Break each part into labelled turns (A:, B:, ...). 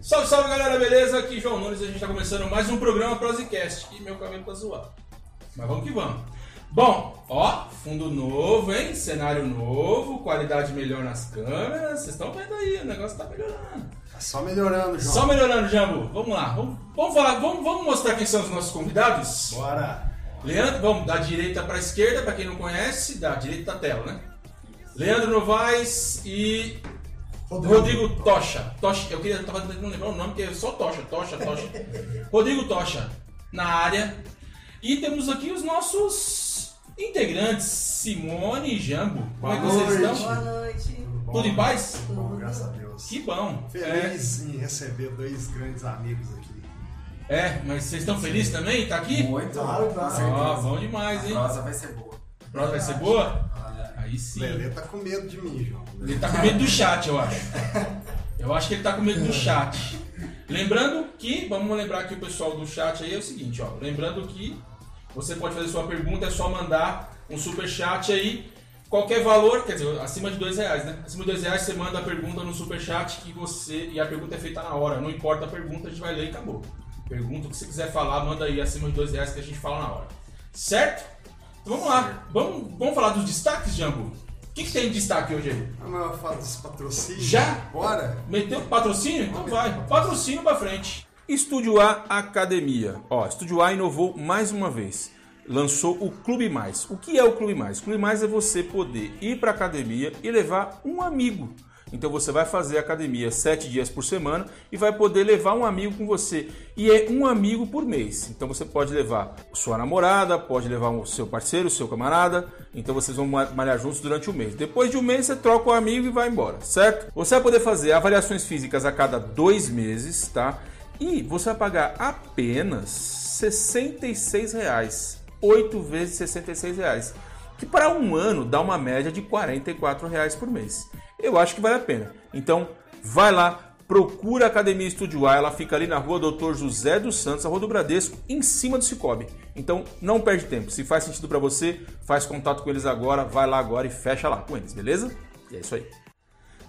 A: Salve, salve galera, beleza? Aqui João Nunes, a gente tá começando mais um programa Prozicast e meu cabelo tá zoado. Mas vamos que vamos. Bom, ó, fundo novo, hein? Cenário novo, qualidade melhor nas câmeras. Vocês estão vendo aí, o negócio tá melhorando.
B: Tá só melhorando, João.
A: Só melhorando, Jambu. Vamos lá, vamos, vamos falar, vamos, vamos mostrar quem são os nossos convidados?
B: Bora.
A: Leandro, vamos da direita para esquerda, para quem não conhece, da direita da tela, né? Leandro Novaes e Rodrigo Tocha. Tocha, eu queria tava tentando lembrar o nome, que é só Tocha, Tocha, Tocha. Rodrigo Tocha na área. E temos aqui os nossos integrantes, Simone e Jambo. Como é que
B: Boa
A: vocês
B: noite.
A: estão?
C: Boa noite.
A: Tudo em paz?
B: Tudo bom, graças a Deus.
A: Que bom.
B: Feliz em receber dois grandes amigos aqui.
A: É, é, mas vocês estão felizes também? Tá aqui?
D: Muito.
B: Claro, claro.
D: Com
A: Ó,
D: certeza.
A: bom demais, hein?
D: A prosa vai ser boa.
A: A Prova vai ser boa?
D: Olha,
A: Aí sim.
B: Lelê tá com medo de mim, João.
A: Ele tá com medo do chat, eu acho. Eu acho que ele tá com medo do chat. Lembrando que, vamos lembrar aqui o pessoal do chat aí, é o seguinte, ó. Lembrando que você pode fazer sua pergunta, é só mandar um super chat aí. Qualquer valor, quer dizer, acima de dois reais, né? Acima de dois reais você manda a pergunta no super chat que você. E a pergunta é feita na hora. Não importa a pergunta, a gente vai ler e acabou. Pergunta o que você quiser falar, manda aí acima de dois reais que a gente fala na hora. Certo? Então vamos lá. Vamos, vamos falar dos destaques, Jambo? O que, que tem de destaque hoje aí?
B: Vamos lá falar dos patrocínios?
A: Já?
B: Bora?
A: Meteu patrocínio? Então vai. Patrocínio pra frente. Estúdio A Academia. Ó, Estúdio A inovou mais uma vez. Lançou o Clube Mais. O que é o Clube Mais? O Clube Mais é você poder ir pra academia e levar um amigo. Então você vai fazer academia sete dias por semana e vai poder levar um amigo com você. E é um amigo por mês. Então você pode levar sua namorada, pode levar o seu parceiro, o seu camarada. Então vocês vão ma- malhar juntos durante o mês. Depois de um mês você troca o amigo e vai embora, certo? Você vai poder fazer avaliações físicas a cada dois meses, tá? E você vai pagar apenas R$ 66,00. 8 vezes R$ 66,00. Que para um ano dá uma média de R$ 44,00 por mês. Eu acho que vale a pena. Então, vai lá, procura a Academia Estúdio A. Ela fica ali na rua Dr. José dos Santos, a rua do Bradesco, em cima do Cicobi. Então, não perde tempo. Se faz sentido para você, faz contato com eles agora, vai lá agora e fecha lá com eles, beleza? E é isso aí.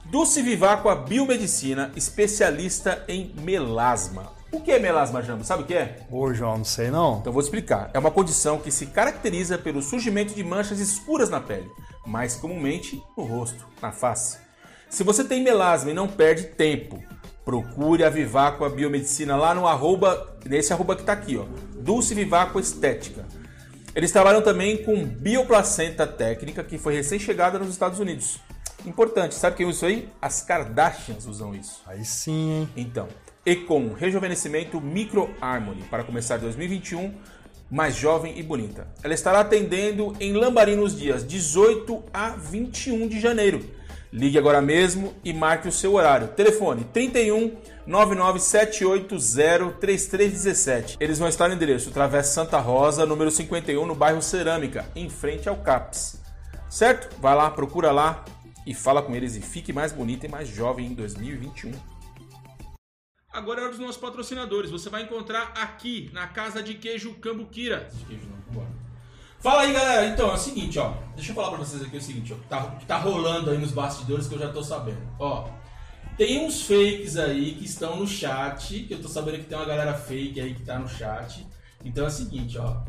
A: Dulce Vivaco, a biomedicina, especialista em melasma. O que é melasma, Jambo? Sabe o que é?
B: Ô, João, não sei não.
A: Então vou explicar. É uma condição que se caracteriza pelo surgimento de manchas escuras na pele, mais comumente no rosto, na face. Se você tem melasma e não perde tempo, procure a Vivaco a Biomedicina lá no arroba, nesse arroba que tá aqui, ó. Dulce Vivaco Estética. Eles trabalham também com bioplacenta técnica, que foi recém-chegada nos Estados Unidos. Importante, sabe quem usa isso aí? As Kardashians usam isso.
B: Aí sim, hein?
A: Então, Econ, rejuvenescimento Micro Harmony, para começar 2021 mais jovem e bonita. Ela estará atendendo em Lambari nos dias 18 a 21 de janeiro. Ligue agora mesmo e marque o seu horário. Telefone 31 99780 3317. Eles vão estar no endereço Travessa Santa Rosa, número 51, no bairro Cerâmica, em frente ao CAPS. Certo? Vai lá, procura lá e fala com eles e fique mais bonita e mais jovem em 2021. Agora é hora dos nossos patrocinadores. Você vai encontrar aqui na Casa de Queijo Cambuquira. De queijo não, vambora. Fala aí, galera. Então, é o seguinte, ó. Deixa eu falar pra vocês aqui o seguinte, ó. que Tá, que tá rolando aí nos bastidores que eu já tô sabendo. Ó, tem uns fakes aí que estão no chat, que eu tô sabendo que tem uma galera fake aí que tá no chat. Então é o seguinte, ó.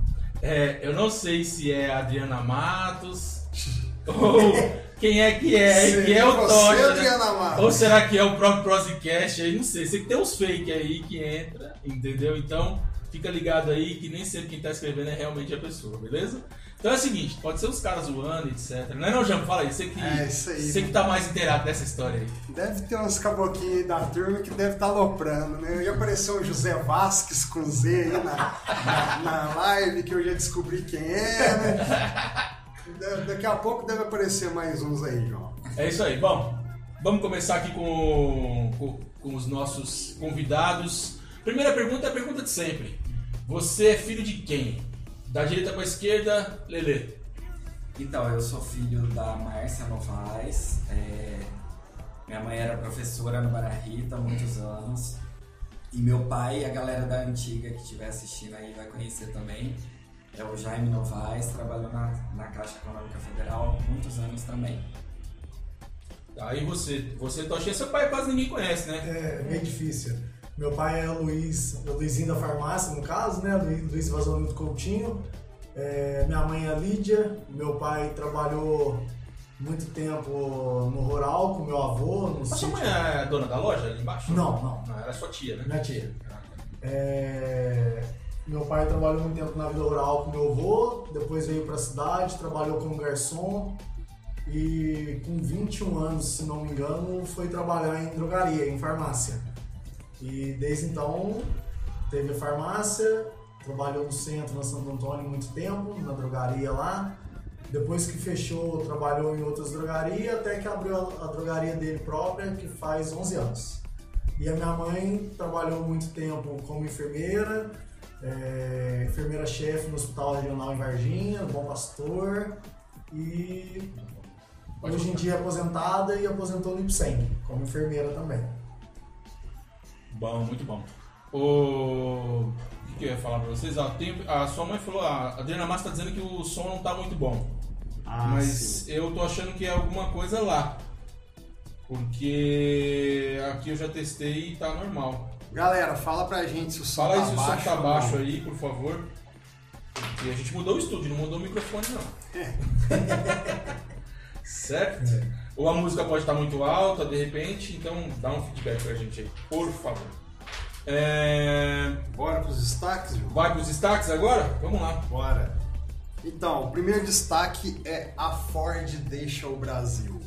A: É, eu não sei se é a Adriana Matos ou quem é que é, que é o
B: Você,
A: Tocha. né?
B: Adriana Matos.
A: Ou será que é o próprio Prozcast aí? Não sei. Sei que tem uns fake aí que entra, entendeu? Então fica ligado aí que nem sempre quem tá escrevendo é realmente a pessoa, beleza? Então é o seguinte, pode ser os caras zoando, etc. Não é não, Jambo? Fala aí, você que,
B: É, isso aí.
A: você que tá mais inteirado dessa história aí.
B: Deve ter uns caboclinhos aí da turma que deve estar aloprando, né? E apareceu um José Vasques com Z aí na, na, na live, que eu já descobri quem é, né? Da- daqui a pouco deve aparecer mais uns aí, João.
A: É isso aí. Bom, vamos começar aqui com, com- com os nossos convidados. Primeira pergunta é a pergunta de sempre. Você é filho de quem? Da direita pra esquerda, Lele.
D: Então, eu sou filho da Márcia Novaes. é, Minha mãe era professora no Bararita há muitos anos. E meu pai, a galera da antiga que estiver assistindo aí vai conhecer também, é o Jaime Novaes, trabalhou na, na Caixa Econômica Federal há muitos anos também.
A: Aí você, você Tocha, seu pai quase ninguém conhece, né?
E: É meio difícil. Meu pai é o Luiz, o Luizinho da farmácia, no caso, né? Luiz, Luiz Vazolino Coutinho. É, minha mãe é Lídia. Meu pai trabalhou muito tempo no rural com meu avô, no
A: Mas sua
E: sítio.
A: mãe é dona da loja ali embaixo?
E: Não, não.
A: Ah, era sua tia, né?
E: Minha tia. É, meu pai trabalhou muito tempo na vida rural com meu avô, depois veio pra cidade, trabalhou como garçom e com 21 anos, se não me engano, foi trabalhar em drogaria, em farmácia. E desde então teve farmácia, trabalhou no centro, na Santo Antônio, muito tempo, na drogaria lá. Depois que fechou, trabalhou em outras drogarias, até que abriu a, a drogaria dele própria, que faz 11 anos. E a minha mãe trabalhou muito tempo como enfermeira, é, enfermeira-chefe no Hospital Regional em Varginha, um Bom Pastor, e hoje em dia é aposentada e aposentou no IPSEM, como enfermeira também.
A: Bom, muito bom. O o que, que eu ia falar pra vocês? Ah, tem- A sua mãe falou, a Adriana Massa tá dizendo que o som não tá muito bom.
F: Ah,
A: mas
F: sim.
A: eu tô achando que é alguma coisa lá. Porque aqui eu já testei e tá normal.
B: Galera, fala pra gente se o som
A: Fala aí
B: tá
A: se o som
B: baixo.
A: tá
B: ou
A: baixo
B: não.
A: aí, por favor. E a gente mudou o estúdio, não mudou o microfone, não.
E: É.
A: certo? Ou a música pode estar muito alta, de repente, então dá um feedback pra gente aí, por favor. É...
B: Bora pros destaques, João?
A: Vai pros destaques agora? Vamos lá.
F: Bora.
B: Então, o primeiro destaque é a Ford deixa o Brasil.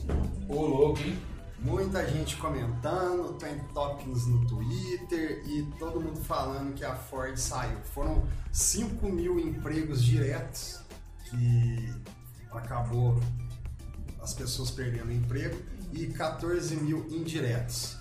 A: Ô, louco, hein?
B: Muita gente comentando, tem topics no Twitter e todo mundo falando que a Ford saiu. Foram 5 mil empregos diretos que acabou as pessoas perdendo emprego e 14 mil indiretos.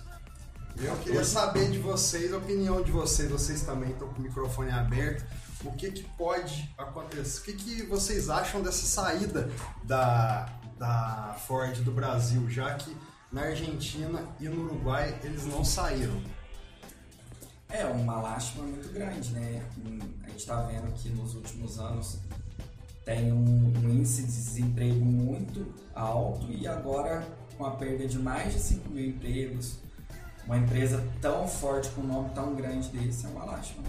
B: Eu queria saber de vocês, a opinião de vocês, vocês também estão com o microfone aberto. O que, que pode acontecer? O que, que vocês acham dessa saída da, da Ford do Brasil, já que na Argentina e no Uruguai eles não saíram?
D: É uma lástima muito grande, né? Hum, A gente está vendo que nos últimos anos tem um, um índice de desemprego muito alto e agora com a perda de mais de 5 mil empregos, uma empresa tão forte com um nome tão grande desse é uma lástima.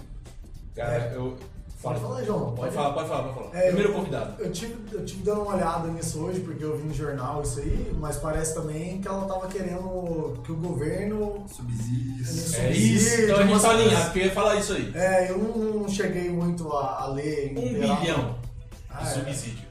A: Cara, eu.
E: É. Pode falar, João.
A: Pode falar, pode falar, pode falar.
E: É,
A: Primeiro
E: eu-
A: convidado.
E: Eu tive, eu tive dando uma olhada nisso hoje, porque eu vi no jornal isso aí, mas parece também que ela tava querendo que o governo.
D: Subsídios.
A: É
E: subsídio,
A: isso, então a gente
E: umas
A: tá
E: coisas-
A: alinhado, porque eu ia falar isso aí.
E: É, eu não, não cheguei muito a, a ler.
A: Um
E: inteira.
A: bilhão
E: É. Ah,
A: de
E: é.
A: subsídio.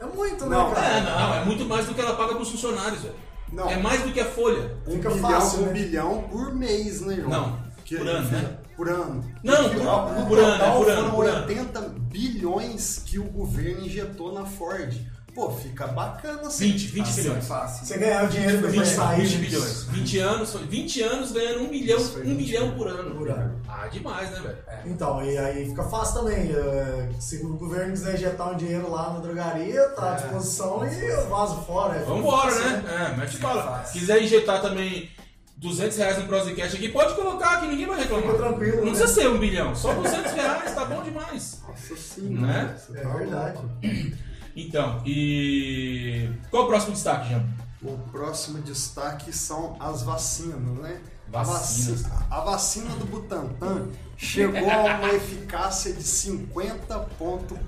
E: É muito, né,
B: Não,
A: É,
E: cara?
A: não, é muito mais do que ela paga pros funcionários, velho.
B: Não.
A: É mais do que a folha.
B: Um
E: Fica
B: bilhão,
E: fácil,
B: um
E: né?
B: bilhão por mês, né, João?
A: Não,
B: Que- é?
A: por ano, né?
B: Por ano.
A: Não,
B: Porque
A: por-
B: no
A: por ano,
B: total
A: é por ano,
B: Foram
A: por ano.
B: 80 bilhões que o governo injetou na Ford. Pô, fica bacana assim.
A: 20, 20 bilhões.
D: é fácil. né?
E: Você ganhar o dinheiro depois
A: 20,
E: de sair.
A: 20 bilhões. 20 anos, 20 anos ganhando 1 bilhão,
B: Isso aí,
A: 1
B: gente.
A: bilhão por ano.
E: Por ano.
A: Ah, demais, né, velho?
E: Então, e aí fica fácil também. é, se o governo quiser injetar um dinheiro lá na drogaria, tá à disposição e eu vazo fora. é
A: É. Vambora,
E: fácil,
A: né? É, mete bala.
D: Fácil.
A: Quiser injetar também 200 reais no Prosecast aqui, pode colocar aqui, ninguém vai reclamar.
E: Fica tranquilo,
A: Não
E: né?
A: precisa ser 1 bilhão, só 200 reais, tá bom demais.
B: Nossa senhora.
A: Né?
B: você
E: É
B: tá
E: verdade.
B: louco.
A: Então, e. Qual o próximo destaque, Jean?
B: O próximo destaque são as vacinas, né? A
A: Vacinas.
B: vaci- A vacina do Butantan chegou a uma eficácia de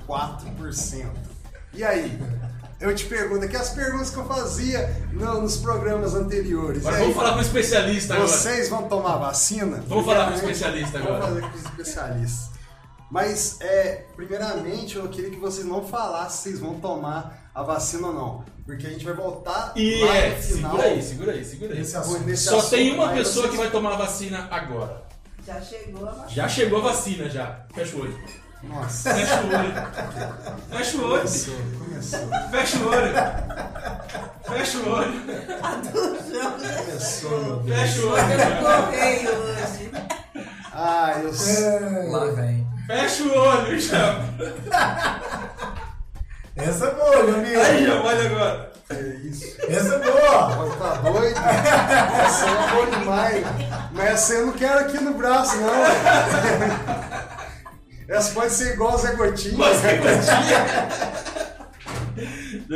B: 50,4%. E aí? Eu te pergunto, aqui as perguntas que eu fazia no- nos programas anteriores.
A: Agora
B: E aí,
A: vamos falar com o especialista Tá, agora.
B: Vocês vão tomar vacina?
A: Vamos falar com o
B: Primeiramente,
A: especialista
B: Vamos
A: agora.
B: fazer com os especialistas. Mas, é, primeiramente, eu queria que vocês não falassem se vocês vão tomar a vacina ou não. Porque a gente vai voltar
A: E
B: lá
A: é,
B: no final.
A: segura aí, segura aí, segura aí.
E: Esse assunto.
B: nesse
A: Só
B: assunto,
A: tem uma
B: aí
A: pessoa que
B: vocês-
A: vai tomar a vacina agora.
C: Já chegou a vacina.
A: Já chegou a vacina, já. Fecha o olho.
B: Nossa,
A: Fecha o olho. Fecha o olho.
B: começou, começou,
A: Fecha o olho. Fecha o olho.
C: A do João já
B: começou, meu Deus.
A: Fecha o olho.
C: chegou.
A: cara.
C: Correio hoje.
B: Ah, eu
E: É.
B: sei.
D: Lá vem.
A: Fecha o olho, já.
E: Essa é boa, meu amigo.
A: Aí, já, olha agora.
B: É isso.
E: Essa é boa.
B: Mas Tá doido? Essa é boa demais. Mas essa eu não quero aqui no braço, não. Essa pode ser igual o Zé Gotinha.
A: Mas que quantia.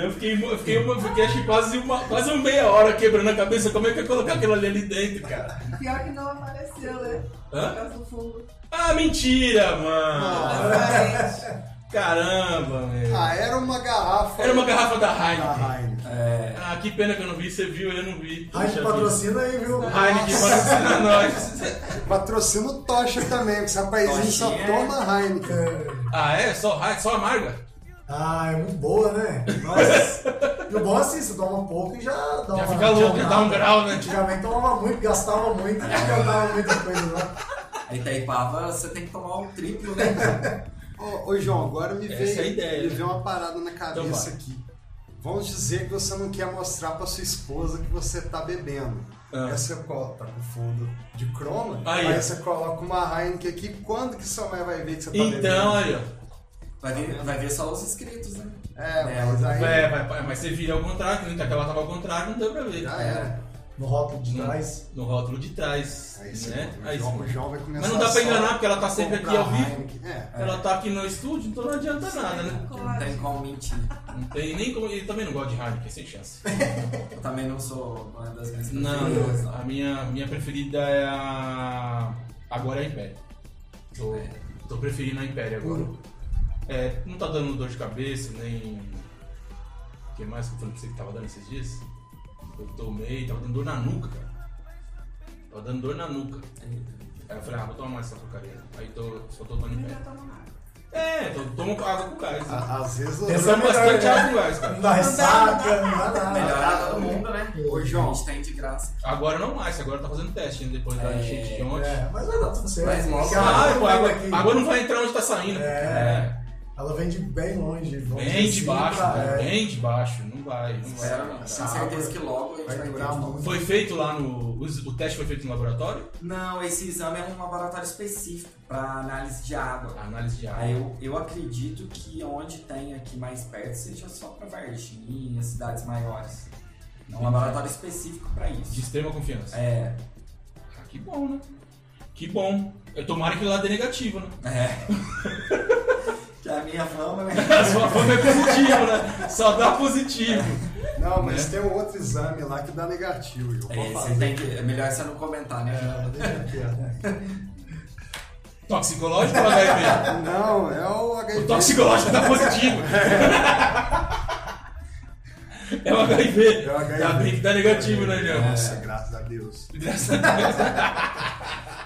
A: Eu fiquei, eu fiquei, eu fiquei acho que quase uma, quase uma meia hora quebrando a cabeça. Como é que eu ia colocar aquilo ali, ali dentro, cara?
C: Pior que não apareceu, né?
A: Hã?
C: Por causa do fungo.
A: Ah, mentira, mano!
C: Aparente.
A: Caramba, velho.
B: Ah, era uma garrafa.
A: Era uma garrafa da Heineken.
B: da Heineken.
D: É,
A: Ah, que pena que eu não vi. Você viu, eu não vi.
E: Ai, que
A: Puxa
E: patrocina aí, viu?
A: vida. Heineken patrocina nós.
B: É, Patrocina o Tocha também, porque esse rapazinho só
D: Tochinha.
B: toma Heineken.
E: É.
A: Ah, é? Só, Heineken- só amarga?
E: Ah, é muito boa, né? Nossa. E o bom é assim, você toma pouco e já dá uma.
A: Já fica louco, já dá um grau,
B: É,
A: né?
E: Antigamente tomava muito, gastava muito, não cantava muita coisa, né? não.
D: a Itaipava você tem que tomar um triplo, né?
B: Ô, ô, João, agora me
A: Essa
B: veio,
A: é a ideia,
B: me
A: né?
B: veio uma parada na
A: Então
B: cabeça
A: vai.
B: aqui. Vamos dizer que você não quer mostrar pra sua esposa que você tá bebendo.
A: Ah.
B: Aí você coloca, tá com fundo de croma,
A: Aí.
B: aí, você coloca uma Heineken aqui, quando que sua mãe vai ver que você tá
A: Então,
B: bebendo?
A: aí, ó.
D: Vai ver, vai ver só os inscritos, né?
B: É, mas aí
A: É, vai, vai, mas você vira ao contrário, né? que Aquela tava ao contrário, não deu pra ver.
B: já era.
E: No rótulo de trás.
A: No rótulo de trás.
B: Aí você,
A: né?
B: o,
A: Aí
B: João, o
A: você-
B: João vai começar
A: Mas não dá pra
B: só
A: enganar, porque ela tá sempre aqui
B: comprar
A: ao vivo.
B: Heineken. É.
A: Ela tá aqui no estúdio, então não adianta nada, né?
D: Não tem como mentir.
A: Não tem nem como. Ele também não gosta de Heineken, sem chance.
D: Eu também não sou uma das minhas
A: Não,
D: preferidas,
A: não. A minha, minha preferida é a. Agora é a Império. Tô,
E: É.
A: tô preferindo a Império agora.
E: Hum.
A: É, não tá dando dor de cabeça, nem. O que mais que eu falei pra você que tava dando esses dias? Eu tomei, tava dando dor na nuca, cara. Tava dando dor na nuca. Aí eu falei, ah, vou tomar mais essa porcaria. Aí tô, só tô tomando
C: Nunca
A: Império.
C: tomo nada.
A: É, tô, tomo água com gás. né?
B: A- Às vezes
E: Essa
A: Tomo
E: Ah. é melhor,
A: bastante
E: né?
A: água com gás, cara.
E: Não dá ressaca, não dá
D: Melhor
E: nada.
D: Tá pra todo mundo, né?
B: Ô,
D: A
B: João.
D: gente tem de graça.
A: Agora não mais, agora tá fazendo teste, né? Depois da
D: É,
A: enchente de ontem.
E: É, mas vai dar tudo certo.
D: Mas mostra.
E: Porque
A: Ah,
E: ela
A: pô, a
E: vem
A: água,
E: daqui.
A: a água não vai entrar onde tá saindo.
E: É. Ela vem de bem longe.
A: É,
E: vamos
A: Bem
E: dizer
A: de
E: assim,
A: baixo,
E: pra-
A: cara,
E: é.
A: bem de baixo. Não vai, não vai.
D: Espero,
A: não vai.
D: tenho certeza que logo a gente
B: vai
D: vai, ter
B: durar
D: de novo.
B: muito.
A: Foi feito lá no. os- O teste foi feito no laboratório?
D: Não, esse exame é um laboratório específico para análise de água.
A: Análise de água.
D: Aí eu, eu acredito que onde tem aqui mais perto seja só para Varginha, cidades maiores. É um laboratório específico para
A: De
D: isso.
A: extrema confiança.
D: É,
A: Ah, que bom, né? Que bom. Eu tomara que lá dê negativo, né?
D: é. que a minha fama né?
A: A sua fama é positivo, né? Só dá positivo.
B: Não,
A: Né?
B: mas tem um outro exame lá que dá negativo, João.
D: É,
B: Pode
D: você
B: fazer.
D: tem que, é melhor você não comentar, né?
B: É, deixa
E: né?
B: quieto.
A: Toxicológico ou HIV?
B: Não, é o HIV.
A: O toxicológico tá positivo. É o HIV.
B: É o HIV.
A: Ainda bem que tá negativo, né, Então, Jean?
B: Nossa, graças a Deus.
A: Graças a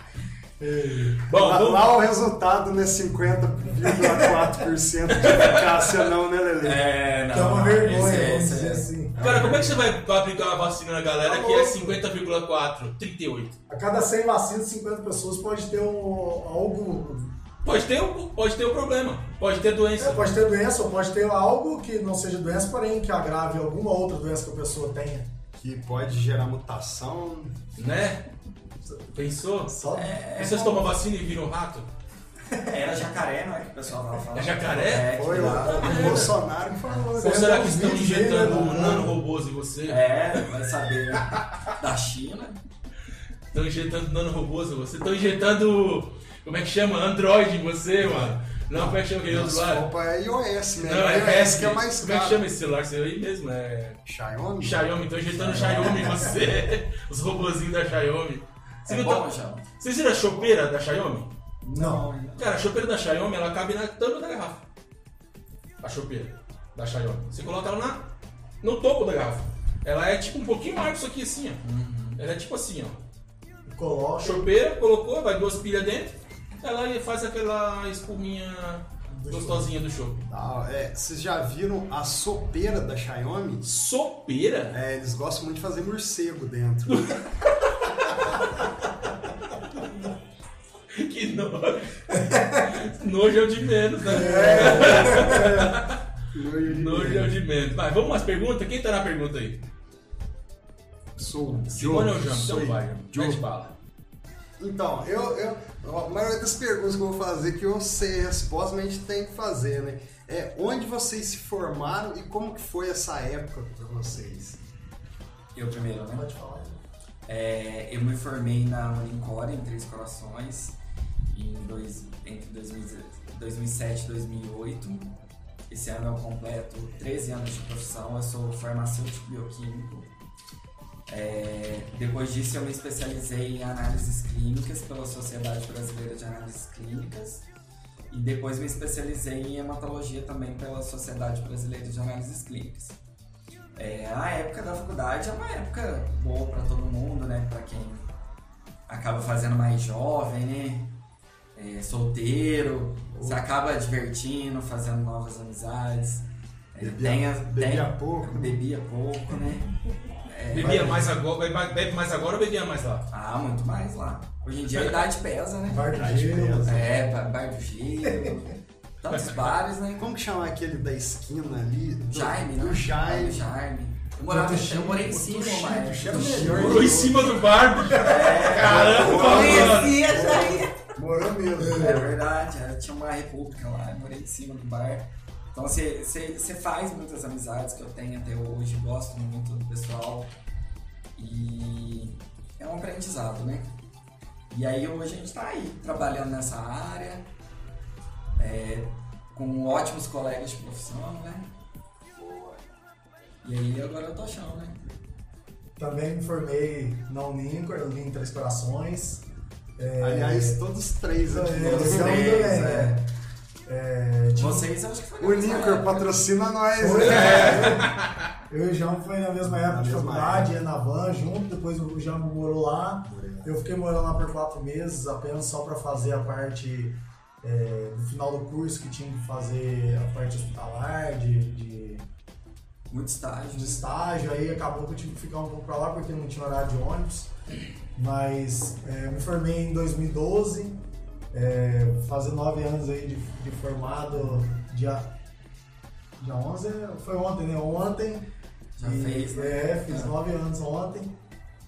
A: Deus. Bom,
B: lá,
A: vamos
B: lá o resultado não é 50,4% de eficácia, não, né, Lele?
D: É, não.
E: Que é uma vergonha,
D: esse é-
E: vamos
D: esse
E: dizer
D: é-
E: assim.
A: Cara, como é que você vai aplicar uma vacina na galera
B: Tá
A: que é 50,4, 38?
E: A cada 100 vacinas, 50 pessoas pode ter um, algo.
A: Pode ter um, pode ter um problema, pode ter
E: é,
A: doença.
E: pode ter doença, ou pode ter algo que não seja doença, porém que agrave alguma outra doença que a pessoa tenha.
B: Que pode gerar mutação.
A: Né? Pensou?
E: Só
D: É.
B: É.
A: Vocês tomam vacina e viram rato?
D: Era jacaré, não é que o pessoal tava falando?
A: É jacaré?
D: É, que
B: Foi
D: dá-
B: lá, o Bolsonaro que falou. né?
A: Ou será que
E: uns
A: estão
E: vídeos aí,
A: injetando
E: né, do-
A: nanorobôs em você?
D: É, vai saber. né? da China.
A: Estão injetando nanorobôs em você? Estão injetando. Como é que chama? Android em você, mano? Não, como é que chama aquele outro
B: Nossa,
A: lá?
B: Opa, é iOS, né?
A: Não, é
B: iOS que é mais
A: Como é que
B: caro.
A: chama esse celular seu aí mesmo? É.
B: Xiaomi?
A: Xiaomi, estão injetando Xiaomi em você. Os robozinhos da Xiaomi. Você tá- viu
D: É bom,
A: to-
D: João?
A: Vocês viram a chopeira da Xiaomi?
E: Não.
A: Cara, a chopeira da Xiaomi, ela cabe na tampa da garrafa. A chopeira da Xiaomi. Você coloca ela na, no topo da garrafa. Ela é tipo um pouquinho maior que isso aqui, assim, ó. Ela é tipo assim, ó. A
E: Coloca.
A: chopeira, colocou, vai duas pilhas dentro. Ela faz aquela espuminha gostosinha do chope.
B: Ah, é, vocês já viram a sopeira da Xiaomi?
A: Sopeira?
B: É, eles gostam muito de fazer morcego dentro.
A: Que nojo. nojo é o de menos, né?
B: Nojo de
A: Nojo é o
B: medo.
A: de menos. Mas vamos às perguntas? Quem tá na pergunta aí?
B: Sou o
A: Simone ou
B: Diogo,
A: Jam?
B: sou
A: Então vai, Jam.
B: Diogo.
A: Mete bala.
B: Então, eu, eu, a maioria das perguntas que eu vou fazer que eu sei a resposta, mas a gente tem que fazer, né? É onde vocês se formaram e como que foi essa época pra vocês?
D: Eu primeiro, né?
E: Pode falar.
D: É, eu me formei na Unicore em Três Corações em dois, entre 2000 2007 e 2008. Esse ano eu completo 13 anos de profissão, eu sou farmacêutico bioquímico. É, depois disso eu me especializei em análises clínicas pela Sociedade Brasileira de Análises Clínicas e depois me especializei em hematologia também pela Sociedade Brasileira de Análises Clínicas. É, a época da faculdade é uma época boa para todo mundo, né? Para quem acaba fazendo mais jovem, né? É, solteiro, você acaba divertindo, fazendo novas amizades. É,
B: Bebia-
D: tem a-
B: bebia
D: tem-
B: pouco, né?
D: Bebia pouco, né? É,
G: Bebia mais agora, bebe- bebe mais agora ou bebia mais lá?
D: ah, muito mais lá. Hoje em dia a idade pesa, né?
E: Bar do
A: Tá
B: Ai,
E: gelo.
B: beleza.
D: É, ba- bar do gelo, tantos bares, né?
B: é, Como que chama aquele da esquina ali? Do,
D: Jaime, né?
B: do
D: Bar do
B: Jaime.
D: Jaime. Eu, morava, eu morei em
B: O
D: cima,
B: Tuxi,
D: mas...
B: Tuxi era o é melhor.
G: Em cima do bar. É, Caramba, mano.
C: Conhecia já.
B: Morou mesmo. né?
D: É verdade, é, tinha uma república lá, eu morei em cima do bar. Então você você- você faz muitas amizades que eu tenho até hoje, gosto muito do pessoal. E é um aprendizado, né? E aí hoje a gente tá aí trabalhando nessa área, é, com ótimos colegas de profissão, né? E aí agora eu tô achando, né?
E: Também me formei na Unincor, eu vim em Três Corações. É,
B: Aliás, todos três aqui. Então,
E: É,
D: Todos
E: você é um
D: três,
E: do-
D: é.
E: é, tipo,
D: Vocês eu acho que foi né?
B: O Nicker patrocina nós.
E: Foi,
B: né?
E: É. Eu e o João foi na mesma época
B: Na
E: de
B: mesma
E: faculdade, ia na van junto, depois o João morou lá. Eu fiquei morando lá por quatro meses, apenas só para fazer a parte é, do final do curso, que tinha que fazer a parte hospitalar, de, de,
D: Muito estágio. né?
E: de estágio. Aí acabou que eu tive que ficar um pouco para lá, porque não tinha horário de ônibus. Mas é, me formei em 2012, é, fazer nove anos aí de, de formado, dia, dia 11, foi ontem, né? Ontem.
D: Já
E: E-
D: fez, né?
E: É, fiz nove anos ontem.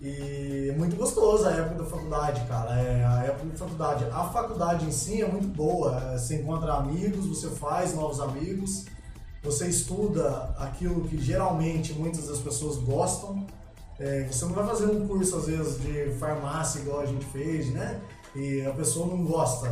E: E é muito gostoso a época da faculdade, cara. É a época da faculdade. A faculdade em si é muito boa. é, Você encontra amigos, você faz novos amigos, você estuda aquilo que geralmente muitas das pessoas gostam. É, você não vai fazer um curso, às vezes, de farmácia igual a gente fez, né? E a pessoa não gosta.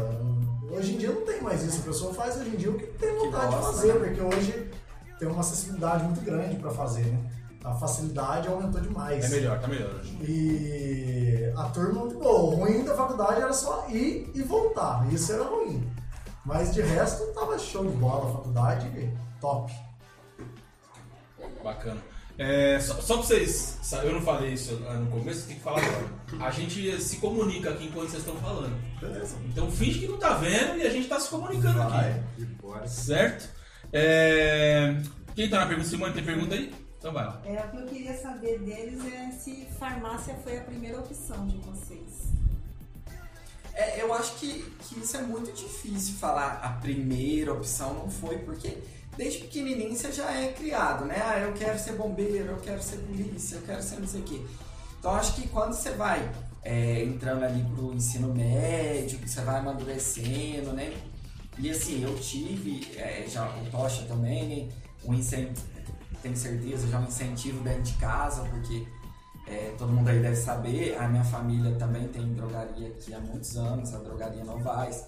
E: Hoje em dia não tem mais isso. A pessoa faz hoje em dia o que tem vontade de
D: gosta,
E: fazer,
D: né?
E: porque hoje tem uma acessibilidade muito grande para fazer, né? A facilidade aumentou demais.
G: É melhor, tá melhor hoje.
E: E a turma, pô, o ruim da faculdade era só ir e voltar. Isso era ruim. Mas de resto, tava show de bola a faculdade, top.
G: Bacana. É, só, só pra vocês, sa- eu não falei isso lá no começo, tem que falar agora. A gente se comunica aqui enquanto vocês estão falando.
B: Beleza.
G: Então finge que não tá vendo e a gente tá se comunicando aqui.
B: Vai. E bora.
G: Certo? É, quem tá na pergunta? Simone, tem pergunta aí? Então vai lá.
C: É, o que eu queria saber deles é se farmácia foi a primeira opção de vocês.
D: É, eu acho que, que isso é muito difícil falar a primeira opção não foi, porque desde pequenininho você já é criado, né? Ah, eu quero ser bombeiro, eu quero ser polícia, eu quero ser não sei o quê. Então acho que quando você vai é, entrando ali pro ensino médio, que você vai amadurecendo, né? E assim, eu tive, é, já o Tocha também, né? um incentivo, tenho certeza, já um incentivo dentro de casa, porque é, todo mundo aí deve saber, a minha família também tem drogaria aqui há muitos anos, a drogaria Novais.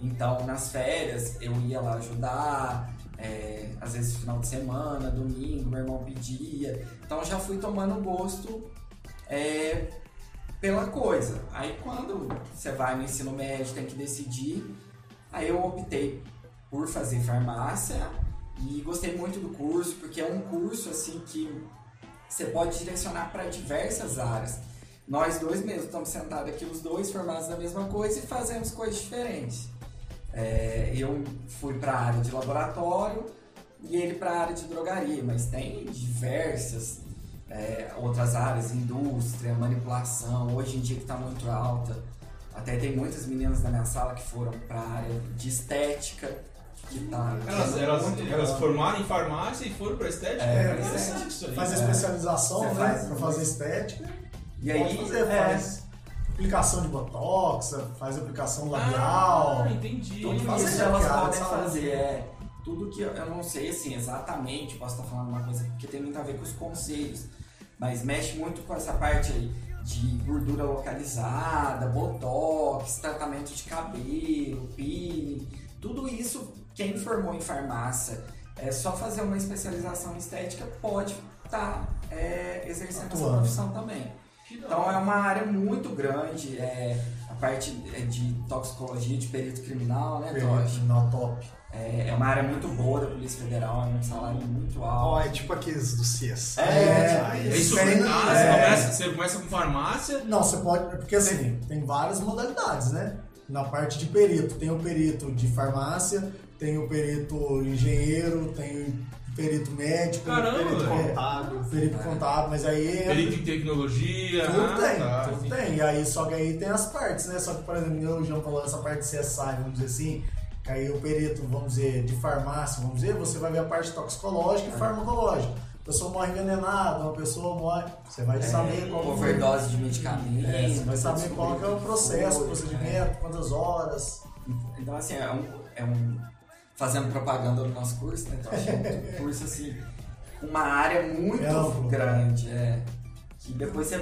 D: Então, nas férias, eu ia lá ajudar, é, às vezes final de semana, domingo, meu irmão pedia. Então, eu já fui tomando gosto é, pela coisa. Aí, quando você vai no ensino médio, tem que decidir. Aí, eu optei por fazer farmácia e gostei muito do curso, porque é um curso assim que você pode direcionar para diversas áreas. Nós dois mesmo estamos sentados aqui, os dois formados na mesma coisa e fazemos coisas diferentes. É, eu fui para a área de laboratório e ele para a área de drogaria, mas tem diversas é, outras áreas, indústria, manipulação, hoje em dia que está muito alta. Até tem muitas meninas na minha sala que foram para a área de estética, que tá está
G: Elas, elas, elas formaram em farmácia e foram pra estética?
D: É,
G: interessante isso aí.
E: Faz a
G: É.
E: especialização,
D: Você
E: né?
D: faz-
E: pra fazer estética.
D: E aí,
E: Pode fazer,
D: é,
E: faz aplicação de botox, faz aplicação labial.
D: é
G: Ah, entendi.
D: Tudo que
E: Isso,
D: elas
E: cara,
D: podem
E: sabe?
D: fazer é tudo que eu, eu não sei assim exatamente, posso estar falando uma coisa porque tem muito a ver com os conselhos, mas mexe muito com essa parte aí de gordura localizada, botox, tratamento de cabelo, peeling, tudo isso quem formou em farmácia é só fazer uma especialização em estética pode estar exercendo
E: Atuando.
D: essa profissão também. Então é uma área muito grande, é, a parte é, de toxicologia, de perito criminal, né, Todd?
E: Na top.
D: É, é uma área muito boa da Polícia Federal, é um salário muito
B: Ó,
D: alto.
B: é tipo aqueles do CIS.
D: É,
A: É isso
E: Tem-
A: mesmo. Ah, você,
E: é.
A: começa, você começa com farmácia.
E: Não, você pode. Porque assim, tem várias modalidades, né? Na parte de perito, tem o perito de farmácia, tem o perito engenheiro, tem o perito médico,
A: Caramba,
E: perito,
A: velho.
E: é,
B: Contábil.
E: perito contábil, mas aí é-
A: Perito em tecnologia.
E: Tudo
A: ah,
E: tem,
A: tá,
E: tudo
A: entendi.
E: tem. E aí, só que aí tem as partes, né? Só que, por exemplo, eu já falou essa parte de CSI, vamos dizer assim, que aí o perito, vamos dizer, de farmácia, vamos dizer, você vai ver a parte toxicológica e farmacológica. A pessoa morre envenenada, uma pessoa morre. Você É, vai saber qual foi.
D: É, overdose de medicamento.
E: É, você vai saber
D: descobrir
E: qual que né? é o
D: que
E: processo, o
D: foi, né?
E: procedimento, quantas horas.
D: Então, assim, é um, é um- Fazendo propaganda do nosso curso, né? Então, acho que é um curso, assim, com uma área muito
E: É amplo.
D: grande, é. Que depois você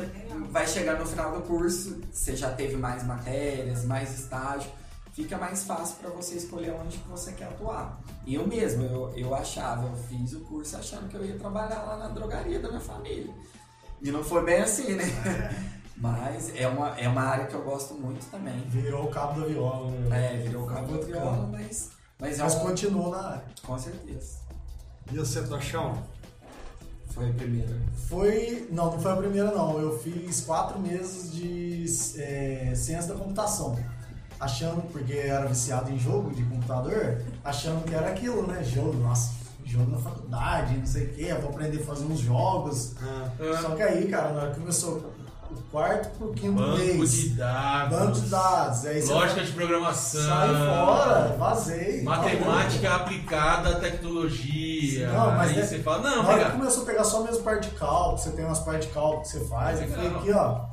D: vai chegar no final do curso, você já teve mais matérias, mais estágio, fica mais fácil para você escolher onde que você quer atuar. E Eu mesmo, eu, eu achava, eu fiz o curso achando que eu ia trabalhar lá na drogaria da minha família. E não foi bem assim, né? Mas é uma, é uma área que eu gosto muito também.
E: Virou o cabo da viola,
D: É,
E: né?
D: virou o cabo da viola, mas, mas é
E: Mas
D: um...
E: continuou na área.
D: Com certeza.
B: E você, Tochão?
D: Foi a primeira.
E: Foi. Não, não foi a primeira, não. Eu fiz quatro meses de é, ciência da computação. Achando, porque era viciado em jogo de computador, achando que era aquilo, né? Jogo, nossa, jogo na faculdade, não sei o quê, eu vou aprender a fazer uns jogos.
B: Ah,
A: Ah,
E: Só que aí, cara, na hora que começou o quarto pro quinto
A: banco
E: mês.
A: de dados.
E: Banco é, de dados. Aí você
A: Lógica de
E: vai-
A: programação.
E: sai fora, vazei.
A: Matemática aplicada à tecnologia.
E: Não, mas
A: Aí
E: é-
A: você fala,
E: Na
A: não,
E: hora que
A: cara.
E: começou a pegar só mesmo parte de cálculo, você tem umas partes de cálculo que você faz, eu falei
A: Legal.
E: aqui, ó,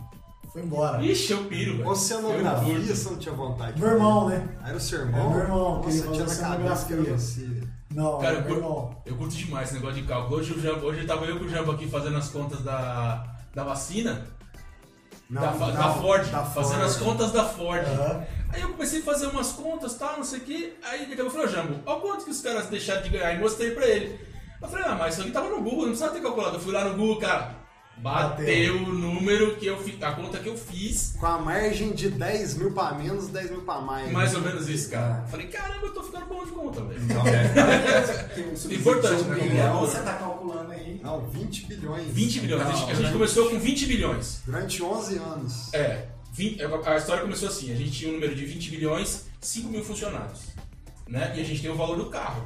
E: foi embora.
A: Ixi, eu piro, velho.
B: Você não
A: Eu
B: grafia,
A: curto.
B: Ah, você não tinha vontade. de
E: Meu irmão, né?
B: fazer? Era o seu irmão?
E: É, meu irmão, que ele
B: Nossa, tinha
E: falou
B: na cabeça que
E: cenografia.
B: era você.
E: Não,
A: Cara, eu
E: meu irmão.
A: curto, eu curto demais esse negócio de cálculo. Hoje, o Jambo, hoje tava eu com o Jambo aqui fazendo as contas da, da vacina,
B: Não,
A: da, fa-
B: não,
A: da Ford,
B: da
A: fazendo as contas da Ford.
E: Aham.
A: Aí eu comecei a fazer umas contas, tal, não sei o que. Aí daqui a pouco eu falei, ô Jambo, olha quanto que os caras deixaram de ganhar. E mostrei pra ele. Eu falei, ah, mas isso aqui tava no Google, não precisava ter calculado. Eu fui lá no Google, cara, bateu,
E: Bateu.
A: o número que eu fiz, a conta que eu fiz.
B: Com a margem de 10 mil pra menos, 10 mil pra mais.
A: Mais ou menos isso, cara. Eu Falei, caramba, eu tô ficando bom de conta, velho.
B: Então,
D: Tem um subsídio
A: Importante,
D: de um
A: né?
D: bilhão, você tá calculando aí.
B: Não, 20 bilhões.
A: 20 bilhões. a gente- a gente
D: Não,
A: começou com 20 bilhões.
B: Durante 11 anos.
A: É, vin- a história começou assim, a gente tinha um número de 20 bilhões, 5 mil funcionários, né? E a gente tem o valor do carro.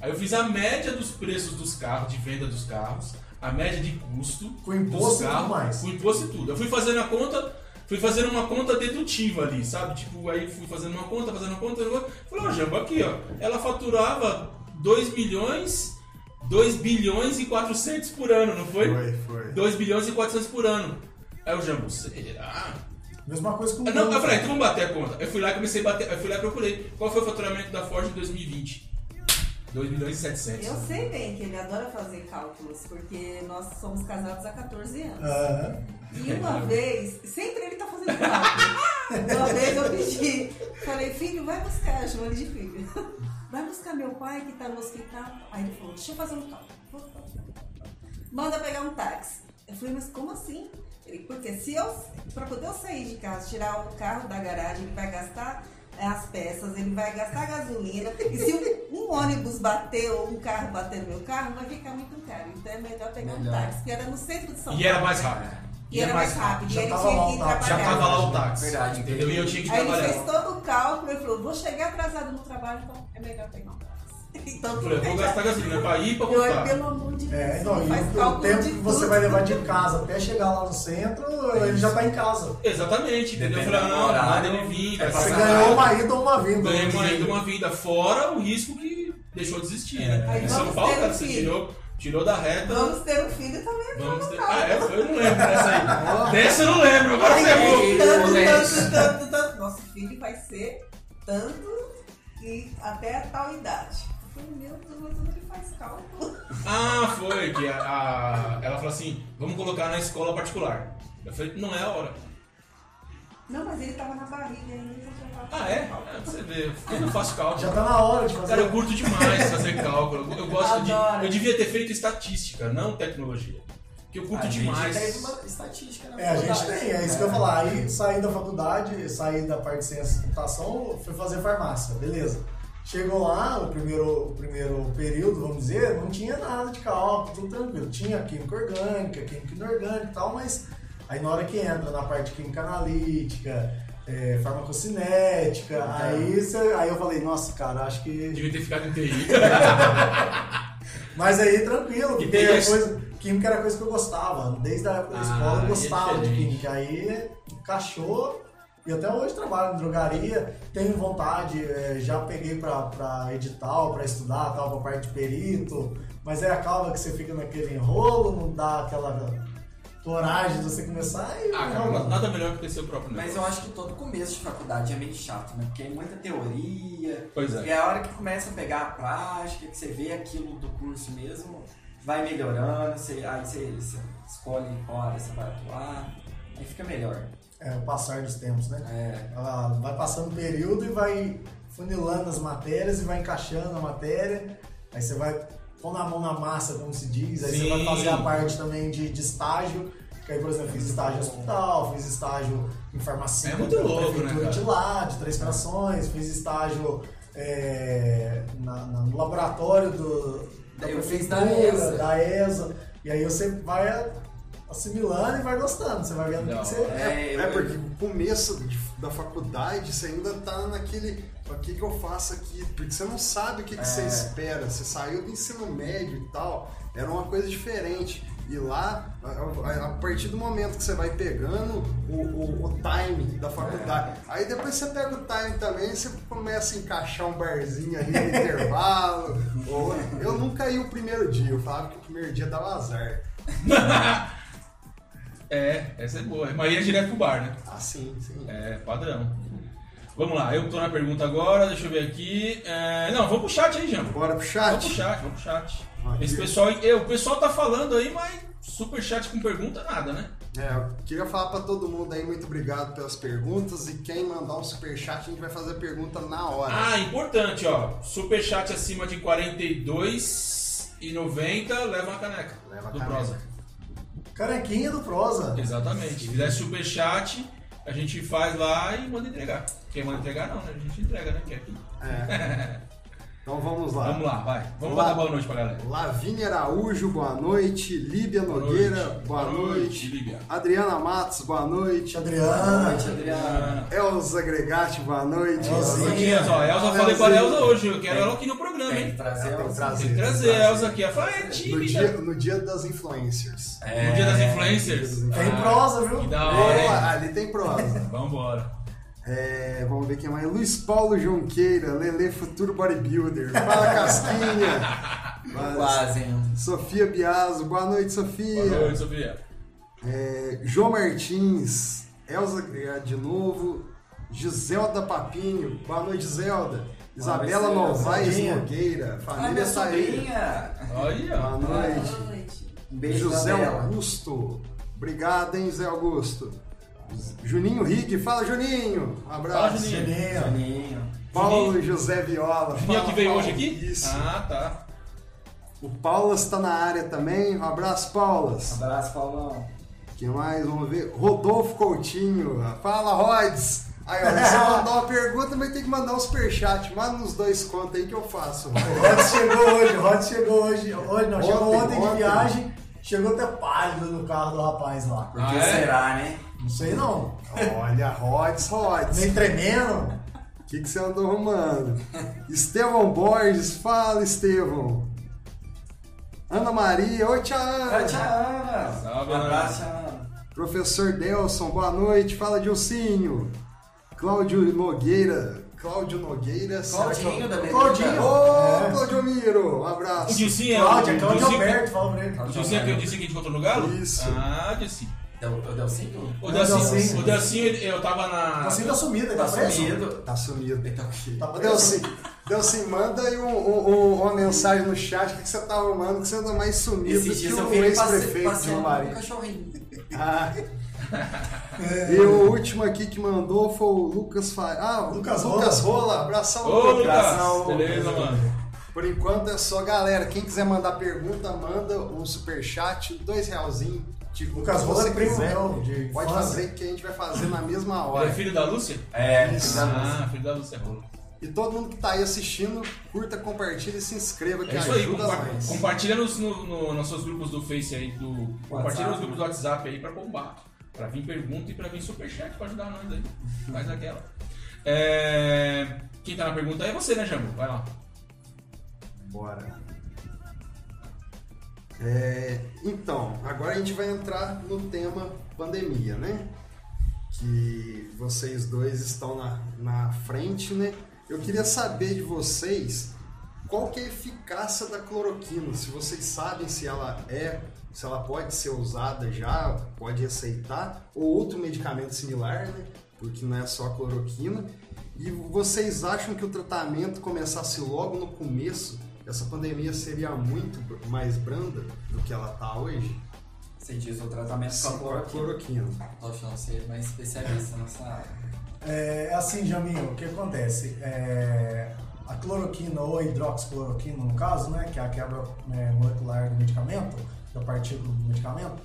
A: Aí eu fiz a média dos preços dos carros, de venda dos carros, a média de custo.
E: Com imposto
A: dos
E: e tudo mais.
A: Com imposto e tudo. Eu fui fazendo a conta, fui fazendo uma conta dedutiva ali, sabe? Tipo, aí fui fazendo uma conta, fazendo uma conta, fazendo uma conta. falei, ó, Jambo, aqui, ó, ela faturava 2 milhões, 2 bilhões e 400 por ano, não foi?
B: foi.
A: 2 bilhões e 400 por ano. Aí o Jambo, será?
E: Mesma coisa com o
A: Ah, Não, eu
E: Google.
A: falei, então vamos bater a conta. Eu fui lá e comecei a bater, eu fui lá e procurei. Qual foi o faturamento da Ford em 2020? 2 milhões e 700.
C: Eu sei bem que ele adora fazer cálculos, porque nós somos casados há 14 anos.
A: então-
E: Aham.
C: E uma vez, sempre ele tá fazendo cálculo. uma vez eu pedi, falei, filho, vai buscar, chama ele de filho. Vai buscar meu pai que tá no hospital. Aí ele falou, deixa eu fazer um cálculo. Manda pegar um táxi. Eu falei, mas como assim? Ele, porque se eu, pra poder eu sair de casa, tirar o carro da garagem, ele vai gastar eh, as peças, ele vai gastar gasolina. E se um, um ônibus bater ou um carro bater no meu carro, vai ficar muito caro. Então é melhor pegar um
D: Melhor.
C: táxi, que era no centro de São Paulo.
A: E era mais rápido.
C: E era mais rápido, e
E: Já
C: ele
E: tava
C: tinha
E: lá
C: que
E: o
C: ir
E: táxi.
A: Já
C: trabalhar.
A: tava lá o táxi.
D: Verdade.
A: Entendeu? E eu tinha que
C: Aí ele fez
A: trabalhar.
C: todo o cálculo e falou, vou chegar atrasado no trabalho, então é melhor pegar um táxi. Então
A: Eu
C: tudo
A: falei,
C: bem.
A: vou gastar gasolina pra ir e pra
C: Eu é
A: voltar.
C: pelo amor de Deus.
E: É, não, e
C: faz
E: o- o
C: cálculo
E: tempo
C: de
E: que você
C: tudo.
E: vai levar de casa até chegar lá no centro, ele já tá em casa.
A: Exatamente, entendeu? Eu
D: Depende
A: falei,
D: do
A: não,
D: horário,
A: nada ele vir, vai
D: é
E: Você
A: passar
D: passar
A: raiva.
E: ganhou um uma ida ou uma vinda.
A: Ganhei uma,
E: vamos dizer.
A: ainda uma vida, fora o risco que deixou de existir, né?
C: Aí
A: Em São
C: vamos
A: Paulo,
C: ter
A: cara,
C: um
A: você
C: filho.
A: tirou, tirou da reta.
C: Vamos ter um filho também.
A: Vamos ter... Ah, é, foi, eu não lembro dessa aí. Dessa eu não lembro, agora você é
E: um
A: bom.
C: Tanto,
E: né?
D: Moleque.
C: tanto, tanto, tanto. Nosso filho vai ser tanto e até a tal idade. Eu falei, meu Deus, mas onde faz cálculo?
A: Ah, foi. Que a, a- ela falou assim: vamos colocar na escola particular. Eu falei: não é a hora.
C: Não, mas ele tava na barriga ainda, então já tava.
A: Ah, é? Ah, Você vê, eu não faço cálculo.
E: Já tá na hora de
A: Cara, eu
E: fazer.
A: curto demais fazer cálculo. Eu gosto de.
D: Adoro.
A: Eu devia ter feito estatística, não tecnologia. Porque eu curto
D: A gente
A: demais.
D: teve uma estatística na
E: É, a gente
D: faculdade.
E: tem, é isso que eu ia falar. Aí saí da faculdade, saí da parte de ciência de computação, fui fazer farmácia, beleza. Chegou lá, o primeiro, o primeiro período, vamos dizer, não tinha nada de cálculo, tudo tranquilo. Tinha química orgânica, química inorgânica e tal, mas aí na hora que entra na parte de química analítica, é, farmacocinética, aí, cê- aí eu falei, nossa, cara, acho que
A: Devia ter ficado em TI.
E: mas aí,
A: E
E: tranquilo, porque
A: tem
E: era
A: esse-
E: coisa, química era coisa que eu gostava. Desde a época da
A: Ah,
E: escola eu
A: é
E: gostava de
A: diferente.
E: química. Aí encaixou e até hoje trabalho em drogaria. Tenho vontade, eh, já peguei pra, pra edital, pra estudar, tal, pra parte de perito. Mas aí acaba que você fica naquele enrolo, não dá aquela coragem de você começar e.
A: Ah,
E: não,
A: cara, nada melhor que ter seu próprio
D: Mas
A: negócio.
D: eu acho que todo começo de faculdade é meio chato, né? Porque é muita teoria.
A: Pois é.
D: E a hora que começa a pegar a prática, que você vê aquilo do curso mesmo, vai melhorando, você, aí você, você escolhe em qual área você vai atuar, aí fica melhor.
E: é o passar dos tempos, né?
D: É,
E: Ela vai passando o período e vai funilando as matérias e vai encaixando a matéria. Aí você vai pôr na mão na massa, como se diz. Aí
A: Sim.
E: você vai fazer a parte também de, de estágio. Que aí, por exemplo, fiz estágio em hospital, fiz estágio em farmácia,
A: É muito
E: da
A: louco, né,
E: prefeitura
A: cara?
E: de lá, de três frações, fiz estágio é, na- na- no laboratório do, da
D: Eu fiz
E: prefeitura,
D: da ESA.
E: da ESA. E aí você vai assimilando e vai gostando. Você vai vendo o que
A: Da
E: que você
D: hora.
B: É,
D: É, eu-
B: é porque o começo de- da faculdade você ainda tá naquele. O que, que eu faço aqui? Porque você não sabe o que, que você espera. Você saiu do ensino médio e tal, era uma coisa diferente. E lá, a, a- a partir do momento que você vai pegando o, o- o time da faculdade, aí depois você pega o time também, você começa a encaixar um barzinho ali no intervalo. ou- Eu nunca ia o primeiro dia, eu falava que o primeiro dia dava azar.
A: É, essa é boa. Mas ia direto pro bar, né?
B: Ah, sim, sim.
A: É, padrão. Vamos lá, eu tô na pergunta agora, deixa eu ver aqui. É, não, vamos pro chat aí, Jambo.
B: Bora pro
A: Vamos pro
B: chat?
A: chat, vamos pro chat.
B: Aí.
A: Esse pessoal, é, o pessoal tá falando aí, mas super chat com pergunta, nada, né?
B: É, eu queria falar pra todo mundo aí, muito obrigado pelas perguntas. E quem mandar um superchat, a gente vai fazer a pergunta na hora.
A: Ah, importante, ó. Superchat acima de 42,90 leva uma caneca.
B: Leva a
A: do
B: caneca.
A: Prosa.
E: Canequinha do Prosa.
A: Exatamente. Se fizer superchat, a gente faz lá e manda entregar. Quem manda entregar não, né? A gente entrega, né? Que é aqui.
B: Então vamos lá.
A: Vamos lá, vai. Vamos
B: Lá.
A: dar boa noite pra galera.
B: Lavínia Araújo, boa noite. Líbia Nogueira, boa, noite.
A: Líbia.
B: Adriana Matos, boa noite.
D: boa
E: Adriana.
D: noite, Adriana.
B: Elza Gregatti, boa noite.
E: Elzinha.
A: Dias, ó, Elza, falei com a Elza hoje. Eu quero ela aqui no programa,
D: Tem que
A: hein?
D: trazer
B: Tem que
D: os-
B: trazer.
A: Tem que trazer a Elza aqui. Ela fala, é
B: No
A: tímida.
B: dia, no dia das influencers.
A: No dia das influencers.
E: Tem
A: Ah,
E: prosa, viu?
A: Que da hora, hein?
B: Boa, ali tem prosa.
A: Vambora.
B: É, vamos ver quem mais. Luiz Paulo Jonqueira, Lele Futuro Bodybuilder. Fala Casquinha.
D: Quase, hein?
B: Sofia Biaso, boa noite, Sofia.
A: Boa noite, Sofia.
B: É, João Martins, Elza Criado de novo, Giselda Papinho, boa noite, Zelda. Isabela
D: Zelda.
B: Novaes
E: Sobrinha.
B: Nogueira,
D: Ai,
B: família
D: minha
B: Saíra.
D: sobrinha!
A: Olha,
B: Boa
A: ó.
C: Boa
B: noite.
C: noite.
D: Um beijo
B: José
D: Isabela.
B: Augusto, obrigado, hein, Zé Augusto. Juninho Rick, fala Juninho, um abraço.
A: Fala, Juninho.
E: Adriana.
D: Juninho.
B: Paulo José Viola.
A: Juninho é
B: fala,
A: que veio
B: Paulo.
A: hoje aqui?
B: Isso.
A: Ah, tá.
B: O Paulas está na área também. Um abraço, Paulas.
D: Abraço, Paulão.
B: que mais? Vamos ver. Rodolfo Coutinho. Fala, Rods. Aí, ó, você mandar uma pergunta, mas tem que mandar um superchat. Manda uns dois contos aí que eu faço.
E: O Rod chegou hoje, o Rod chegou hoje. Hoje não, chegou
B: Ontem,
E: ontem,
B: ontem.
E: de viagem. Chegou até pálido no carro do rapaz lá.
D: Por que
A: Ah, é?
D: será, né?
E: Não sei não.
B: Olha, Rods, Rods.
E: Nem tremendo.
B: O que, que você andou arrumando? Estevão Borges. Fala, Estevão. Ana Maria. Oi, tia Ana.
D: Oi, tia Ana.
A: Salve,
D: um
A: Ana.
D: abraço, tia Ana.
B: Professor Delson, boa noite. Fala, Dilcinho. Cláudio Nogueira. Cláudio Nogueira. será que é o-
D: Claudinho da Beleza.
E: Claudinho.
B: Ô,
E: É.
B: Claudio Miro, um
A: O
B: abraço.
A: Dilcinho é o
E: Cláudia, Cláudia
A: Dilcinho-
E: Alberto, fala pra ele.
A: O Dilcinho é aquele Dilcinho que a gente encontrou no Galo?
B: Isso.
A: Ah, Dilcinho.
D: Deu, deu cinco?
A: O
E: É,
A: Delcinho,
E: Delcinho.
A: o Delcinho, ele- eu tava na.
E: Tá sendo assumido, ele
D: Tá
E: tá preso.
D: sumido.
B: Tá sumido.
D: Ele tá o quê?
E: Tá
B: Ô,
E: preso.
B: Delcim, Delcim, manda aí um- um- um- uma mensagem no chat. O que, que você tá arrumando? Que você anda mais sumido
D: Esses
B: que
D: dias eu
B: o
D: vi ele passe-
B: um ex-prefeito de
D: passeando com um
B: Maria.
D: cachorrinho.
B: Ah, E o último aqui que mandou foi o Lucas Fa... Ah, o
E: Lucas
B: Lucas,
E: Rola.
B: Rola. Abração,
G: Ô, Lucas!
B: Abração,
G: Beleza, mano?
B: Por enquanto é só galera. Quem quiser mandar pergunta, manda um superchat, dois realzinho. Tipo,
E: Lucas
B: o que
E: Rola
B: você
E: é primo
B: quiser,
E: meu, de
B: Pode
E: infância.
B: fazer que a gente vai fazer na mesma
G: Ele é
B: hora.
G: filho da Lúcia?
D: É,
B: Isso.
G: Ah, filho da Lúcia Rolo.
B: E todo mundo que tá aí assistindo, curta, compartilha e se inscreva que
G: É isso aí,
B: ajuda
G: compa-
B: mais.
G: compartilha nos, no, no- nos seus grupos do Face aí, do, compartilha nos grupos do WhatsApp aí pra bombar. Pra vir pergunta e pra vir superchat pra ajudar nós aí. Faz aquela. É, Quem tá na pergunta aí é você, né, Jambo? Vai lá.
B: Bora. É, então, agora a gente vai entrar no tema pandemia, né? Que vocês dois estão na, na frente, né? Eu queria saber de vocês qual que é a eficácia da cloroquina, se vocês sabem se ela é, se ela pode ser usada já, pode receitar, ou outro medicamento similar, né? Porque não é só a cloroquina. E vocês acham que o tratamento começasse logo no começo, essa pandemia seria muito br- mais branda do que ela está hoje?
D: Você diz o tratamento com a
B: Com a
E: é um
D: cloroquina.
B: cloroquina.
D: Tô achando que você é mais especialista nessa área.
E: É assim, Jaminho, o que acontece? É, a cloroquina ou hidroxicloroquina, no caso, né, que é a quebra né, molecular do medicamento, da partícula do medicamento,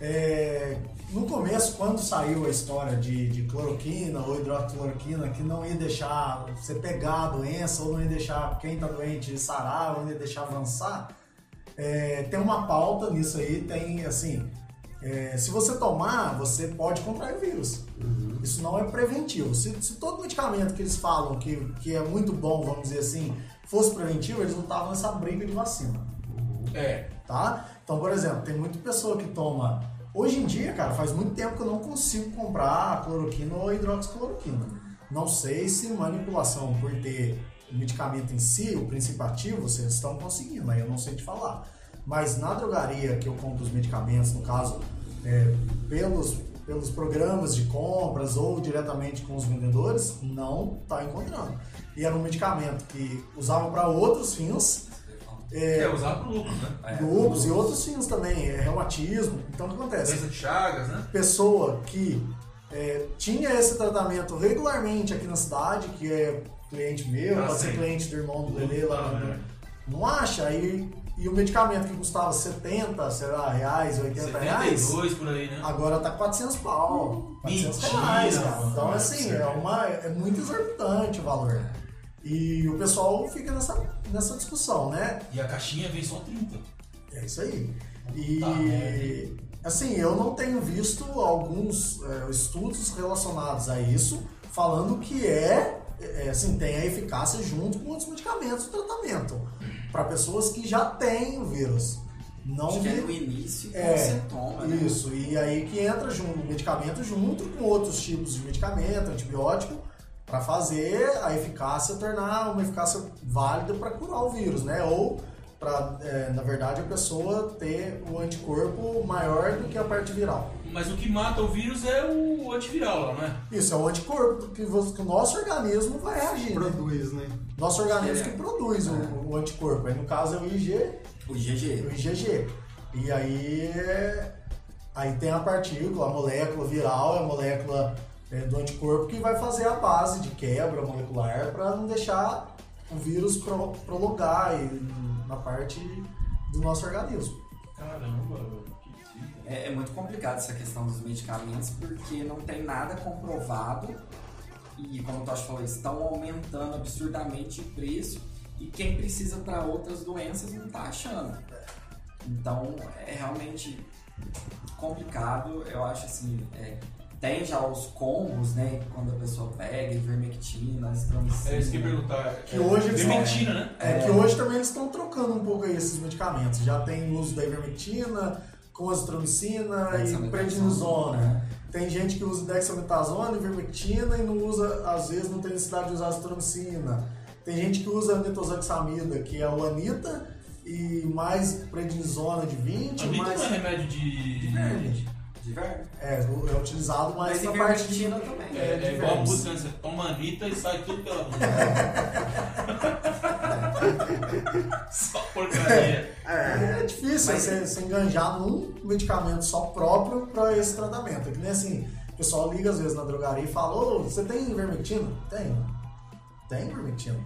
E: é, no começo, quando saiu a história de, de cloroquina ou hidroxicloroquina, que não ia deixar você pegar a doença ou não ia deixar quem está doente sarar ou não ia deixar avançar, é, tem uma pauta nisso aí, tem assim, é, se você tomar, você pode contrair o vírus. Isso não é preventivo. Se, se todo medicamento que eles falam que, que é muito bom, vamos dizer assim, fosse preventivo, eles não estavam nessa briga de vacina,
G: É.
E: tá? Então, por exemplo, tem muita pessoa que toma... Hoje em dia, cara, faz muito tempo que eu não consigo comprar a cloroquina ou a hidroxicloroquina. Não sei se manipulação por ter o medicamento em si, o princípio ativo, vocês estão conseguindo, aí eu não sei te falar. Mas na drogaria que eu compro os medicamentos, no caso, é, pelos, pelos programas de compras ou diretamente com os vendedores, não está encontrando. E era um medicamento que usava para outros fins,
G: É, usar pro lucro, né?
D: É,
E: lupus e outros fins também, é, reumatismo. Então o que acontece?
G: Doença de Chagas, né?
E: pessoa que é, tinha esse tratamento regularmente aqui na cidade, que é cliente meu,
G: Ah,
E: pode ser
G: sim.
E: cliente do irmão do Lele lá,
G: Ah,
E: né? não acha? E, e o medicamento que custava 70, sei lá, reais, 80 reais,
G: 72 por aí, né? Hum,
E: agora tá 400 pau, 400
G: Mentira,
E: reais, cara.
G: mano.
E: Então, assim, é, uma, é muito exorbitante o valor. E o pessoal fica nessa, nessa discussão, né?
G: E a caixinha vem só 30.
E: É isso aí. E
G: Tá, né?
E: assim, eu não tenho visto alguns é, estudos relacionados a isso falando que é, é, assim, tem a eficácia junto com outros medicamentos do tratamento para pessoas que já têm o vírus. Não
D: Acho que é
E: vi-
D: no início com
E: É,
D: o sintoma, né?
E: isso, e aí que entra junto o medicamento junto com outros tipos de medicamento, antibiótico, para fazer a eficácia tornar uma eficácia válida para curar o vírus, né? Ou para, na verdade, a pessoa ter o anticorpo maior do que a parte viral.
G: Mas o que mata o vírus é o antiviral lá, não é?
E: Isso é o anticorpo que, vo- que o nosso organismo vai reagir. né?
B: Produz, né?
E: Nosso organismo
D: É.
E: que produz o, o anticorpo. Aí, no caso, é o IG,
D: O
E: o
D: GG.
E: IgG. E aí, é- aí tem a partícula, a molécula viral, a molécula é, do anticorpo que vai fazer a base de quebra molecular para não deixar o vírus pro, prolongar e- na parte do nosso organismo.
G: Caramba, velho, que fita.
D: É, é muito complicado essa questão dos medicamentos porque não tem nada comprovado e, como o Tosh falou, estão aumentando absurdamente o preço e quem precisa para outras doenças não está achando. Então é realmente complicado, eu acho assim. é, tem já os combos, né? Quando a pessoa pega, ivermectina, azitromicina.
G: É isso que eu ia perguntar.
E: Que
G: É,
E: hoje eles
G: Dementina, né?
E: É, que hoje também eles estão trocando um pouco aí esses medicamentos. Já tem o uso da ivermectina, com azitromicina e
D: Dexametasona,
E: prednisona.
D: né?
E: Tem gente que usa dexametasona, ivermectina e não usa, às vezes não tem necessidade de usar azitromicina. Tem gente que usa nitoxamida, que é o anita e mais prednisona de 20,
G: Anitta
E: mais
G: não é remédio de.
E: verme.
D: De verme.
E: É, é utilizado mais
D: Mas
E: na parte de
D: ivermectina também.
G: É, é igual a
E: vermes.
G: música, né? você toma Anitta e sai tudo pela boca.
A: Só porcaria.
E: É difícil
D: Mas-
E: você, você enganjar num medicamento só próprio para esse tratamento. É que nem assim, o pessoal liga às vezes na drogaria e fala, ô, você tem vermectina? Tem. Tem vermectina.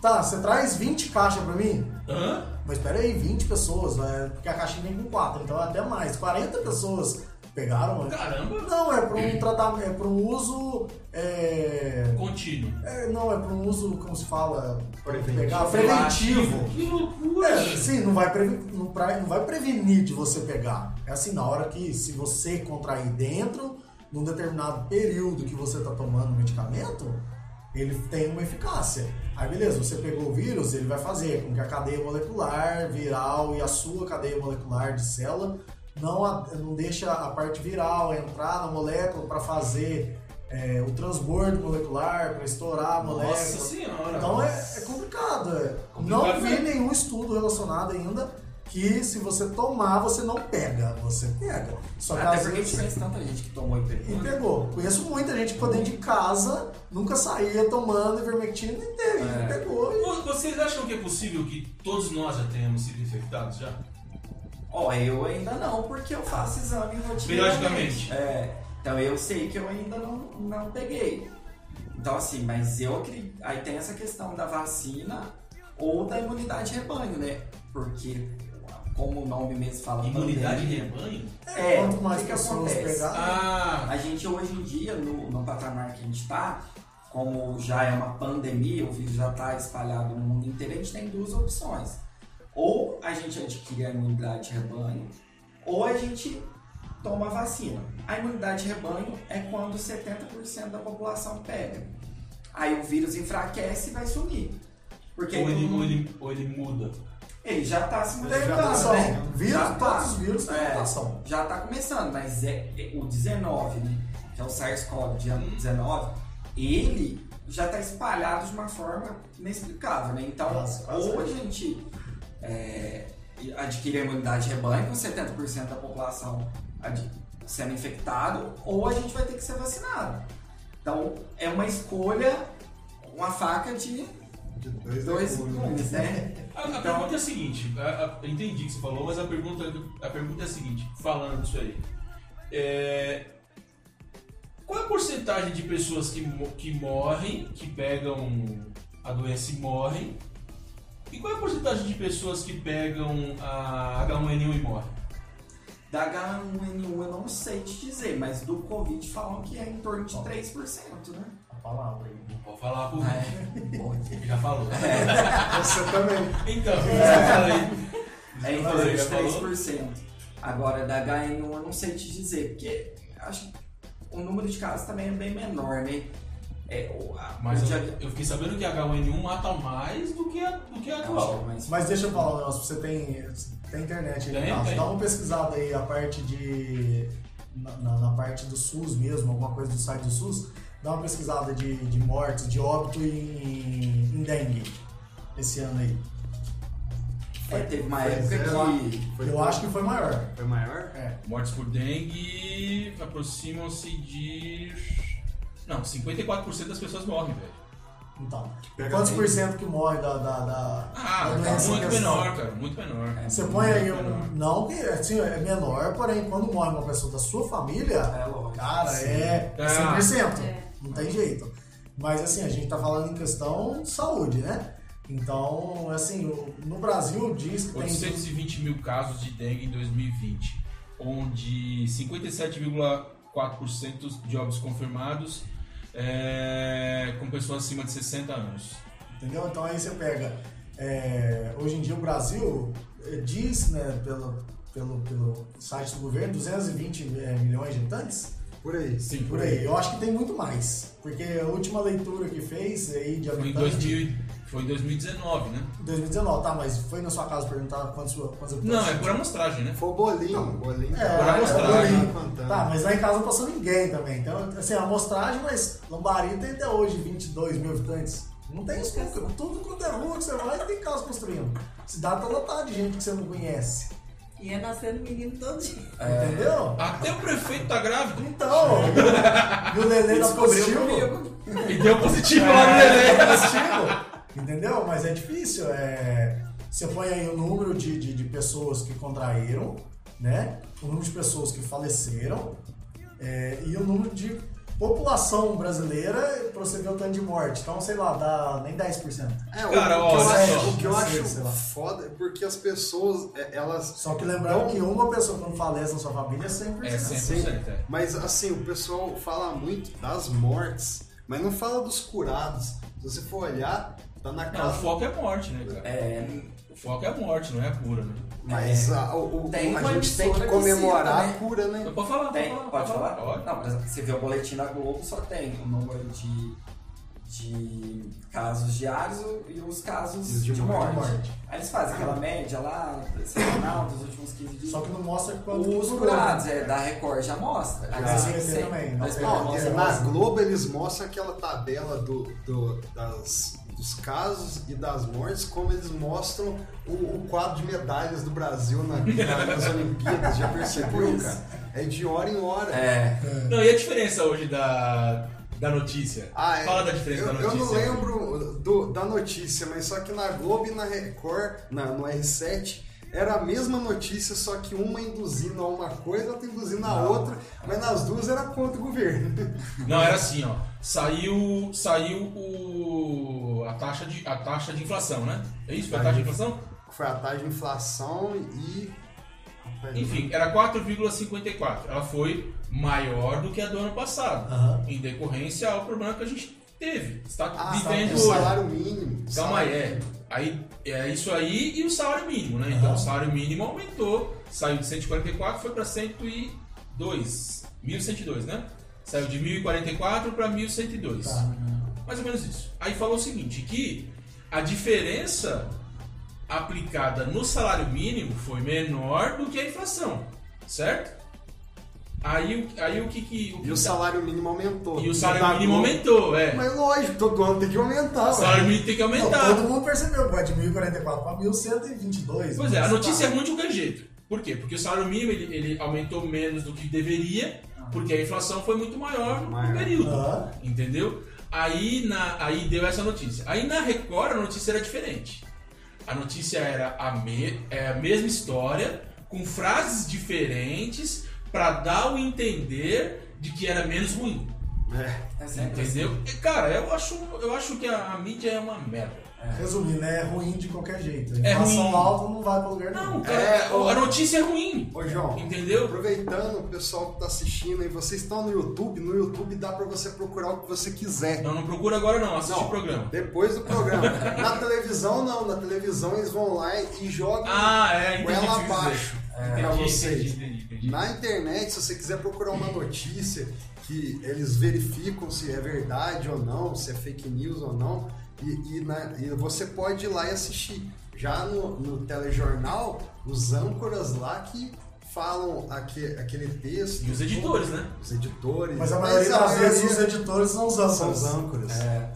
E: Tá, você traz 20 caixas para mim?
A: Hã?
E: Mas peraí, 20 pessoas, é, porque a caixinha vem com 4, então é até mais. 40 pessoas pegaram. é.
A: Caramba.
E: Não, é para um tratamento, é para um uso. É,
A: Contínuo.
E: é, não, é para um uso, como se fala,
B: Preventivo.
E: pegar, preventivo.
A: Que loucura.
E: É, sim, não vai, previ- não, pra- não vai prevenir de você pegar. É assim, na hora que se você contrair dentro, num determinado período que você está tomando o medicamento, ele tem uma eficácia. Aí beleza, você pegou o vírus, ele vai fazer com que a cadeia molecular viral e a sua cadeia molecular de célula não, a- não deixa a parte viral entrar na molécula para fazer é, o transbordo molecular, para estourar a molécula.
A: Nossa senhora.
E: Então é, é complicado. é.
A: Complicado
E: não vi
A: mesmo.
E: nenhum estudo relacionado ainda que se você tomar, você não pega. Você pega. Só que
D: Até
E: às
D: porque a gente
E: vezes.
D: conhece tanta gente que tomou e
E: E
D: pegou.
E: pegou. Conheço muita gente que ficou dentro de casa, nunca saía tomando ivermectina e teve,
D: É.
E: pegou. E...
A: Vo- Vocês acham que é possível que todos nós já tenhamos sido infectados já?
D: Ó, eu ainda não, porque eu faço exame rotineiramente.
A: Periodicamente.
D: É, então eu sei que eu ainda não, não peguei. Então assim, mas eu acredito. Aí tem essa questão da vacina ou da imunidade rebanho, né? Porque, como o nome mesmo fala,
A: Imunidade de
D: pandemia,
A: rebanho?
D: É,
E: Quanto mais
D: o que que
E: pessoas
D: acontece?
E: pegarem.
A: Ah,
E: Tá.
D: A gente hoje em dia, no, no patamar que a gente está, como já é uma pandemia, o vírus já está espalhado no mundo inteiro, a gente tem duas opções. Ou a gente adquire a imunidade de rebanho, ou a gente toma a vacina. A imunidade de rebanho é quando 70% da população pega. Aí o vírus enfraquece e vai sumir. Porque
A: ou
D: todo
A: ele, ou,
D: mundo-
A: ele, ou ele muda.
D: ele já está se
E: Tem
D: mudando,
E: mutação.
D: né?
E: tá Vírus,
D: Já tá.
E: todos os vírus têm
D: É.
E: mutação.
D: já tá começando, mas é, é o 19, né? Que é o SARS-CoV-19, ele já tá espalhado de uma forma inexplicável, né? Então,
E: Nossa, quase
D: ou a gente é, adquire a imunidade de rebanho, com 70% da população ad- sendo infectado, ou a gente vai ter que ser vacinado. Então, é uma escolha, uma faca de
B: De dois,
D: dois
B: legumes.
D: gumes, né?
A: A, a
D: Então-
A: pergunta é a seguinte, a- a- eu entendi o que você falou, mas a pergunta, a pergunta é a seguinte, falando disso aí. É, qual é a porcentagem de pessoas que, mo- que morrem, que pegam a doença e morrem? E qual é a porcentagem de pessoas que pegam a H1N1 e morrem?
D: Da H1N1 eu não sei te dizer, mas do Covid falam que é em torno de 3%, né?
E: A palavra aí.
A: Vou falar por mim,
D: É,
A: ele já falou.
B: Você também.
A: Então, você fala aí.
D: é
A: Já
D: em torno
A: falei,
D: de
A: já falou?
D: 3%. Agora, da HN1 eu não sei te dizer, porque acho que o número de casos também é bem menor, né? É, o, a,
A: Mas
D: o
A: eu,
D: dia-
A: eu fiquei sabendo que a H1N1 mata mais do que a, do que a um
D: Eu acho que é
A: atual.
D: mais-
E: Mas deixa eu falar um negócio, você tem, tem internet aí
A: Tem,
E: em casa.
A: tem.
E: Dá uma pesquisada aí, a parte de. Na, na- na parte do SUS mesmo, alguma coisa do site do SUS, dá uma pesquisada de, de mortes, de óbito em, em dengue esse ano aí.
D: é, teve uma
B: Foi
D: época
B: zero.
D: que.
B: Foi-
E: Eu acho que foi maior.
B: Foi maior?
E: É.
G: Mortes por
A: Dengue aproximam-se de. Não, 54% das pessoas morrem, velho.
E: Então.
B: Pega
E: Quantos
B: bem.
E: por cento que morre da. da, da-
A: Ah,
E: da
A: tá
E: doença em
A: muito
E: questão?
A: menor, cara, muito menor.
D: é,
E: Você põe aí
A: Menor.
E: um. Não, que assim, é menor, porém, quando morre uma pessoa da sua família,
D: É lógico.
E: Cara, é
A: É.
E: 100%.
C: É.
E: Não tem jeito. Mas assim, a gente tá falando em questão de saúde, né? Então, assim, o- no Brasil diz que tem.
A: 820 mil casos de dengue em 2020, onde 57,4% de óbitos confirmados é, com pessoas acima de 60 anos.
E: Entendeu? Então aí você pega. é, hoje em dia o Brasil é, diz, né, pelo, pelo, pelo site do governo, 220 é, milhões de habitantes.
B: Por aí.
A: Sim,
E: Por aí. Eu acho que tem muito mais. Porque a última leitura que fez é aí de
A: Foi em,
E: habitantes.
A: 2000, e- foi em 2019, né?
E: 2019, tá? Mas foi na sua casa perguntar quantos, quantos habitantes?
A: Não, é por amostragem, né?
B: Foi o bolinho. o bolinho.
E: É,
A: Pra mostrar,
E: bolinho.
B: Tá contando.
E: Tá, mas lá em casa não passou ninguém também. Então, assim, a amostragem, mas Lambari tem até hoje 22 mil habitantes. Não tem isso, nunca. Tudo quanto é rua que você vai, tem casa construindo. Cidade tá lotada de gente que você não conhece.
C: E é nascendo menino todo dia.
D: É.
E: Entendeu?
D: Ah.
A: Até o prefeito tá grávido
E: Então, e o Lelê tá
D: Descobriu
E: positivo.
D: comigo.
A: É, e deu positivo lá no neném.
E: É Positivo. Entendeu? Mas é difícil. É... Você põe aí o número de, de, de pessoas que contraíram, né? O número de pessoas que faleceram é, e o número de população brasileira pra você ver o tanto de morte. Então, sei lá, dá nem 10%.
B: É, o,
A: Cara,
B: que
A: olha
B: eu
A: só.
B: acho, o que eu
E: Sei,
B: acho
E: sei lá.
B: foda é porque as pessoas, é, elas.
E: Só que lembrando que uma pessoa quando falece na sua família é 100%.
A: É 100%. é.
B: Mas assim, o pessoal fala muito das mortes, mas não fala dos curados. Se você for olhar, tá na
A: Não, o
B: casa.
A: foco é morte, né, cara?
D: É,
A: O foco é a morte, não é a cura, né?
B: Mas a, o- o-
D: Tem
B: a
D: uma
B: gente tem que
D: emissora que
B: comemorar
D: cita,
B: a cura, né?
A: Eu posso falar,
D: Tem,
A: Então, pode falar.
D: pode falar?
A: tá Pode.
D: Não, mas você vê o boletim da Globo, só tem o número de, de casos diários e os casos
B: Os
D: de,
B: de
D: morte.
B: morte.
D: Aí eles fazem aquela média lá, semanal, dos últimos 15 dias.
E: Só que não mostra quanto
D: os
E: que durou.
D: curados, é, da Record já mostra. Aí
E: Já.
D: você
E: SBT
D: sempre-
E: também,
D: mas
E: não
D: não,
B: Ó,
D: mostra-
B: É, na Globo eles mostram aquela tabela do, do- das, dos casos e das mortes, como eles mostram o, o quadro de medalhas do Brasil na, na- nas Olimpíadas. Já percebeu,
D: Tipo isso.
B: cara? É de hora em hora.
D: É,
A: Não, e a diferença hoje da, da notícia?
B: Ah, é.
A: Fala da diferença
B: eu,
A: da
B: eu
A: notícia.
B: não lembro do- da notícia, mas só que na Globo e na Record, na, no R7, era a mesma notícia, só que uma induzindo a uma coisa, outra induzindo a outra, mas nas duas era contra o governo.
A: Não, era assim, ó. Saiu, saiu o, a, taxa de, a taxa de inflação, né? É isso? Foi a taxa de inflação?
B: Foi a taxa de inflação e.
A: Enfim, era 4,54. Ela foi maior do que a do ano passado.
E: Aham.
A: Em decorrência ao problema que a gente teve. Está
B: Ah,
A: vivendo
B: o
A: hoje.
B: salário mínimo.
A: Calma
B: salário
A: aí, é. Aí é isso aí e o salário mínimo, né? Então
E: Aham.
A: o salário mínimo aumentou, saiu de 144 foi para 102, 1102, né? Saiu de 1044 para 1102.
E: Tá.
A: Mais ou menos isso. Aí falou o seguinte, que a diferença aplicada no salário mínimo foi menor do que a inflação, certo? Aí, o- aí o que que o que
B: E o salário mínimo aumentou.
A: Então, e o
B: Da
A: salário mínimo
B: Globo-
A: aumentou, é.
B: tá Mas lógico, todo ano tem que aumentar.
A: O
B: ué.
A: salário mínimo tem que
E: Não,
A: aumentar.
E: todo mundo percebeu que vai de 1044 para 1122.
A: Pois é,
E: né?
A: a notícia é ruim de qualquer jeito. Por quê? Porque o salário mínimo ele, ele aumentou menos do que deveria, porque a inflação foi muito maior no
B: Maior.
A: período.
E: Aham.
A: Entendeu? Aí, na, aí deu essa notícia. Aí na Record a notícia era diferente. A notícia era a, me- é a mesma história, com frases diferentes, pra dar o entender de que era menos ruim.
B: É.
D: é sempre assim.
A: Entendeu? E, cara, eu acho, eu acho que a, a mídia é uma merda.
E: Resumindo, é ruim de qualquer jeito. A
A: É
E: inflação
A: ruim.
E: alta não vai para lugar
A: Não,
E: nenhum.
A: cara,
B: É,
A: a- a notícia é ruim.
B: Ô, João.
A: Entendeu?
B: Aproveitando o pessoal que tá assistindo aí, vocês estão no YouTube, no YouTube dá pra você procurar o que você quiser.
A: Não, não procura agora não, assiste
B: Não.
A: o programa.
B: Depois do programa. Na televisão não, na televisão eles vão lá e jogam
A: Ah, é, entendi.
B: goela
A: o que você
B: abaixo É,
A: quis dizer.
B: pra
A: Entendi,
B: vocês.
A: entendi, entendi, entendi.
B: Na internet, se você quiser procurar uma notícia que eles verificam se é verdade ou não, se é fake news ou não, e, e na- e você pode ir lá e assistir. Já no, no telejornal, os âncoras lá que falam aque- aquele texto.
A: E os editores, né?
B: Os editores.
E: Mas a maioria
B: é
E: das vezes os editores são os
B: são os
E: âncoras.
B: âncoras. É,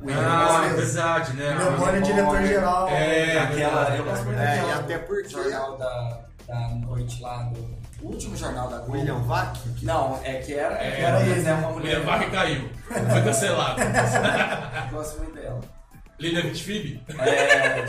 D: O
A: Ah,
D: Igor
A: é
D: Gomes-
A: verdade, né?
E: Memória de
D: memória.
E: diretor-geral.
A: É,
D: Aquela, eu
A: verdade.
D: gosto muito
B: É,
D: daquela-
B: e até porque-
D: Jornal da, da noite lá, do o último jornal da Globo.
B: William Vac? que-
D: Não, é que era, é, que
A: É,
D: era, mas é uma
A: O
D: mulher.
A: Levar que caiu. Foi cancelado.
D: Eu gosto muito dela.
A: Lilian Vitfib?
D: É,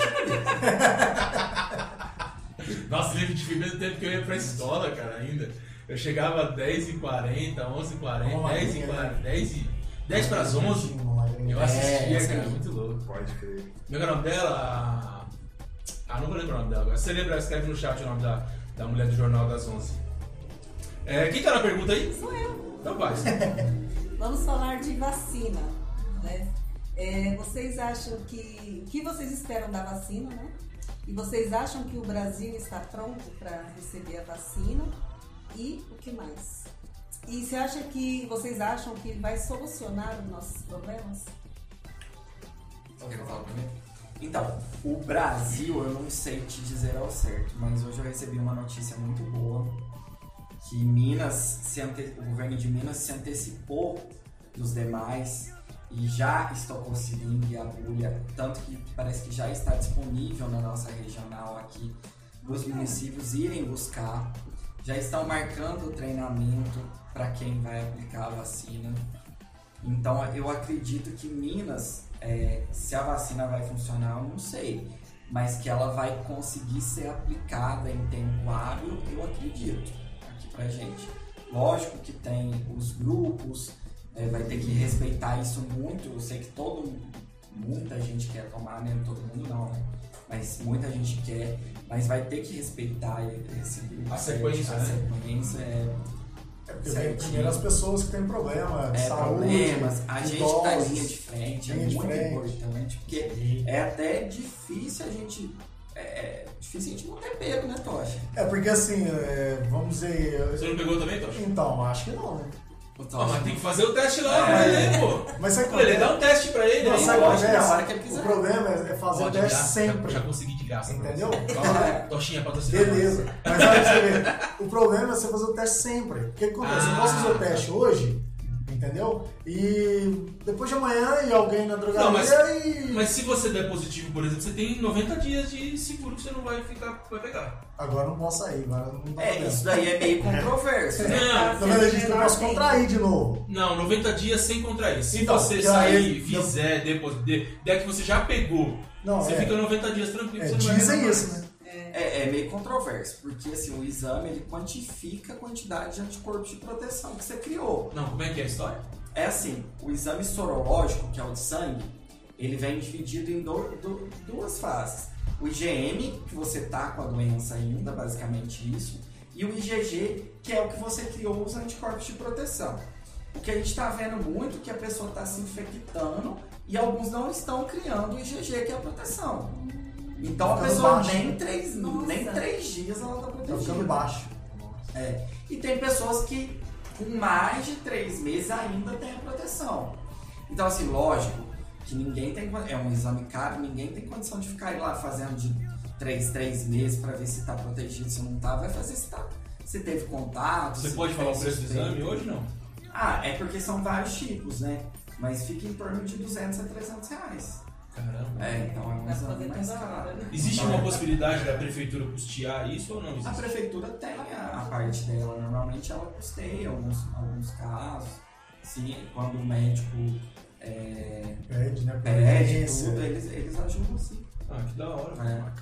A: Nossa, Lilian Vitfib é do tempo que eu ia pra escola, cara, ainda. Eu chegava 10h40, 11h40,
E: Uma
A: 10h40,
E: linha,
A: 10 e 10 para as 11 Eu
E: Eu
A: assistia,
D: essa
E: é
A: cara, é
D: aí.
A: muito louco.
B: Pode crer.
A: Como é que é o nome dela? A- Ah, não vou lembrar o nome dela agora. Você lembra, escreve no chat o nome da, da mulher do Jornal das 11. É, quem tá na pergunta aí?
C: Sou eu.
A: Então vai.
C: Vamos falar de vacina, né? É, vocês acham que... O que vocês esperam da vacina, né? E vocês acham que o Brasil está pronto para receber a vacina? E o que mais? E você acha que... Vocês acham que vai solucionar os nossos problemas?
D: Só quero falar primeiro. Então, o Brasil, eu não sei te dizer ao certo, mas hoje eu recebi uma notícia muito boa que Minas, se ante- o governo de Minas se antecipou dos demais e já estão conseguindo e a agulha, tanto que parece que já está disponível na nossa regional aqui dos municípios irem buscar. Já estão marcando o treinamento para quem vai aplicar a vacina. Então eu acredito que Minas é, se a vacina vai funcionar, eu não sei. Mas que ela vai conseguir ser aplicada em tempo hábil, eu acredito, aqui pra gente. Lógico que tem os grupos, é, vai ter que respeitar isso muito. Eu sei que todo muita gente quer tomar, né? Todo mundo não, né? Mas muita gente quer, mas vai ter que respeitar esse grupo.
A: A sequência,
D: a
A: né?
D: sequência é
E: É porque vem
D: Certinho.
E: primeiro as pessoas que têm problema de
D: é,
E: saúde,
D: problemas, a
E: de
D: gente
E: idosos.
D: tá linha de frente, é
E: linha de
D: muito
E: frente.
D: importante, porque é até difícil a gente. É, é difícil a gente não ter pego, né, Tocha?
E: É porque assim, é, vamos dizer.
A: Você
E: eu-
A: não pegou também, Tocha?
E: Então, acho que não, né?
D: O
A: Ah, mas
D: Tocha.
A: tem que fazer o teste lá pra
E: É.
A: ele, pô.
E: Mas sabe
A: Pô,
E: qual
A: Ele
E: é?
A: dá um teste pra ele.
E: Não,
A: aí,
E: sabe
A: ó.
E: qual
D: lógico, na hora que ele
E: é?
D: quiser.
E: O problema é é fazer o
A: Pode
E: teste
A: já,
E: sempre.
A: Já, já consegui de graça. pra
E: Entendeu?
A: você. Então, Tochinha, patrocina.
E: Beleza. Mas olha pra você ver, o problema é você fazer o teste sempre. O que que acontece? Eu posso fazer o teste hoje, entendeu? E depois de amanhã e alguém na drogaria
A: Não, mas-
E: e.
A: Mas se você der positivo, por exemplo, você tem 90 dias de seguro que você não vai ficar, vai pegar.
E: Agora não posso sair, agora não dá
D: É,
E: tempo.
D: isso daí é meio controverso. né?
C: Tá,
A: Não,
E: Na verdade, eu posso contrair de novo.
A: não, 90 dias sem contrair. Se
E: Então,
A: você
E: porque
A: sair,
E: aí-
A: fizer, depois, de, der que você já pegou,
E: Não,
A: você
E: é,
A: fica 90 dias tranquilo.
E: é,
A: você não vai
E: dizem
A: reclamar.
E: isso, né?
D: É, é meio controverso, porque assim, o exame ele quantifica a quantidade de anticorpos de proteção que você criou.
A: Não, como é que é a história?
D: É assim, o exame sorológico, que é o de sangue, ele vem dividido em do- du- duas fases. O IgM, que você tá com a doença ainda, basicamente isso, e o IgG, que é o que você criou os anticorpos de proteção. O que a gente está vendo muito é que a pessoa está se infectando e alguns não estão criando o IgG, que é a proteção. Então a
E: Ficando
D: pessoa
E: baixo.
D: nem três,
C: Nossa.
D: nem três dias ela está
E: Tá
D: protegida.
E: ficando baixo.
D: E tem pessoas que com mais de três meses ainda tem a proteção. Então, assim, lógico que ninguém tem. con- É um exame caro, ninguém tem condição de ficar aí lá fazendo de três, três meses pra ver se tá protegido, se não tá, vai fazer se tá. Se teve contato.
A: Você
D: se
A: pode
D: tem
A: falar o preço do
D: suspeita.
A: exame hoje? Não.
D: Ah, é porque são vários tipos, né? Mas fica em torno de 200 a 300 reais.
A: Caramba.
D: É, então é um
C: Dá pra
D: exame
C: fazer
D: mais
C: toda hora,
D: caro. Então,
C: né?
A: Existe uma possibilidade da prefeitura custear isso ou não
D: A
A: existe?
D: prefeitura tem a, a parte dela, né? normalmente ela custeia alguns, alguns casos. Sim, quando o médico é,
E: Pede, né?
D: pede
E: Pede,
D: tudo, eles, eles ajudam sim.
A: Ah, que da hora.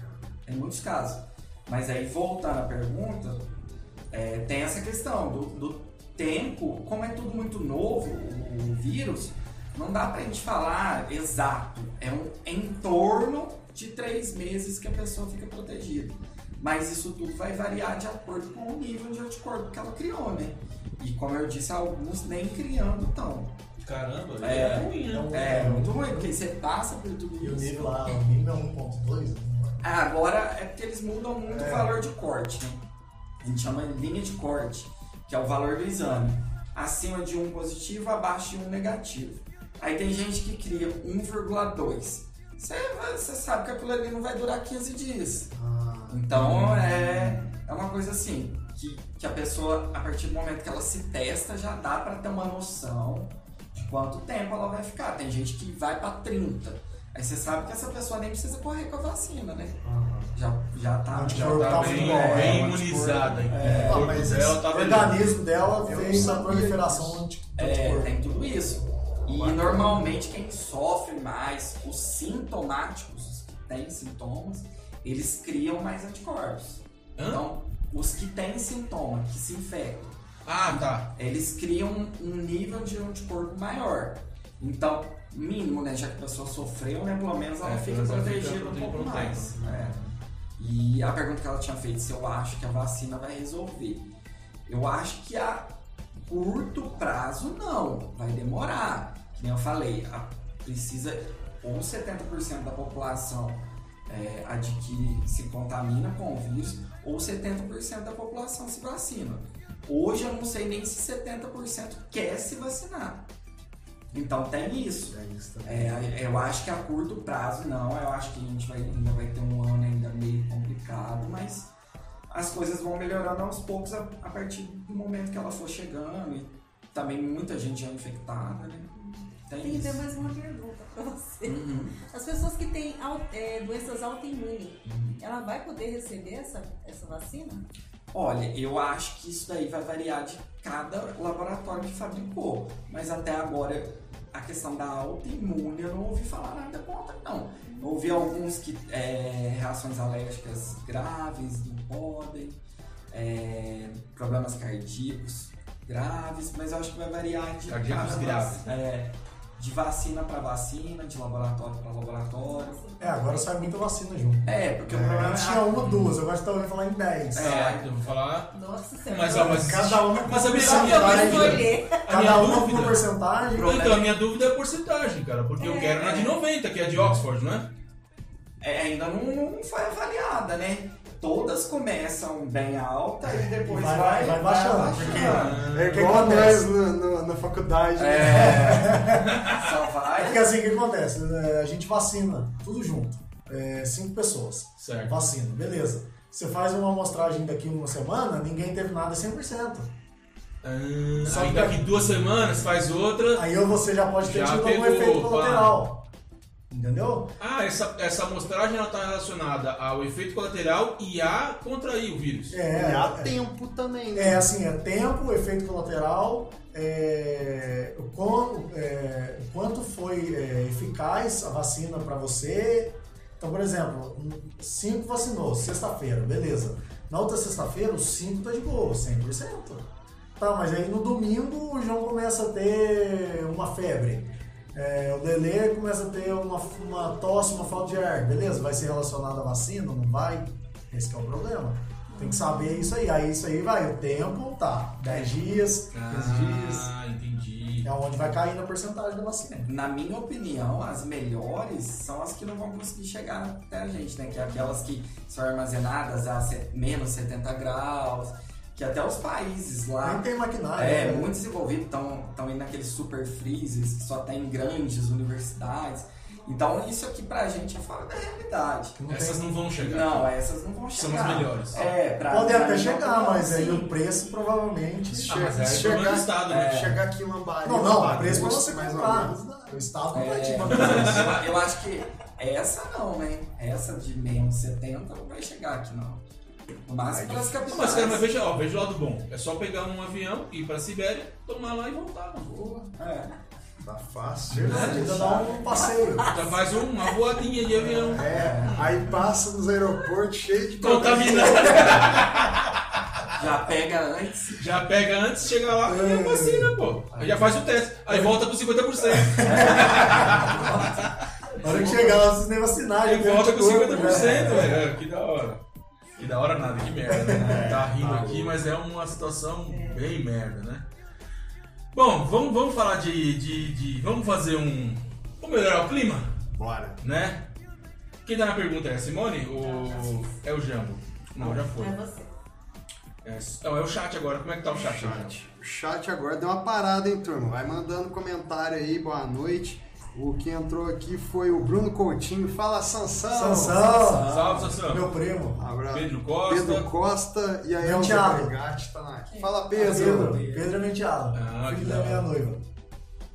D: É. Em muitos casos. Mas aí, voltando à pergunta, é, tem essa questão do, do tempo, como é tudo muito novo, o, o vírus, não dá pra gente falar exato. É um em torno de três meses que a pessoa fica protegida. Mas isso tudo vai variar de acordo com o nível de anticorpo que ela criou, né? E como eu disse, alguns nem criando tão.
A: Caramba, é,
D: É.
A: ruim,
E: um
A: né?
D: É muito ruim, porque você passa por tudo
E: E o
D: isso.
E: nível lá, o nível é 1.2. né?
D: Ah, Agora é porque eles mudam muito o valor de corte, né? A gente chama de linha de corte, que é o valor do exame. Acima de um positivo, abaixo de um negativo. Aí tem gente que cria 1,2. Você vai- você sabe que aquilo ali não vai durar 15 dias.
E: Ah,
D: Então é, é uma coisa assim, que, que a pessoa, a partir do momento que ela se testa, já dá pra ter uma noção de quanto tempo ela vai ficar. Tem gente que vai pra 30. Aí você sabe que essa pessoa nem precisa correr com a vacina, né? Já, já tá.
E: Não,
D: já
E: já
D: tá-
E: tá
A: Tá
E: Muito
A: bem, bem
E: bom, é, mas,
A: imunizada.
E: é,
A: o
E: ah,
A: corpo
E: mas
A: dela
E: esse-
A: tá
E: o
A: beleza.
E: organismo dela
B: Eu
E: fez a
B: sabia
E: proliferação de
D: É, tem tudo isso. E normalmente quem sofre mais, os sintomáticos, os que têm sintomas, eles criam mais anticorpos.
A: Hã?
D: Então, os que têm sintoma, que se infectam,
A: Ah, tá.
D: eles criam um nível de anticorpo maior. Então, mínimo, né? Já que a pessoa sofreu, né? Pelo menos ela
A: É,
D: fica
A: pelo menos ela fica
D: protegida um
A: protegida
D: pouco
A: por um tempo.
D: mais.
E: É.
D: né? E a pergunta que ela tinha feito se eu acho que a vacina vai resolver. Eu acho que a curto prazo não, vai demorar. Que nem eu falei, a- precisa ou 70% da população é, adquire, se contamina com o vírus, ou 70% da população se vacina. Hoje eu não sei nem se 70% quer se vacinar. Então tem isso. É, eu acho que a curto prazo não, eu acho que a gente vai, ainda vai ter um ano ainda meio complicado, mas as coisas vão melhorando aos poucos a, a partir do momento que ela for chegando e também muita gente já infectada, né? Tem
C: Tem até
D: isso.
C: mais uma pergunta pra você.
D: Uhum.
C: As pessoas que têm au- é, doenças autoimunes, ela vai poder receber essa, essa vacina?
D: Olha, eu acho que isso daí vai variar de cada laboratório que fabricou, mas até agora a questão da autoimune, eu não ouvi falar nada contra, não. Eu ouvi alguns que é, reações alérgicas graves não podem, é, problemas cardíacos graves, mas eu acho que vai variar de
A: Cardíacos graves, né?
D: é, de vacina para vacina, de laboratório para laboratório.
E: É, agora sai muita vacina junto.
D: É, porque o problema
E: Eu
D: é
E: tinha uma, duas, agora você tá ouvindo falar em dez.
A: É, então, vou falar.
C: Nossa senhora.
A: Mas, ó, mas-
E: Cada uma
A: Mas a minha-
C: Só que eu vou escolher.
A: A minha
E: Cada uma com
A: dúvida-
E: porcentagem.
A: Então, a minha dúvida é a porcentagem, cara, porque eu
C: É.
A: quero na de 90, que é a de Oxford, não é?
D: É, ainda não, não foi avaliada, né? Todas começam bem alta e depois
E: Vai-
D: vai,
E: vai baixando,
B: É
E: Igual
B: igual nós
E: acontece.
B: na, na- na faculdade. né?
D: É, só
E: É
D: vai.
E: porque assim, o que acontece? né? A gente vacina, tudo junto. É, cinco pessoas.
A: Certo.
E: Vacina, beleza. Você faz uma amostragem daqui uma semana, ninguém teve nada 100%.
A: Ah,
E: Só
A: aí
E: que-
A: daqui duas semanas faz outra.
E: Aí você já pode ter
A: Já
E: tido algum
A: pegou,
E: efeito
A: pá.
E: colateral. Entendeu?
A: Ah, essa, essa amostragem ela está relacionada ao efeito colateral e a contrair o vírus.
B: E
E: É,
B: há
E: é-
B: tempo também, né?
E: É assim, é tempo, efeito colateral, é, o, quão- é, o quanto foi é, eficaz a vacina para você. Então, por exemplo, um- cinco vacinou, sexta-feira, beleza. Na outra sexta-feira, os cinco tá de boa, 100%. Tá, mas aí no domingo o João começa a ter uma febre. É, o Lele começa a ter uma, uma tosse, uma falta de ar, beleza? Vai ser relacionado à vacina? Não vai? Esse que é o problema. Tem que saber isso aí. Aí isso aí vai, o tempo tá. 10 dias, 15 dias.
A: Ah, entendi.
E: É onde vai cair na porcentagem da vacina.
D: Na minha opinião, as melhores são as que não vão conseguir chegar até a gente, né? Que é aquelas que são armazenadas a se- menos 70 graus, que até os países lá
E: Nem tem maquinário.
D: É,
E: né?
D: muito desenvolvido, estão indo naqueles super freezes que só tem em grandes universidades. Então isso aqui pra gente é fora da realidade.
E: Não tem-
A: Essas não vão chegar.
D: Não, essas não vão
A: São
D: chegar.
A: as melhores.
D: É, pra,
E: Pode
D: pra
E: até
D: mim,
E: chegar,
D: não,
E: mas aí
D: sim.
E: o preço provavelmente.
B: Se
A: Ah, mas
B: chegar-
A: aí
B: se
A: é problema do
B: chegar-
A: Estado,
B: se
A: né?
B: chegar aqui uma barriga.
E: Não, não,
B: uma
E: o preço pra
B: bagunça,
E: você
B: mais ou
E: comprar.
B: menos, né?
E: O Estado não vai te mandar.
D: É, eu acho que essa não, né? Essa de menos 70 não vai chegar aqui, não. No máximo é pelas
A: Não,
D: capitais.
A: Mas, cara, mas veja, ó, veja o lado bom. É só pegar um avião, ir pra Sibéria, tomar lá e voltar. mano.
D: Boa. É.
B: Tá fácil.
E: Verdade, ainda dá um passeio.
A: Já faz um, uma voadinha de avião.
B: É, aí passa nos aeroportos cheio de
A: Contaminado.
D: Já pega antes.
A: Já pega antes, chega lá e é vacina, pô. Aí já faz o teste. Aí volta com 50%.
E: Na hora que chegar lá, vocês nem vacinar.
A: Aí
E: já tem
A: volta com
E: anticorpo,
A: 50%,
E: né?
A: velho. É, Que da hora. Que da hora nada, que merda, né? Tá rindo aqui, mas é uma situação bem merda, né? Bom, vamos, vamos falar de, de, de- Vamos fazer um. Vamos melhorar o clima,
B: Bora.
A: né? Quem tá na pergunta é a Simone ou é o Jambo? Não, já foi.
C: É você.
A: É, não, é o chat agora. Como é que tá o chat?
B: Chat. O chat agora deu uma parada, hein, turma? Vai mandando comentário aí, boa noite. O que entrou aqui foi o Bruno Coutinho. Fala, Sansão!
E: Sansão,
A: Salve, Sassão.
E: é. meu primo.
B: Abraço.
A: Pedro Costa.
B: Pedro Costa e aí
E: Meu
B: o
E: Thiago.
B: Gatti tá na... Fala,
E: Pedro,
B: Pedro!
E: Pedro é menteado.
A: Ah, que
E: filho
A: da
E: da minha noiva.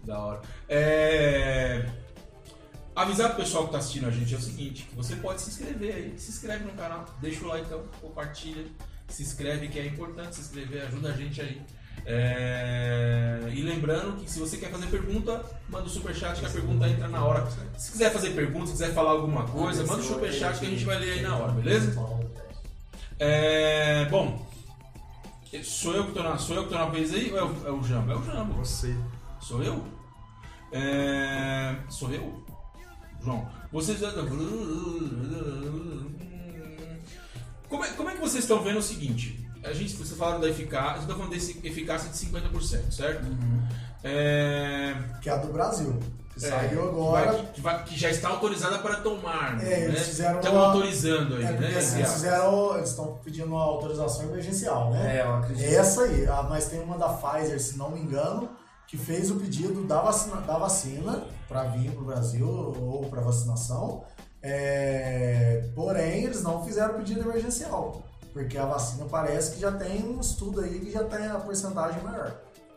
A: Da hora. É... Avisar pro pessoal que tá assistindo a gente é o seguinte, que você pode se inscrever aí. Se inscreve no canal, deixa o like então, compartilha, se inscreve que é importante se inscrever, ajuda a gente aí. É, E lembrando que se você quer fazer pergunta, manda o superchat que a pergunta entra na hora. Se quiser fazer pergunta, se quiser falar alguma coisa, manda o superchat que a gente vai ler aí na hora, beleza? É, Bom, sou eu que tô na, sou eu que tô na vez aí ou é o, é o Jambo? É o Jambo.
B: Você.
A: Sou eu? É... Sou eu? João, tá- vocês. Como é, como é que vocês estão vendo o seguinte? A gente, vocês falaram da eficácia, vocês estão falando desse eficácia de 50%, certo?
E: Uhum.
A: É...
E: Que é a do Brasil. Que
A: é,
E: saiu
A: que
E: agora.
A: vai- que, vai- que já está autorizada para tomar.
E: É, eles
A: né?
E: fizeram
A: Estão
E: uma-
A: autorizando aí,
E: É porque
A: né?
E: assim,
A: esse
E: eles
A: ato.
E: fizeram. Eles estão pedindo uma autorização emergencial, né?
D: É, eu acredito.
E: Essa aí, ah, mas tem uma da Pfizer, se não me engano, que fez o pedido da vacina, da vacina para vir para o Brasil ou para vacinação. É, porém, eles não fizeram o pedido emergencial, porque a vacina parece que já tem um estudo aí que já tem a porcentagem maior.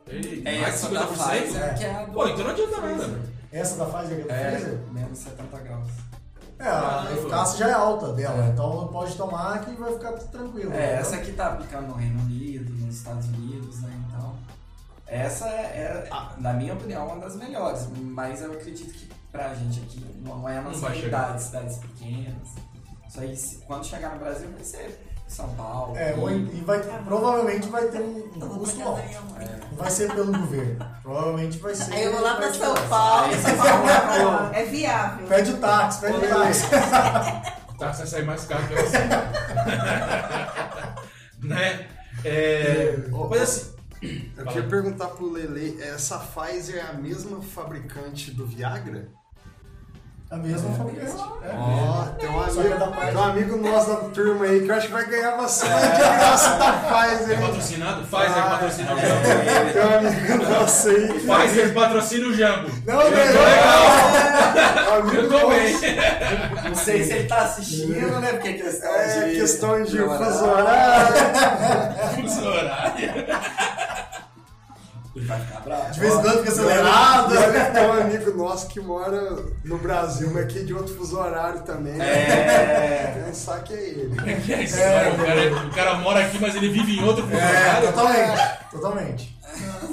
A: Ei,
D: É
A: mais
D: essa da
A: 50%?
D: Pfizer que é a do...
A: Pô, então não adianta nada. velho.
E: Essa da Pfizer que é da
D: É,
E: Pfizer?
D: menos 70 graus.
E: É, a
A: Ah,
E: eficácia já é alta dela, então pode tomar que vai ficar tudo tranquilo.
D: É, essa aqui tá aplicando no Reino Unido, nos Estados Unidos, né? Então. Essa é, é, na minha opinião, uma das melhores, mas eu acredito que pra gente aqui não é a
A: Não
D: nossa
A: vai
D: realidade, cidades pequenas. Isso aí, se- quando chegar no Brasil, vai ser São Paulo.
E: É, ou-
D: Rio.
E: e vai, provavelmente vai ter um um custo alto. Não vai ser pelo governo. Provavelmente vai ser.
C: É. Aí eu vou lá pra
E: vai ser-
C: São Paulo.
D: Aí
C: São
D: você
C: Paulo
D: vai
C: pra lá. É viável.
E: Pede o táxi, pede o táxi.
A: Tá, você sai mais caro que você. né? É, mas assim,
B: Eu queria perguntar pro Lele, essa Pfizer é a mesma fabricante do Viagra?
E: A mesma fabricante. É.
B: Ó, tem, um
E: Só que é
B: amigo,
E: da Pfizer.
B: tem um amigo nosso da turma aí que eu acho que vai ganhar vacina de graça da Pfizer.
A: é
B: hein?
A: patrocinado? Pfizer patrocina o Jambo.
D: É,
B: Tem um amigo nosso aí.
A: Pfizer patrocina o Jambo.
B: Não, É, não, não.
A: Eu tô bem.
D: não sei se ele tá assistindo, né? Porque é questão
B: É
D: de.
B: questão de
D: horário.
B: fuso horário.
A: Fuso horário.
D: Ele vai ficar bravo.
E: um De vez em quando fica
B: E
E: acelerado.
B: olha, Tem um amigo nosso que mora no Brasil, mas aqui de outro fuso horário também.
D: É.
B: Pensar que é ele.
A: Que é isso, cara? O, cara, o cara mora aqui, mas ele vive em outro
E: É,
A: lugar.
E: totalmente. Totalmente.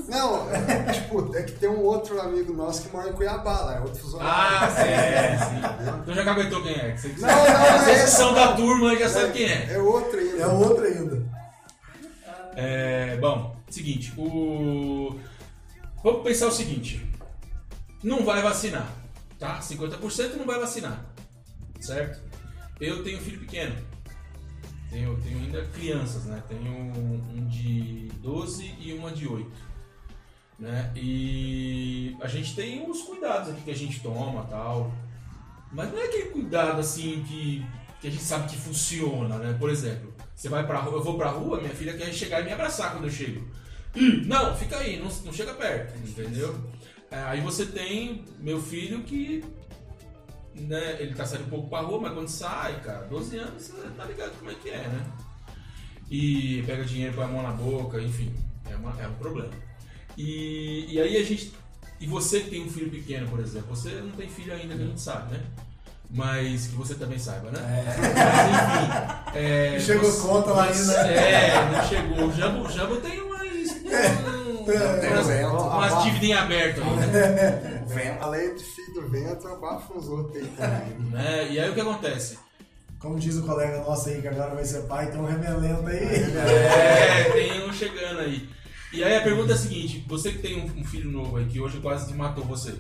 B: Não, é, tipo, é que tem um outro amigo nosso que mora em Cuiabá, lá, é outro fuso horário.
A: Ah, sim, sim, sim. Então já caguetou quem é. que Você,
B: Não, não, não é
A: vocês que
B: esse.
A: são da turma já sabe quem é.
B: É outro ainda.
E: É outro ainda.
A: É, bom, seguinte, o... vamos pensar o seguinte: não vai vacinar, tá? 50% não vai vacinar, certo? Eu tenho filho pequeno, tenho, tenho ainda crianças, né? Tenho um um de 12 e uma de 8, né? E a gente tem os cuidados aqui que a gente toma tal, mas não é aquele cuidado assim que, que a gente sabe que funciona, né? Por exemplo, você vai pra rua, eu vou pra rua, minha filha quer chegar e me abraçar quando eu chego. Hum, Não, fica aí, não, não chega perto, entendeu? É, Aí você tem meu filho que. Né, ele tá saindo um pouco pra rua, mas quando sai, cara, 12 anos, você tá ligado como é que é, né? E pega dinheiro, põe a mão na boca, enfim, é, uma- é um problema. E, e aí a gente. E você que tem um filho pequeno, por exemplo, você não tem filho ainda que a gente sabe, né? Mas que você também saiba, né? Mas enfim. é,
E: Não É. chegou
A: você-
E: conta lá ainda. né?
A: É, não chegou. O Jambo, o Jambo tem umas. um- Ah, tem umas,
D: é,
A: umas dívidas em aberto né? ainda.
D: O vento.
B: Além de filho do vento, abafa os outros aí também.
A: né? E aí o que acontece?
E: Como diz o colega nosso aí que agora vai ser pai, tem um remelento aí.
A: É, tem um chegando aí. E aí a pergunta é a seguinte: você que tem um, um filho novo aí que hoje quase matou você,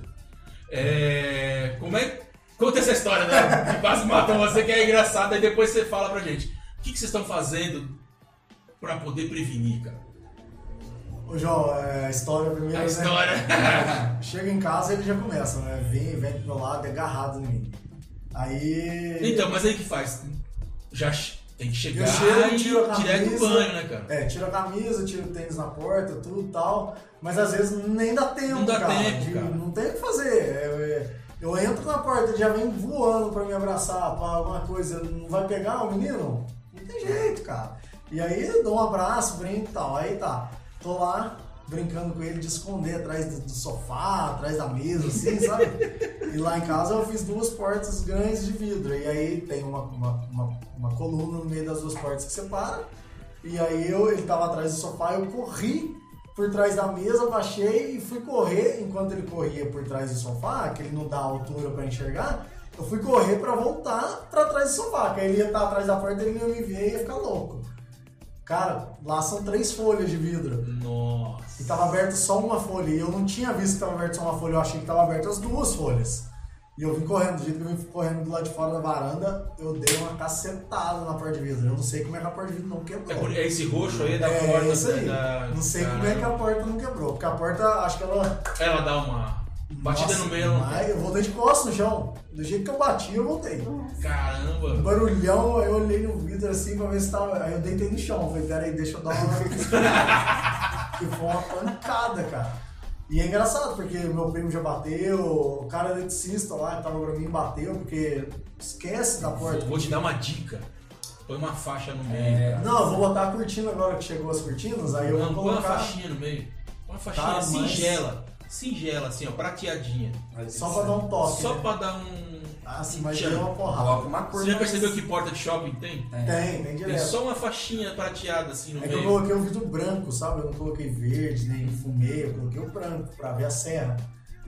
A: é, como é conta essa história né? que quase matou você que é engraçada e depois você fala pra gente o que, que vocês estão fazendo pra poder prevenir, cara?
E: Ô, João, é, a história primeiro,
A: A
E: né?
A: história.
E: Chega em casa ele já começa, né? Vem, vem pro meu lado, é agarrado em mim. Aí.
A: Então, mas aí que faz? Já che- tem que chegar
E: Eu chego,
A: e
E: é tiro a
A: direto do
E: camisa.
A: banho, né, cara?
E: É, tira a camisa, tira o tênis na porta, tudo e tal. Mas às vezes nem dá tempo,
A: Não dá
E: cara,
A: tempo,
E: de-
A: cara.
E: Não tem o que fazer. É, é, Eu, entro na porta, ele já vem voando pra me abraçar, pra alguma coisa. Não vai pegar o menino? Não tem jeito, cara. E aí eu dou um abraço, brinco e tal. Aí tá, tô lá brincando com ele de esconder atrás do, do sofá, atrás da mesa, assim, sabe? e lá em casa eu fiz duas portas grandes de vidro. E aí tem uma, uma, uma, uma coluna no meio das duas portas que separa. E aí eu, ele tava atrás do sofá, eu corri por trás da mesa, baixei e fui correr enquanto ele corria por trás do sofá, que ele não dá altura pra enxergar. Eu fui correr pra voltar pra trás do sofá, que aí ele ia estar atrás da porta, ele não ia me ver e ia ficar louco. Cara, lá são três folhas de vidro. E
A: Nossa.
E: tava aberto só uma folha. E eu não tinha visto que tava aberto só uma folha, eu achei que tava aberto as duas folhas. E eu vim correndo, do jeito que eu vim correndo do lado de fora da varanda, eu dei uma cacetada na porta de vidro. Eu não sei como é que a porta de vidro não quebrou.
A: É por- É esse roxo aí da
E: É,
A: porta.
E: isso aí.
A: da-
E: não sei
A: da-
E: como é que a porta não quebrou, porque a porta, acho que ela.
A: Ela dá uma batida
E: Nossa,
A: no meio. né? ela-
E: mas eu voltei de costas no chão. Do jeito que eu bati, eu voltei. Um
A: Caramba.
E: barulhão, aí eu olhei no vidro assim pra ver se tava. Aí eu deitei no chão. Falei, peraí, deixa eu dar uma. e foi uma pancada, cara. E é engraçado, porque meu primo já bateu, o cara eletricista lá que tava pra mim bateu, porque esquece da porta.
A: Vou, vou te dar uma dica. Põe uma faixa no meio. cara.
E: Não, eu vou botar a cortina agora que chegou as cortinas, aí É, eu
A: Não,
E: vou
A: põe uma
E: colocar.
A: faixinha no meio. Põe Uma faixinha
E: Tá, mas-
A: singela. singela, assim, ó, prateadinha.
E: Só pra dar um toque.
A: Só
E: né?
A: pra dar um.
E: Ah, sim, mas
A: Tchan.
E: deu uma porrada.
D: Coloca uma cor.
A: Você já
D: mais- né?
A: percebeu que porta de shopping tem?
E: Tem, tem
A: Tem
E: direto.
A: só uma faixinha prateada assim no
E: É que eu
A: meio.
E: coloquei o vidro branco, sabe? Eu não coloquei verde, nem fumei, eu coloquei o branco pra ver a serra.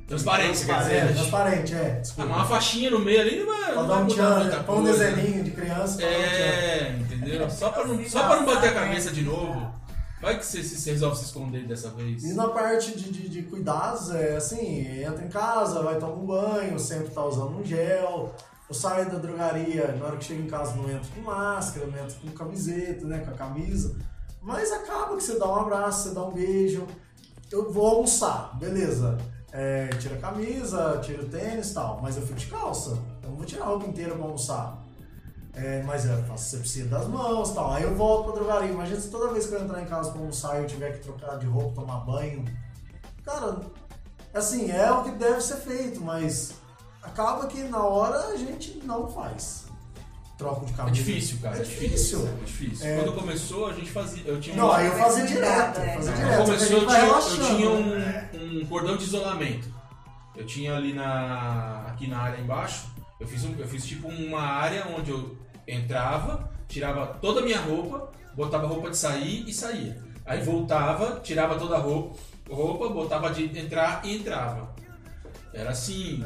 A: Transparente, quer
E: É,
A: dizer. né?
E: transparente, é.
A: Ah,
E: Desculpa.
A: mas uma faixinha no meio ali não vai,
E: Pra
A: não
E: dar
A: vai
E: um
A: mudar
E: tchan,
A: muita
E: né? Põe um
A: coisa.
E: desenhinho de criança. pra dar um tchan.
A: É, entendeu? Só pra, não, só pra não bater a cabeça de novo. Vai que você, se- você resolve se esconder dessa vez.
E: E na parte de, de, de cuidados, é assim, entra em casa, vai tomar um banho, sempre tá usando um gel. Eu saio da drogaria, na hora que chego em casa não entro com máscara, não entro com camiseta, né, com a camisa. Mas acaba que você dá um abraço, você dá um beijo. Eu vou almoçar, beleza. É, tira a camisa, tira o tênis e tal, mas eu fico de calça. Eu não vou tirar a roupa inteira pra almoçar. É, mas eu faço sepsia das mãos e tal. Aí eu volto pra drogaria. Imagina se toda vez que eu entrar em casa pra almoçar e eu tiver que trocar de roupa, tomar banho. Cara, assim, é o que deve ser feito, mas acaba que na hora a gente não faz. Troco de
A: É
E: camisa.
A: difícil, cara.
E: É difícil.
A: É difícil. Quando começou, a gente fazia. Eu tinha um-
E: Não, aí eu fazia
C: Cuidado,
E: direto.
C: né?
E: Fazia
C: Quando
E: direto.
A: começou, eu tinha,
E: É, porque a gente vai
A: eu
E: relaxando,
A: tinha
E: né?
A: um, um cordão de isolamento. Eu tinha ali na aqui na área embaixo, eu fiz, um- eu fiz tipo uma área onde eu entrava, tirava toda a minha roupa, botava roupa de sair e saía. Aí voltava, tirava toda a roupa, roupa botava de entrar e entrava. Era assim.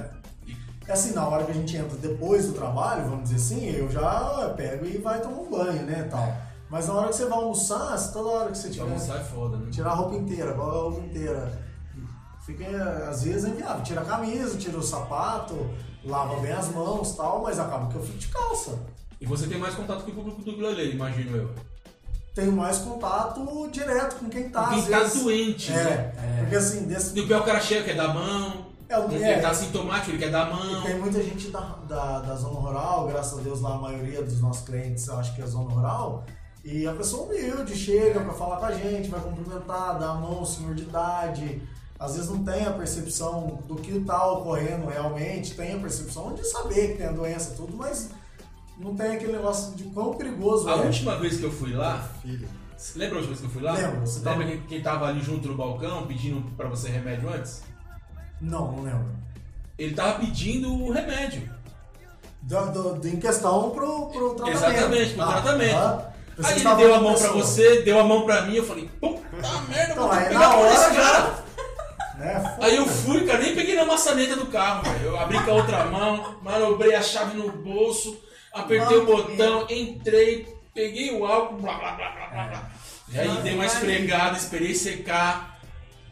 E: É assim, na hora que a gente entra depois do trabalho, vamos dizer assim, eu já pego e vai tomar um banho, né, tal. Mas na hora que você vai almoçar, se toda hora que você
A: Pra
E: tiver
A: almoçar é foda, né?
E: Tirar a roupa inteira, igual a roupa inteira. Fica, às vezes, é inviável. Tira a camisa, tira o sapato, lava bem as mãos e tal, mas acaba que eu fico de calça.
A: E você tem mais contato com o público do ukulele, imagino eu.
E: Tenho mais contato direto com quem tá, às
A: Quem tá
E: vezes.
A: doente, né?
E: É, porque assim, desse...
A: E o pior o cara chega, quer dar a mão.
E: É, o-
A: Ele
E: é.
A: tá sintomático, ele quer dar a mão.
E: tem muita gente da, da, da zona rural, graças a Deus lá a maioria dos nossos clientes eu acho que é zona rural, e a pessoa humilde chega pra falar com a gente, vai cumprimentar, dá a mão, senhor de idade. Às vezes não tem a percepção do que está ocorrendo realmente, tem a percepção de saber que tem a doença e tudo, mas não tem aquele negócio de quão perigoso
A: A
E: é.
A: última vez que eu fui lá,
B: Filho.
A: lembra a última vez que eu fui lá?
E: Lembro, você
A: Lembra
E: tava-
A: quem, quem tava ali junto no balcão pedindo pra você remédio antes?
E: Não, não lembro.
A: Ele tava pedindo o remédio.
E: Do, do- do- em questão pro, pro tratamento.
A: Exatamente, pro
E: Tá,
A: tratamento.
E: tá? Você
A: Aí ele
E: estava
A: deu a
E: com
A: mão pra
E: pessoa.
A: você, deu a mão pra mim, eu falei, puta merda,
E: Então,
A: vou ter que
E: aí
A: pegar
E: na
A: a mão desse
E: hora
A: cara.
E: já. Né, foda.
A: Aí eu fui, cara, nem peguei na maçaneta do carro, velho. Eu abri com a outra mão, manobrei a chave no bolso, apertei o
C: Mano,
A: botão, entrei, peguei o álcool, blá blá blá blá blá. blá. E aí dei uma esfregada, esperei secar.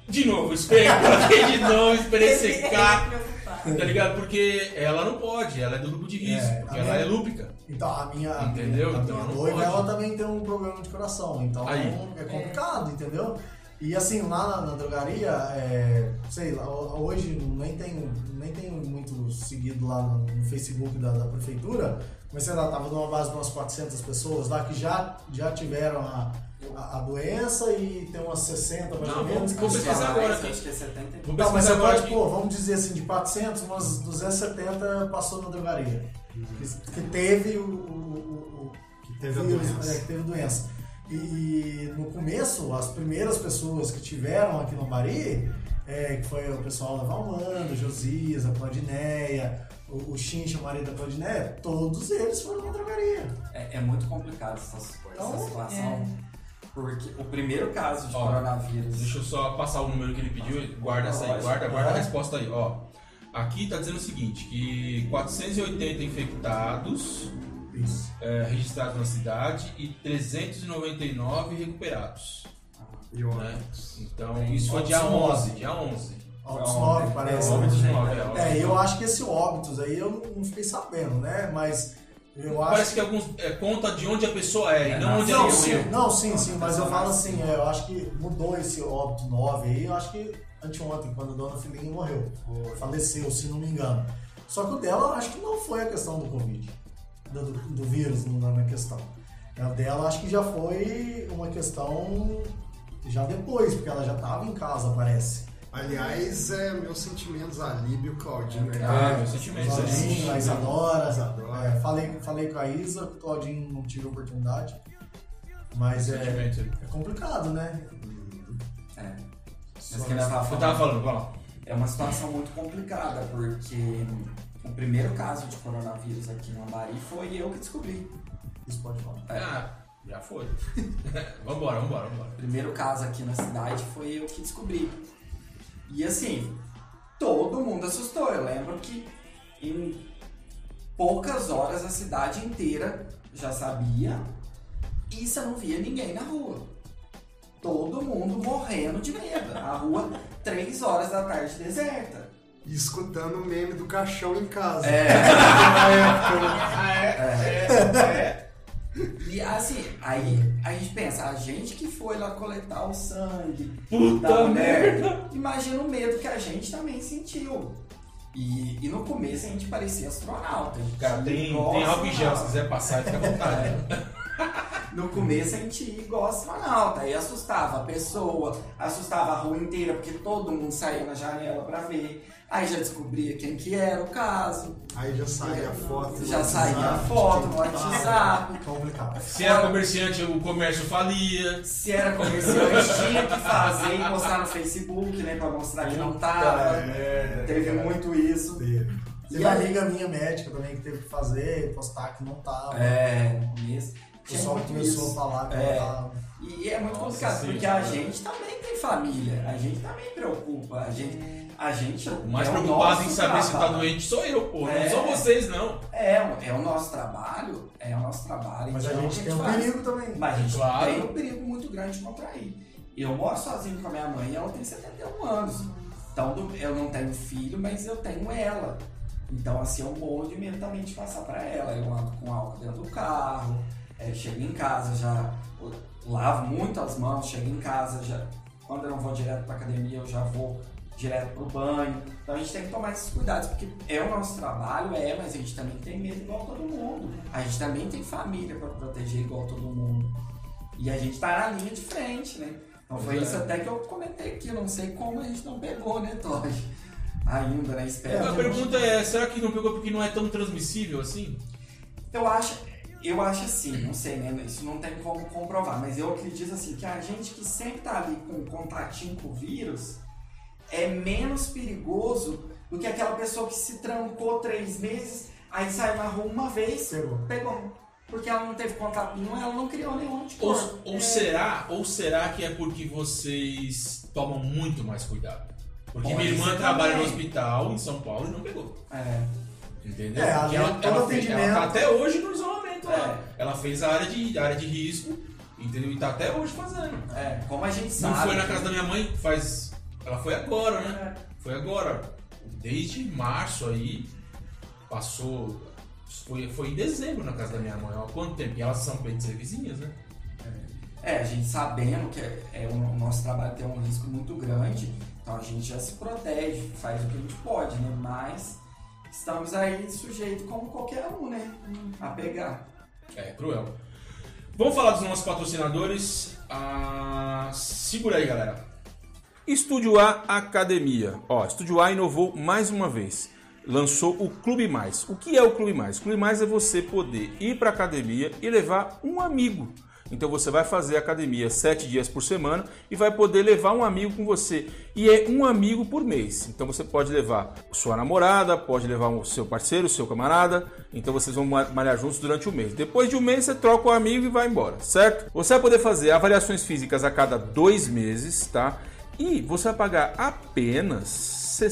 A: De novo, esperei coloquei de novo,
C: É
A: esperei secar. Tá ligado? Porque ela não pode, ela é do grupo de risco,
E: É,
A: porque
E: a
A: ela
E: minha-
A: é lúpica.
E: Então, a minha, a minha-
A: Entendeu?
E: A minha
A: Então, não
E: noiva,
A: pode.
E: ela também tem um problema de coração, então
A: Aí.
E: é complicado, entendeu? E assim, lá na, na drogaria, é, sei lá, ho- hoje nem tenho, nem tenho muito seguido lá no, no Facebook da, da prefeitura, mas sei lá, tava numa base de umas 400 pessoas lá que já, já tiveram a, a, a doença e tem umas 60 mais
A: Não,
E: ou
A: vamos-
E: menos.
A: vamos
E: que
A: pesquisar
E: já-
A: agora,
D: Acho que é 70
A: Vou
E: Não, mas
A: pesquisar
E: você
A: agora
E: pode,
A: aqui.
E: pô, vamos dizer assim, de 400, umas 270 passou na drogaria. Que, que teve o, o- o- o-
B: Que teve a
E: vírus,
B: doença.
E: é, que teve doença. E, e no começo, as primeiras pessoas que tiveram aqui no Bari, é, que foi o pessoal da Valmando, Josias, a Claudineia, o, o Xincha, o marido da Claudineia, todos eles foram na drogaria.
D: É, é muito complicado essa, essa
E: Então,
D: situação. Porque o primeiro caso de
A: Ó,
D: coronavírus.
A: Deixa eu só passar o número que ele pediu. Guarda essa aí, guarda, guarda a resposta aí. Ó, aqui tá dizendo o seguinte, que 480 infectados
E: Isso.
A: é, registrados na cidade e 399 recuperados.
B: E o
A: Né? Então, isso foi dia 11, dia 11.
E: Altos
D: Foi
E: nove,
D: ontem.
E: parece.
D: Foi
E: né?
D: ontem.
A: 19, é,
E: É,
A: ontem.
E: eu acho que esse óbitos aí eu não- não fiquei sabendo, né? Mas eu acho
A: Parece que alguns é, conta de onde a pessoa é, e
D: É,
A: não onde ela
E: Não, sim,
A: morreu.
E: não, sim, sim, mas eu falo assim, é, eu acho que mudou esse óbito 9 aí, eu acho que anteontem, quando a dona Filinha morreu, faleceu, se não me engano. Só que o dela, eu acho que não foi a questão do Covid, do, do- do vírus não na questão. A dela, acho que já foi uma questão já depois, porque ela já estava em casa, parece.
B: Aliás, é meus sentimentos a Líbia e o Claudinho.
A: Ah,
B: né?
A: meus sentimentos.
E: Claudinho, a
B: Isadora.
E: Isadora, é, falei, falei com a Isa, com o Claudinho não tive oportunidade, mas é,
A: Sentimento.
E: é complicado, né?
D: É. Mas
E: Só-
D: que ainda tava
A: Eu tava
D: falando.
A: falando, ó.
D: É uma situação muito complicada, porque o primeiro caso de coronavírus aqui no Ambari foi eu que descobri.
E: Isso pode falar.
A: Ah, já foi. vambora, vambora, vambora.
D: O primeiro caso aqui na cidade foi eu que descobri. E assim, todo mundo assustou. Eu lembro que em poucas horas a cidade inteira já sabia e você não via ninguém na rua. Todo mundo morrendo de medo. A rua, três horas da tarde, deserta.
B: E escutando o meme do caixão em casa.
D: É.
B: Na época,
D: E assim, aí a gente pensa, a gente que foi lá coletar o sangue,
A: Puta
D: da mulher,
A: merda!
D: imagina o medo que a gente também sentiu. E, e no começo a gente parecia astronauta. a gente
A: Cara, tem,
D: igual
A: tem álcool em gel, se
D: astronauta.
A: quiser passar, fica à vontade. né?
D: No começo a gente ia igual astronauta, aí assustava a pessoa, assustava a rua inteira, porque todo mundo saía na janela pra ver. Aí já descobria quem que era o caso,
B: Aí já saía a foto. no
D: já saía a
B: WhatsApp,
D: foto no
B: tinha que falar.
D: WhatsApp.
E: É Complicado.
A: Se era comerciante, o comércio falia.
D: Se era comerciante, tinha que fazer e postar no Facebook, né? Pra mostrar que não tava. Teve muito isso.
E: Teve
D: E
E: uma
D: aí?
E: amiga minha médica também que teve que fazer, postar que não tava.
D: É, no começo.
E: O
D: Tinha
E: pessoal
D: muito
E: começou
D: isso.
E: a falar que
D: É.
E: não tava.
D: E é muito
A: Nossa,
D: complicado,
A: sim,
D: porque a
A: cara.
D: gente também tem família, a gente também preocupa, a gente. A gente
A: O mais
D: é o
A: preocupado
D: nosso
A: em saber se tá
D: trabalho.
A: doente sou eu, pô. Não
D: É.
A: são vocês, não.
D: É, é o nosso trabalho, é o nosso trabalho.
E: Mas a
D: então
E: gente tem um
D: faz.
E: perigo também.
D: Mas a gente
A: Claro.
D: tem um perigo muito grande de contrair. Eu moro sozinho com a minha mãe e ela tem 71 anos. Então do- eu não tenho filho, mas eu tenho ela. Então assim, eu morro de medo também de passar pra ela. Eu ando com álcool dentro do carro, é, chego em casa, já eu lavo muito as mãos, chego em casa, já quando eu não vou direto pra academia, eu já vou direto pro banho. Então a gente tem que tomar esses cuidados, porque é o nosso trabalho, é, mas a gente também tem medo igual todo mundo. A gente também tem família pra proteger igual todo mundo. E a gente tá na linha de frente, né? Então foi
A: Pois
D: isso
A: é.
D: até que eu comentei aqui, eu não sei como a gente não pegou, né, Todd? Ainda, né? Espero.
A: A
D: que não-
A: pergunta é, será que não pegou porque não é tão transmissível assim?
D: Eu acho, eu acho assim, não sei, né? Isso não tem como comprovar, mas eu acredito assim que a gente que sempre tá ali com o contatinho com o vírus é menos perigoso do que aquela pessoa que se trancou três meses, aí saiu na rua uma vez,
E: Pegou.
D: pegou. Porque ela não teve contato nenhum, ela não criou nenhum tipo
A: Ou,
D: anticorpo.
A: ou será, ou será que é porque vocês tomam muito mais cuidado? Porque
D: Pode
A: minha irmã
D: ser
A: trabalha no
D: também.
A: hospital em São Paulo e não pegou.
D: É,
A: Entendeu?
E: É,
A: Porque
E: ali todo
A: fez-
E: atendimento-
A: ela tá até hoje no isolamento.
D: É.
A: Ela, ela fez a área de, a área de risco, entendeu? E tá até hoje fazendo.
D: é, como a gente sabe.
A: Não foi na
D: que-
A: casa da minha mãe, faz. Ela foi agora, né?
D: É.
A: Foi agora. Desde março aí, passou. Foi, foi em dezembro na casa da minha mãe. Há quanto tempo? E elas são bem de ser vizinhas, né?
D: É, a gente sabendo que é, é o o nosso trabalho tem um risco muito grande, então a gente já se protege, faz o que a gente pode, né? Mas estamos aí sujeito como qualquer um, né? A pegar.
A: É cruel. Vamos falar dos nossos patrocinadores. Ah, segura aí, galera.
G: Estúdio A Academia. Ó, Estúdio A inovou mais uma vez. Lançou o Clube Mais. O que é o Clube Mais? Clube Mais é você poder ir para academia e levar um amigo. Então você vai fazer academia sete dias por semana e vai poder levar um amigo com você. E é um amigo por mês. Então você pode levar sua namorada, pode levar o seu parceiro, o seu camarada. Então vocês vão ma- malhar juntos durante o mês. Depois de um mês você troca o amigo e vai embora, certo? Você vai poder fazer avaliações físicas a cada dois meses, tá? E você vai pagar apenas R$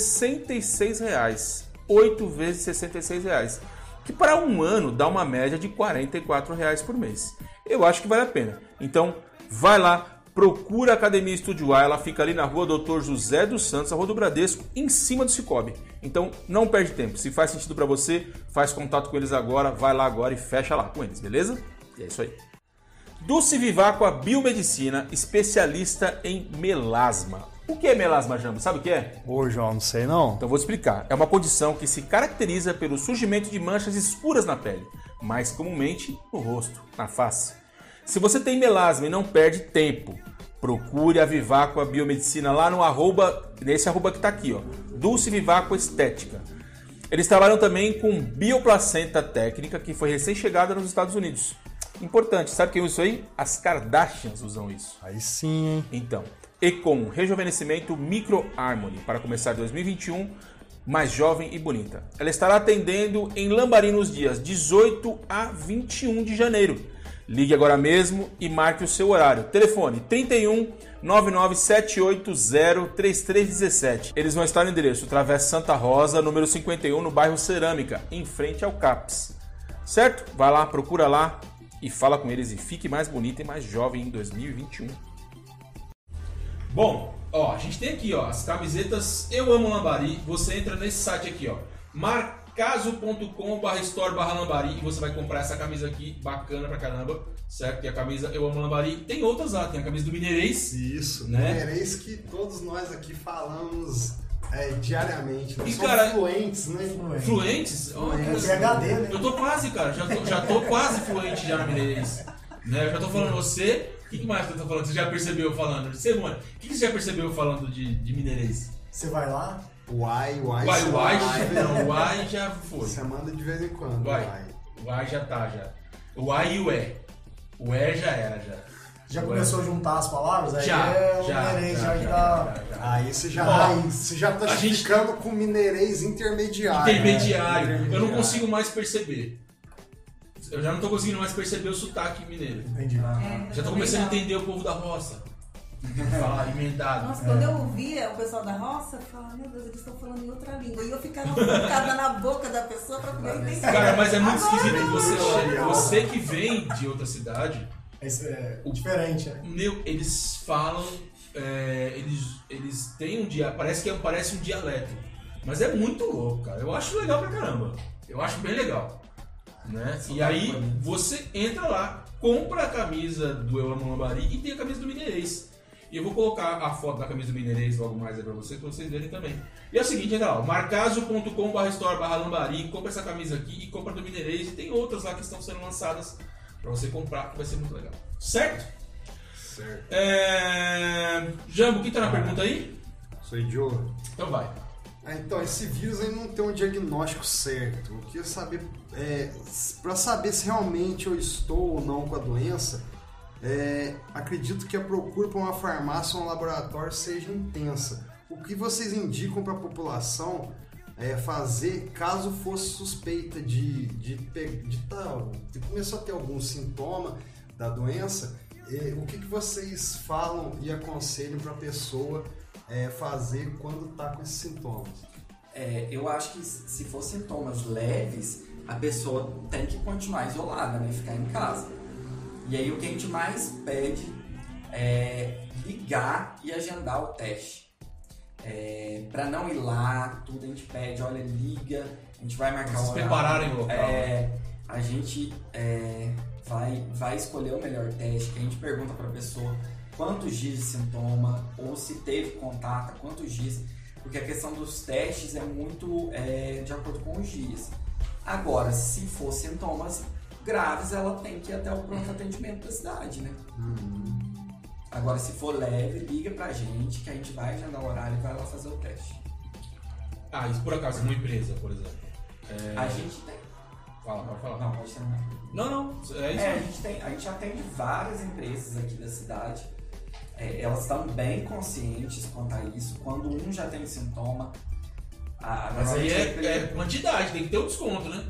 G: 66,00. 8 vezes R$ 66,00. Que para um ano dá uma média de R$ 44,00 por mês. Eu acho que vale a pena. Então, vai lá, procura a Academia Estúdio A. Ela fica ali na rua Doutor José dos Santos, a rua do Bradesco, em cima do Cicobi. Então, não perde tempo. Se faz sentido para você, faz contato com eles agora. Vai lá agora e fecha lá com eles, beleza? E é isso aí. Dulce Vivaco, a biomedicina, especialista em melasma. O que é melasma, Jambo? Sabe o que é?
B: Ô, João, não sei não.
G: Então vou explicar. É uma condição que se caracteriza pelo surgimento de manchas escuras na pele, mais comumente no rosto, na face. Se você tem melasma e não perde tempo, procure a Vivaco, a biomedicina, lá no arroba, nesse arroba que tá aqui, ó. Dulce Vivaco Estética. Eles trabalham também com bioplacenta técnica, que foi recém-chegada nos Estados Unidos. Importante, sabe quem usa isso aí? As Kardashians usam isso.
B: Aí sim, hein?
G: Então, Econ, rejuvenescimento Micro Harmony, para começar 2021 mais jovem e bonita. Ela estará atendendo em Lambari nos dias 18 a 21 de janeiro. Ligue agora mesmo e marque o seu horário. Telefone 31 997803317. Eles vão estar no endereço Travessa Santa Rosa, número 51, no bairro Cerâmica, em frente ao CAPS. Certo? Vai lá, procura lá e fala com eles e fique mais bonita e mais jovem em 2021.
A: Bom, ó, a gente tem aqui, ó, as camisetas Eu Amo Lambari. Você entra nesse site aqui, ó, marcaso.com.br store barra Lambari e você vai comprar essa camisa aqui, bacana pra caramba, certo? Tem a camisa Eu Amo Lambari. Tem outras lá, tem a camisa do Mineirês.
B: Isso,
A: Né?
B: né? Era isso que todos nós aqui falamos é, diariamente. Nós
A: E,
B: somos
A: cara,
B: fluentes, né?
E: Influente.
A: Fluentes? Ó,
B: É,
E: É
A: Deus.
E: PHD, né?
A: Eu tô quase, cara, já tô, já tô quase fluente já no Mineirês. Né? Eu já tô falando você. O que que mais que eu tô falando? que Você já percebeu eu falando? Semana, o que que você já percebeu eu falando de, de Mineirês?
E: Você vai lá,
B: Uai, uai,
A: Uai,
B: você
A: uai,
B: vai,
A: não, uai já foi.
B: Você manda de vez em quando.
A: Vai.
B: Uai.
A: O A já tá, já. O A e o E. O E já era, já.
E: já
A: Ué.
E: começou a juntar as palavras, aí
A: Já,
E: é o
A: já,
E: Mineirês,
A: já,
E: já, tá.
A: já,
E: que dá.
A: já, já.
B: Aí você Ah, já,
A: Ó,
B: aí você já tá
A: a gente-
B: ficando com mineirês
E: Ah,
B: intermediário.
A: Intermediário.
B: né?
A: Eu não
B: Intermediário.
A: consigo mais perceber. Eu já não tô conseguindo mais perceber o sotaque mineiro.
E: Entendi.
C: É,
A: Já tô
C: também
A: começando a
C: não.
A: entender o povo da roça. Falar emendado.
C: Nossa, quando eu ouvia o pessoal da roça, eu falava, meu Deus, eles estão falando em outra língua. E eu ficava focada na boca da pessoa pra poder entender.
A: Cara, mas é muito
C: Agora
A: esquisito
C: não.
A: você,
B: Agora.
A: você que vem de outra cidade,
E: Esse é
A: O-
E: diferente, né?
A: meu, eles falam, é, eles, eles têm um dia, parece que é, parece um dialeto, mas é muito louco, cara. Eu acho legal pra caramba. Eu acho bem legal, né? E aí você entra lá, compra a camisa do Eu Amo Lambari e tem a camisa do Mineirês. E eu vou colocar a foto da camisa do Mineirês logo mais aí pra vocês, pra vocês verem também. E é o seguinte, entra lá, marcaso.com.br store barra lambari, compra essa camisa aqui e compra do Mineirês. E tem outras lá que estão sendo lançadas pra você comprar, que vai ser muito legal. Certo?
B: Certo.
A: É... Jambo, quem tá na pergunta aí?
B: Sou idiota.
A: Então vai.
B: Ah, Então, esse vírus aí não tem um diagnóstico certo. O que eu saber é, para saber se realmente eu estou ou não com a doença, é, acredito que a procura para uma farmácia ou um laboratório seja intensa. O que vocês indicam para a população é, fazer caso fosse suspeita de, de, pe- de, tal, de começou a ter algum sintoma da doença? é, o que, que vocês falam e aconselham para a pessoa é, fazer quando tá com esses sintomas.
D: É, eu acho que se for sintomas leves, a pessoa tem que continuar isolada, né? Ficar em casa. E aí o que a gente mais pede é ligar e agendar o teste. É, para não ir lá, tudo a gente pede, olha, liga, a gente vai
A: Se
D: marcar o horário.
A: prepararem o local.
D: É, a gente é, vai, vai escolher o melhor teste, que a gente pergunta para a pessoa quantos dias de sintoma, ou se teve contato, quantos dias, porque a questão dos testes é muito é, de acordo com os dias. Agora, se for sintomas graves, ela tem que ir até o pronto atendimento da cidade, né? Agora, se for leve, liga pra gente que a gente vai agendar o horário e vai lá fazer o teste.
A: Ah, isso por acaso, uma empresa, por exemplo.
D: A gente tem.
A: Fala, pode falar.
D: Não, pode terminar.
A: Não, não, é isso
D: É, a
A: aí.
D: gente, tem, a gente atende várias empresas aqui da cidade. É, elas estão bem conscientes quanto a isso. Quando um já tem sintoma, a, a
A: Mas aí
D: normalmente
A: é,
D: a
A: é quantidade, tem que ter um desconto, né?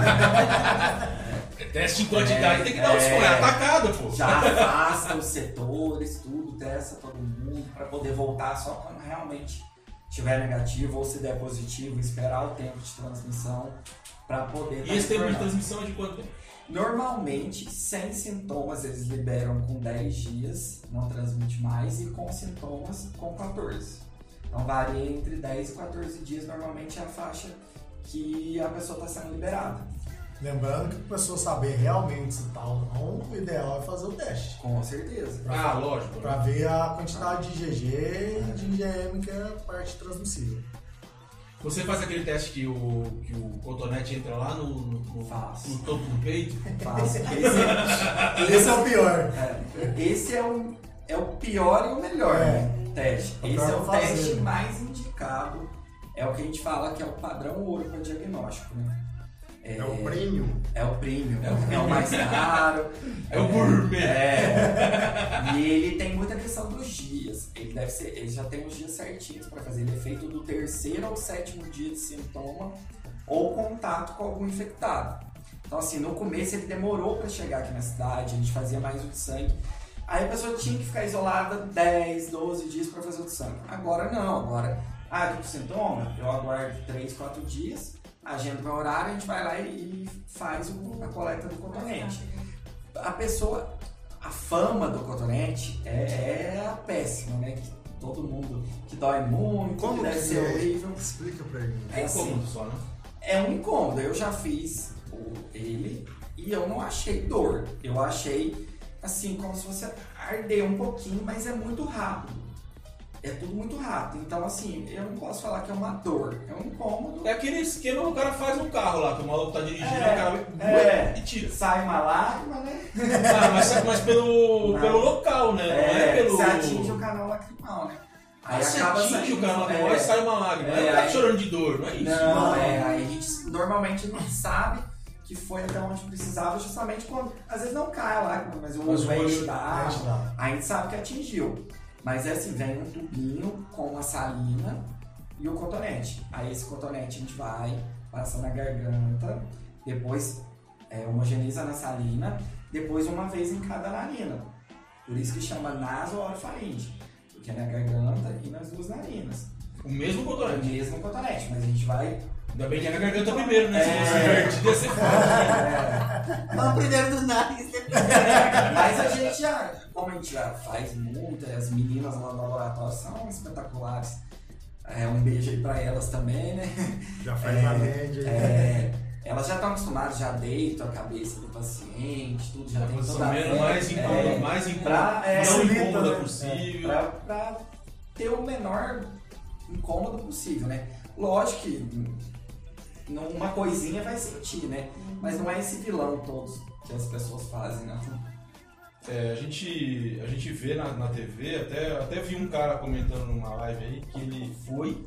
A: É teste em quantidade, tem que dar um
D: É.
A: desconto, é atacado, pô.
D: tem, já afasta os setores, tudo, testa todo mundo para poder voltar só quando realmente tiver negativo ou se der positivo, esperar o tempo de transmissão para poder.
A: E
D: tá
A: esse tempo de
D: retornando.
A: transmissão é de quanto tempo?
D: Normalmente, sem sintomas, eles liberam com 10 dias, não transmite mais, e com sintomas, com 14. Então varia entre 10 e 14 dias, normalmente é a faixa que a pessoa está sendo liberada.
E: Lembrando que pra pessoa saber realmente se tá ou não, o ideal é fazer o teste.
D: Com certeza.
A: Ah, lógico.
E: Pra ver a quantidade de IgG e de IgM, que é a parte transmissível.
A: Você faz aquele teste que o, que o cotonete entra lá no, no, no-
D: Faço.
A: no topo do peito?
D: Faz- Esse,
E: Esse é o pior.
D: é, esse é o, é o pior e o melhor né, teste.
E: O
D: Esse
E: pior
D: é
E: é
D: o
E: fazer,
D: teste
E: né?
D: mais indicado, é o que a gente fala que é o padrão ouro para diagnóstico. Né?
B: É, o prêmio.
D: É o prêmio, é o mais caro.
A: É o gourmet.
D: É. E ele tem muita questão dos dias. Ele deve ser, ele já tem os dias certinhos pra fazer. Ele é feito do terceiro ao sétimo dia de sintoma ou contato com algum infectado. Então assim, no começo ele demorou pra chegar aqui na cidade, a gente fazia mais o de sangue. Aí a pessoa tinha que ficar isolada 10, 12 dias pra fazer o de sangue. Agora não, agora, ah, tô com sintoma, eu aguardo 3, 4 dias, agenda o horário, a gente vai lá e, e faz o- a coleta do componente a pessoa, a fama do cotonete é, é a péssima, né? Que todo mundo que dói muito,
B: Como
D: que deve
B: que
D: ser
B: é?
D: horrível.
B: Explica pra ele.
A: É
D: É assim,
A: incômodo só, né?
D: é um incômodo. Eu já fiz o- ele e eu não achei dor. Eu achei assim, como se você arder um pouquinho, mas é muito rápido. É tudo muito rápido. Então, assim, eu não posso falar que é uma dor. É um incômodo.
A: É aquele esquema que o cara faz um carro lá, que o maluco tá dirigindo,
D: É,
A: o cara vai
D: é.
A: e tira.
D: Sai uma lágrima, né?
A: Ah, mas, mas pelo,
D: Não.
A: pelo local, né? Não é,
D: É,
A: pelo.
D: Você atinge o canal lacrimal, né?
A: Aí você atinge
D: saindo-
A: o canal
D: é,
A: lacrimal e sai uma lágrima.
D: É,
A: Aí o cara
D: aí-
A: chorando de dor, não é isso?
D: Não, é, aí a gente normalmente não sabe que foi até onde precisava, justamente quando. Às vezes não cai a lágrima, mas o
A: Mas
D: olho
A: o
D: vai
A: olho-
D: enxugar,
E: Vai enxugar.
D: aí a gente sabe que atingiu. Mas é assim, vem um tubinho com a salina e o cotonete. Aí esse cotonete a gente vai, passa na garganta, depois é, homogeneiza na salina, depois uma vez em cada narina. Por isso que chama naso-orofaringe, porque é na garganta e nas duas narinas.
A: O mesmo
D: É
A: cotonete.
D: o mesmo cotonete, mas a gente vai
A: Ainda bem que é na garganta primeiro, né? Se
D: É.
A: você invertir, ia ser foda.
C: Vamos primeiro do nariz, né? depois.
D: É, Mas a gente já, como a gente já faz muito, as meninas lá no laboratório são espetaculares. É, um beijo aí pra elas também, né?
B: Já faz
D: É,
B: a média.
D: É, elas já estão acostumadas, já deitam a cabeça do paciente, tudo, já tem toda a
A: Menos, mais
D: técnica,
A: incômodo,
D: é,
A: mais incômodo.
D: pra, é,
A: não
E: facilita,
A: incômoda
E: né?
A: possível.
D: pra, pra ter o menor incômodo possível, né? Lógico que hum, não- uma coisinha vai sentir, né? Mas não é esse vilão todos que as pessoas fazem, né?
A: É, a, gente, a gente vê na, na TV, até, até vi um cara comentando numa live aí que ele foi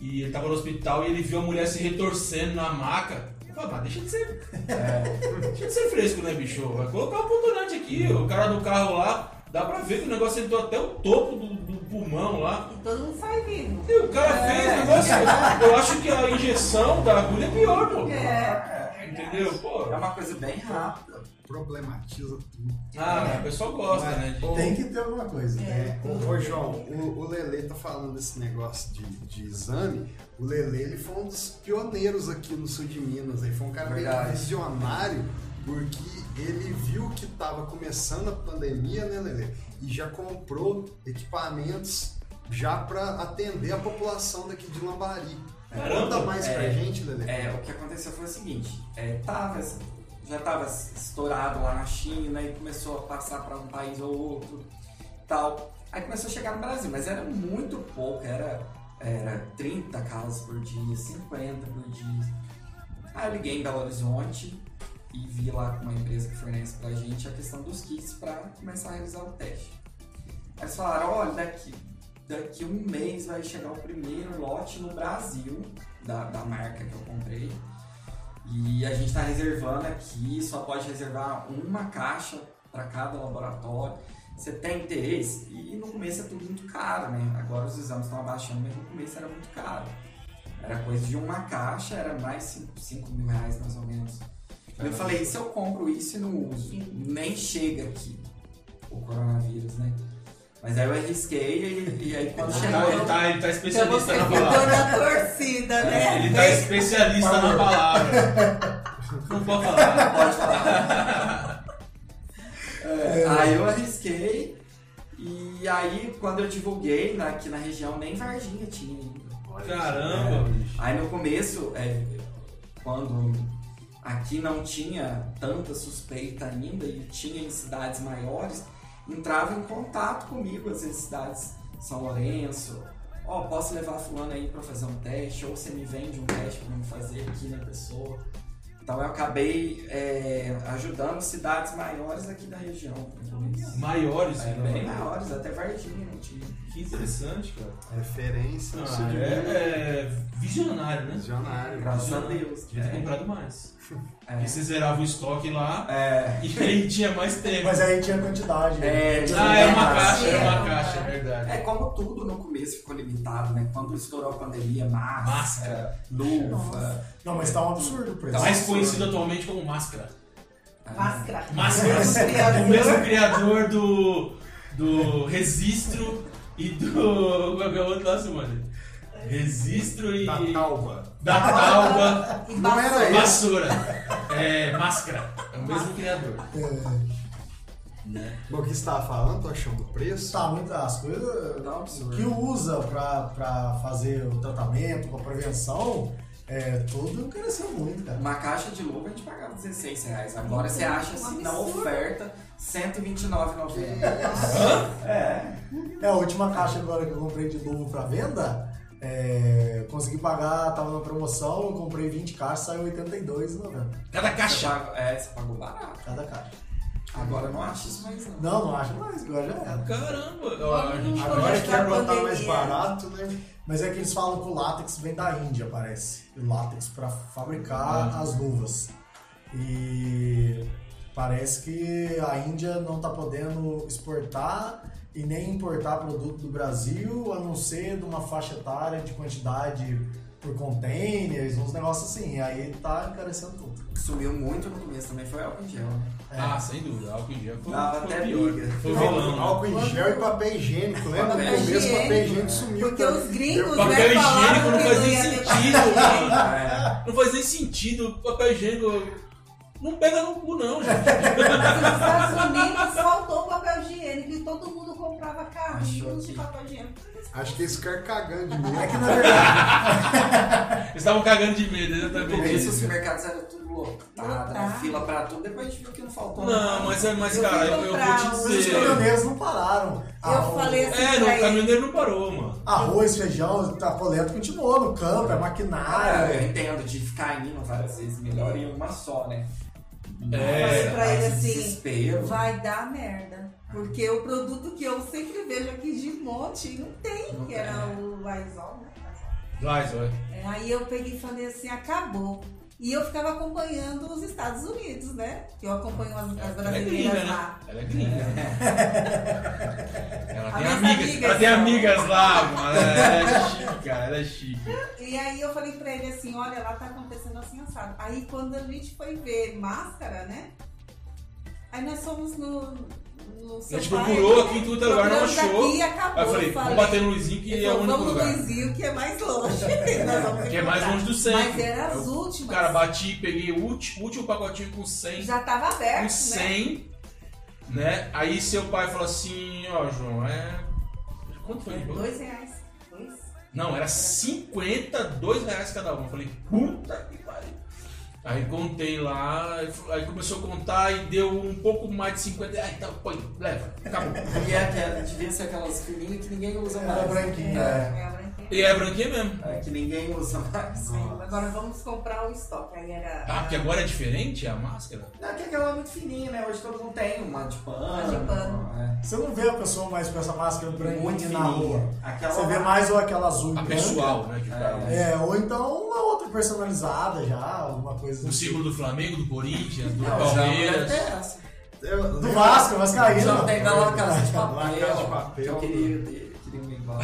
A: e ele tava no hospital e ele viu a mulher se retorcendo na maca. Eu falei, "Ah, deixa de ser. Deixa de ser fresco, né, bicho? Vai colocar um pontonante aqui, o cara do carro lá, dá pra ver que o negócio entrou até o topo do, do pulmão lá.
C: E todo mundo sai vivo.
A: E o cara fez o negócio. Eu acho que a injeção da agulha é pior, pô.
C: É.
A: Entendeu? Pô.
D: É uma coisa bem rápida.
B: Problematiza tudo.
A: Ah, o pessoal gosta, né? de-
B: Ô,
E: Tem que ter alguma coisa. né?
B: É, ô, ô, João, o, o Lele tá falando desse negócio de, de exame. O Lele ele foi um dos pioneiros aqui no sul de Minas. Ele foi um cara meio
D: Verdade.
B: visionário, porque ele viu que tava começando a pandemia, né, Lele? E já comprou equipamentos já para atender a população daqui de Lambari.
A: Caramba,
B: Conta mais pra
D: é.
B: gente, Lele.
D: É, o que aconteceu foi o seguinte, é, tava, já estava estourado lá na China e começou a passar para um país ou outro tal. Aí começou a chegar no Brasil, mas era muito pouco, era, era 30 casos por dia, 50 por dia. Aí eu liguei em Belo Horizonte e vi lá com uma empresa que fornece pra gente a questão dos kits para começar a realizar o teste. Aí eles falaram, olha, daqui, daqui um mês vai chegar o primeiro lote no Brasil da, da marca que eu comprei. E a gente está reservando aqui, só pode reservar uma caixa para cada laboratório. Você tem interesse? E no começo é tudo muito caro, né? Agora os exames estão abaixando, mas no começo era muito caro. Era coisa de uma caixa, era mais 5 mil reais mais ou menos. Eu falei, se eu compro isso e não uso, nem chega aqui o coronavírus, né? Mas aí eu arrisquei e, e aí quando
A: Tá-
D: chegou.
A: ele, tá, ele tá
C: Então você
A: especialista na
C: ficou
A: palavra.
C: na torcida, né?
D: Então
A: Ele tá especialista na palavra. Não pode falar.
D: Pode falar. É, aí eu arrisquei. E aí, quando eu divulguei na- aqui na região, nem Varginha tinha ainda. É,
A: Caramba, bicho.
D: Aí no começo, é, quando aqui não tinha tanta suspeita ainda e tinha em cidades maiores, entrava em contato comigo, às vezes cidades São Lourenço, ó, posso levar fulano aí pra fazer um teste, ou você me vende um teste pra mim fazer aqui na pessoa. Então eu acabei é, ajudando cidades maiores aqui da região. talvez.
A: Maiores,
D: É,
A: né?
D: bem maiores, até né, Varginha eu tive.
A: Que interessante, cara.
B: Referência no
A: Ah,
B: sul de Minas.
A: é, é visionário, né?
B: Visionário.
D: Graças a Deus.
A: Devia ter
D: É.
A: comprado mais.
D: É.
A: Porque você zerava o estoque lá
D: É,
A: e aí tinha mais tempo.
E: Mas aí tinha quantidade.
D: É,
E: né?
A: Ah, é uma
D: É,
A: caixa, é uma
C: é.
A: caixa, é verdade.
D: é como tudo no começo ficou limitado, né? Quando estourou a pandemia, máscara,
A: Máscara.
D: luva.
E: Não, mas tá um absurdo o preço.
D: Tá
A: Mais conhecido atualmente como Máscara.
C: Máscara.
A: Máscara. O mesmo criador do, do Registro e do... Qual que é o outro lá, Simone? Registro e...
B: Da Tauba.
A: Da Talba.
C: E
B: Não era esse.
C: vassoura.
A: Vassoura. É, Máscara. É o mesmo criador.
E: É,
B: Bom, o que você tava falando? Tô achando o preço?
E: tá muito as coisas
D: Tá um absurdo.
E: que usa pra, pra fazer o tratamento, pra prevenção, é, tudo cresceu muito, cara.
D: Uma caixa de luva a gente pagava 16 reais. Agora você acha assim na oferta 129,90.
E: É, a última caixa agora que eu comprei de novo pra venda, é, consegui pagar, tava na promoção, eu comprei 20 caixas, saiu 82,90
A: Cada
D: Você
A: caixa.
D: paga- É, você pagou barato.
E: cada caixa.
D: Agora não acho isso mais não.
E: Não, não acho mais, agora já era.
A: Caramba. Ó, a gente-
B: Agora
C: Acho
B: que
C: é que a
B: quer botar
C: pandemia-
B: mais barato, né?
E: Mas é que eles falam que o látex vem da Índia, parece. O látex para fabricar as luvas. E parece que a Índia não tá podendo exportar e nem importar produto do Brasil, a não ser de uma faixa etária de quantidade por containers, uns negócios assim. E aí tá encarecendo tudo.
D: Sumiu muito no começo também, foi álcool em gel. né?
A: Ah, sem dúvida. Álcool em gel foi,
D: Dava
A: foi
D: até
A: pior.
D: briga.
A: Foi vilão. né?
B: Álcool em gel e papel higiênico. Lembra? No
D: Papel
B: começo,
C: higiênico,
B: papel higiênico sumiu.
C: Porque
B: também.
C: os gringos, né,
A: Papel higiênico
C: falaram
A: não
C: que
A: faz
C: não
A: nem
C: ia ter
A: sentido, mano.
D: É.
A: Não faz nem sentido. Papel higiênico não pega no cu, não, gente.
C: Mas nos Estados Unidos faltou o papel higiênico e todo mundo comprava carrinhos de papel higiênico.
B: Acho que eles ficaram cagando de medo.
E: É que na verdade,
A: Eles estavam cagando de medo,
D: No começo os
A: exatamente.
D: supermercados eram tudo lotado,
C: Lotado.
D: fila pra tudo, depois a gente viu que não faltou nada.
A: Não, mas, é- mas
C: Eu
A: cara, eu,
C: fui
A: eu
C: comprar
A: vou
C: um-
A: te
E: os
A: dizer.
E: caminhoneiros não pararam. Ah,
C: Eu
E: o-
C: falei assim
A: É, não,
C: pra
A: o
C: ele,
A: caminhoneiro não parou, mano.
E: Arroz, feijão, a coleta continuou no campo, é
D: Ah, eu
E: maquinário.
D: entendo de ficar indo várias vezes, melhor em uma só, né?
A: É.
C: Falei pra
D: mas
C: ele
D: o
C: assim,
D: Desespero.
C: vai dar merda. Porque o produto que eu sempre vejo aqui de monte não tem,
D: Não
C: que
D: tem.
C: era
A: é.
C: o Lysol, né?
A: Vai, vai.
C: É, Aí eu peguei e falei assim, acabou. E eu ficava acompanhando os Estados Unidos, né? Eu acompanho as, as
A: Ela é gringa,
C: brasileiras lá.
A: né? Ela é gringa. Ela
C: A
A: tem
C: minha
A: amigas,
C: amiga,
A: ela tem
C: então.
A: amigas lá, mano. Ela é chique, cara. Ela é chique.
C: E aí eu falei pra ele assim, olha, lá tá acontecendo assim assado. Aí quando a gente foi ver máscara, né? Aí nós fomos no. no
A: A gente
C: seu pai,
A: procurou
C: né?
A: aqui em todo lugar, não
C: Procuramos
A: achou.
C: Aqui, e acabou,
A: Aí eu falei, vamos bater no Luizinho que
C: Ele
A: é o
C: falou,
A: único
C: vamos no
A: lugar.
C: Luizinho que é mais longe. Nós vamos
A: Que é mais
C: encontrar.
A: longe do centro.
C: Mas era as
A: Eu-
C: últimas.
A: Cara, bati, peguei o último, último pacotinho com 100.
C: Já tava aberto,
A: Com
C: né?
A: 100, né? Aí seu pai falou assim, ó, João, é... Quanto foi?
C: Dois reais. Dois.
A: Não, era 52 reais cada um. Eu falei, puta que pariu. Aí contei lá, aí f- aí começou a contar e deu um pouco mais de 50 reais. Então, põe, leva, acabou.
D: E é aquela, devia ser aquelas fininhas que ninguém usa
E: Era
D: mais.
E: branquinha.
D: É.
C: É, agora entendi.
A: E é branquinho mesmo.
D: É, que ninguém usa mais.
C: Agora vamos comprar o estoque. Aí era.
A: Ah, porque agora é diferente a máscara?
D: Não, que aquela é muito fininha, né? Hoje todo mundo tem uma de pano.
C: Uma de pano.
D: É.
E: Você não vê a pessoa mais com essa máscara
D: Muito
E: branquinha na
D: fininha.
E: rua.
D: Aquela
E: Você vê mais ou aquela azul e
A: A
E: branca.
A: pessoal, né? Que tá-
E: É, ou então uma outra personalizada já, alguma coisa
A: O símbolo do Flamengo, do Corinthians, do
D: Não, já deve
A: Palmeiras.
D: ter essa.
B: Eu-
E: Do Vasco, Vascaíno.
D: Já tem da La Casa de
B: La Casa de
D: Papel. né?
B: Papel.
D: Que eu queria ter, queria um igual.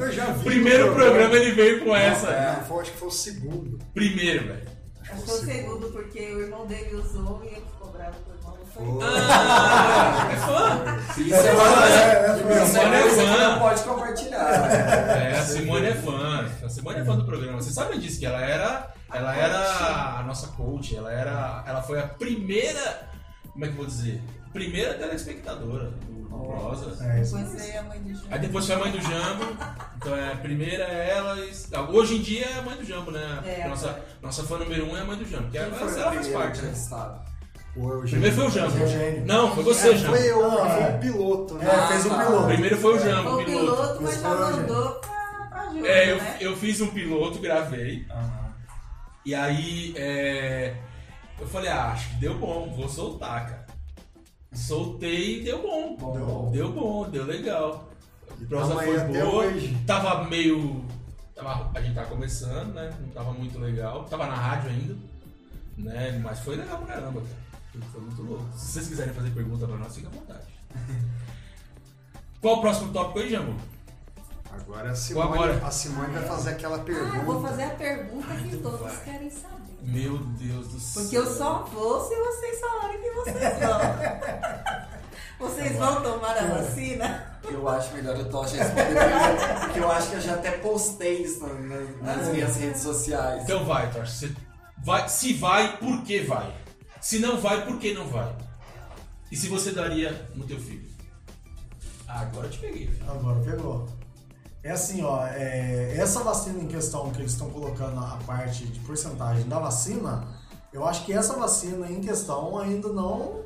B: Eu já vi.
A: Primeiro
B: no
A: programa ele veio com essa.
D: É.
B: Não, foi- acho que foi o segundo.
A: Primeiro, velho.
C: Acho que foi o segundo, porque o irmão dele usou e ele ficou bravo com o irmão. Não foi?
B: Foi.
A: Ah, é fã?
D: Isso é uma
E: É,
D: coisa
E: é,
D: isso
E: foi.
D: é uma coisa que
A: Mano, é
D: não pode compartilhar. né?
A: É, a Simone é fã. A Simone é fã do programa. Você sabe disso que ela era, ela era a nossa coach. Ela era, ela foi a primeira, como é que eu vou dizer, primeira telespectadora do do Prosa.
E: É, isso.
C: Conheci a mãe do Júnior.
A: Aí depois foi a mãe do Jambo. Então é a primeira é ela. e- Hoje em dia é a mãe do Jambo, né?
C: É.
A: Nossa, nossa fã número um é a mãe do Jambo. Que
D: Quem
A: agora
D: foi
A: ela
D: o
A: faz
D: primeiro
A: parte. né?
D: entrevistado?
B: Foi o
A: Primeiro foi o Jambo.
E: Eugênio.
A: Não, foi você, Jambo.
B: Foi eu,
E: Ah,
B: foi
E: é.
B: o piloto, né?
E: É, fez o piloto.
A: Primeiro foi o
C: Foi
A: Jambo,
C: o
A: piloto.
C: piloto, mas
E: Esse
C: já
E: foi o Júnior.
C: né? Ah, mandou pra, pra Júnior,
A: É, eu,
C: né?
A: eu fiz um piloto, gravei.
D: Aham.
A: E aí é, eu falei, ah, acho que deu bom, vou soltar, cara. Soltei e deu bom.
D: Bom,
E: Deu.
D: bom.
A: Deu bom, deu legal. A prosa
B: Tamo aí
A: foi
B: até
A: boa.
B: hoje.
A: Tava meio. Tava, a gente tava começando, né? Não tava muito legal. Tava na rádio ainda, né? Mas foi legal pra caramba, cara. Foi muito louco. Se vocês quiserem fazer pergunta pra nós, fica à vontade. Qual o próximo tópico aí, Jambo?
B: Agora a Simone,
A: agora?
B: a Simone vai fazer aquela pergunta.
C: Ah, eu vou fazer a pergunta que todos querem saber.
A: Meu Deus do céu.
C: Porque eu só vou se vocês falarem que vocês vão. Vocês vão tomar a vacina?
D: Eu acho melhor o Tocha responder primeiro, porque eu acho que eu já até postei isso na- na- nas minhas redes sociais.
A: Então vai, Tor. Você vai, se vai, por que vai? Se não vai, por que não vai? E se você daria no teu filho? Ah, agora eu te peguei, velho.
E: Agora pegou. É assim, ó, é, essa vacina em questão que eles estão colocando a parte de porcentagem da vacina, eu acho que essa vacina em questão ainda não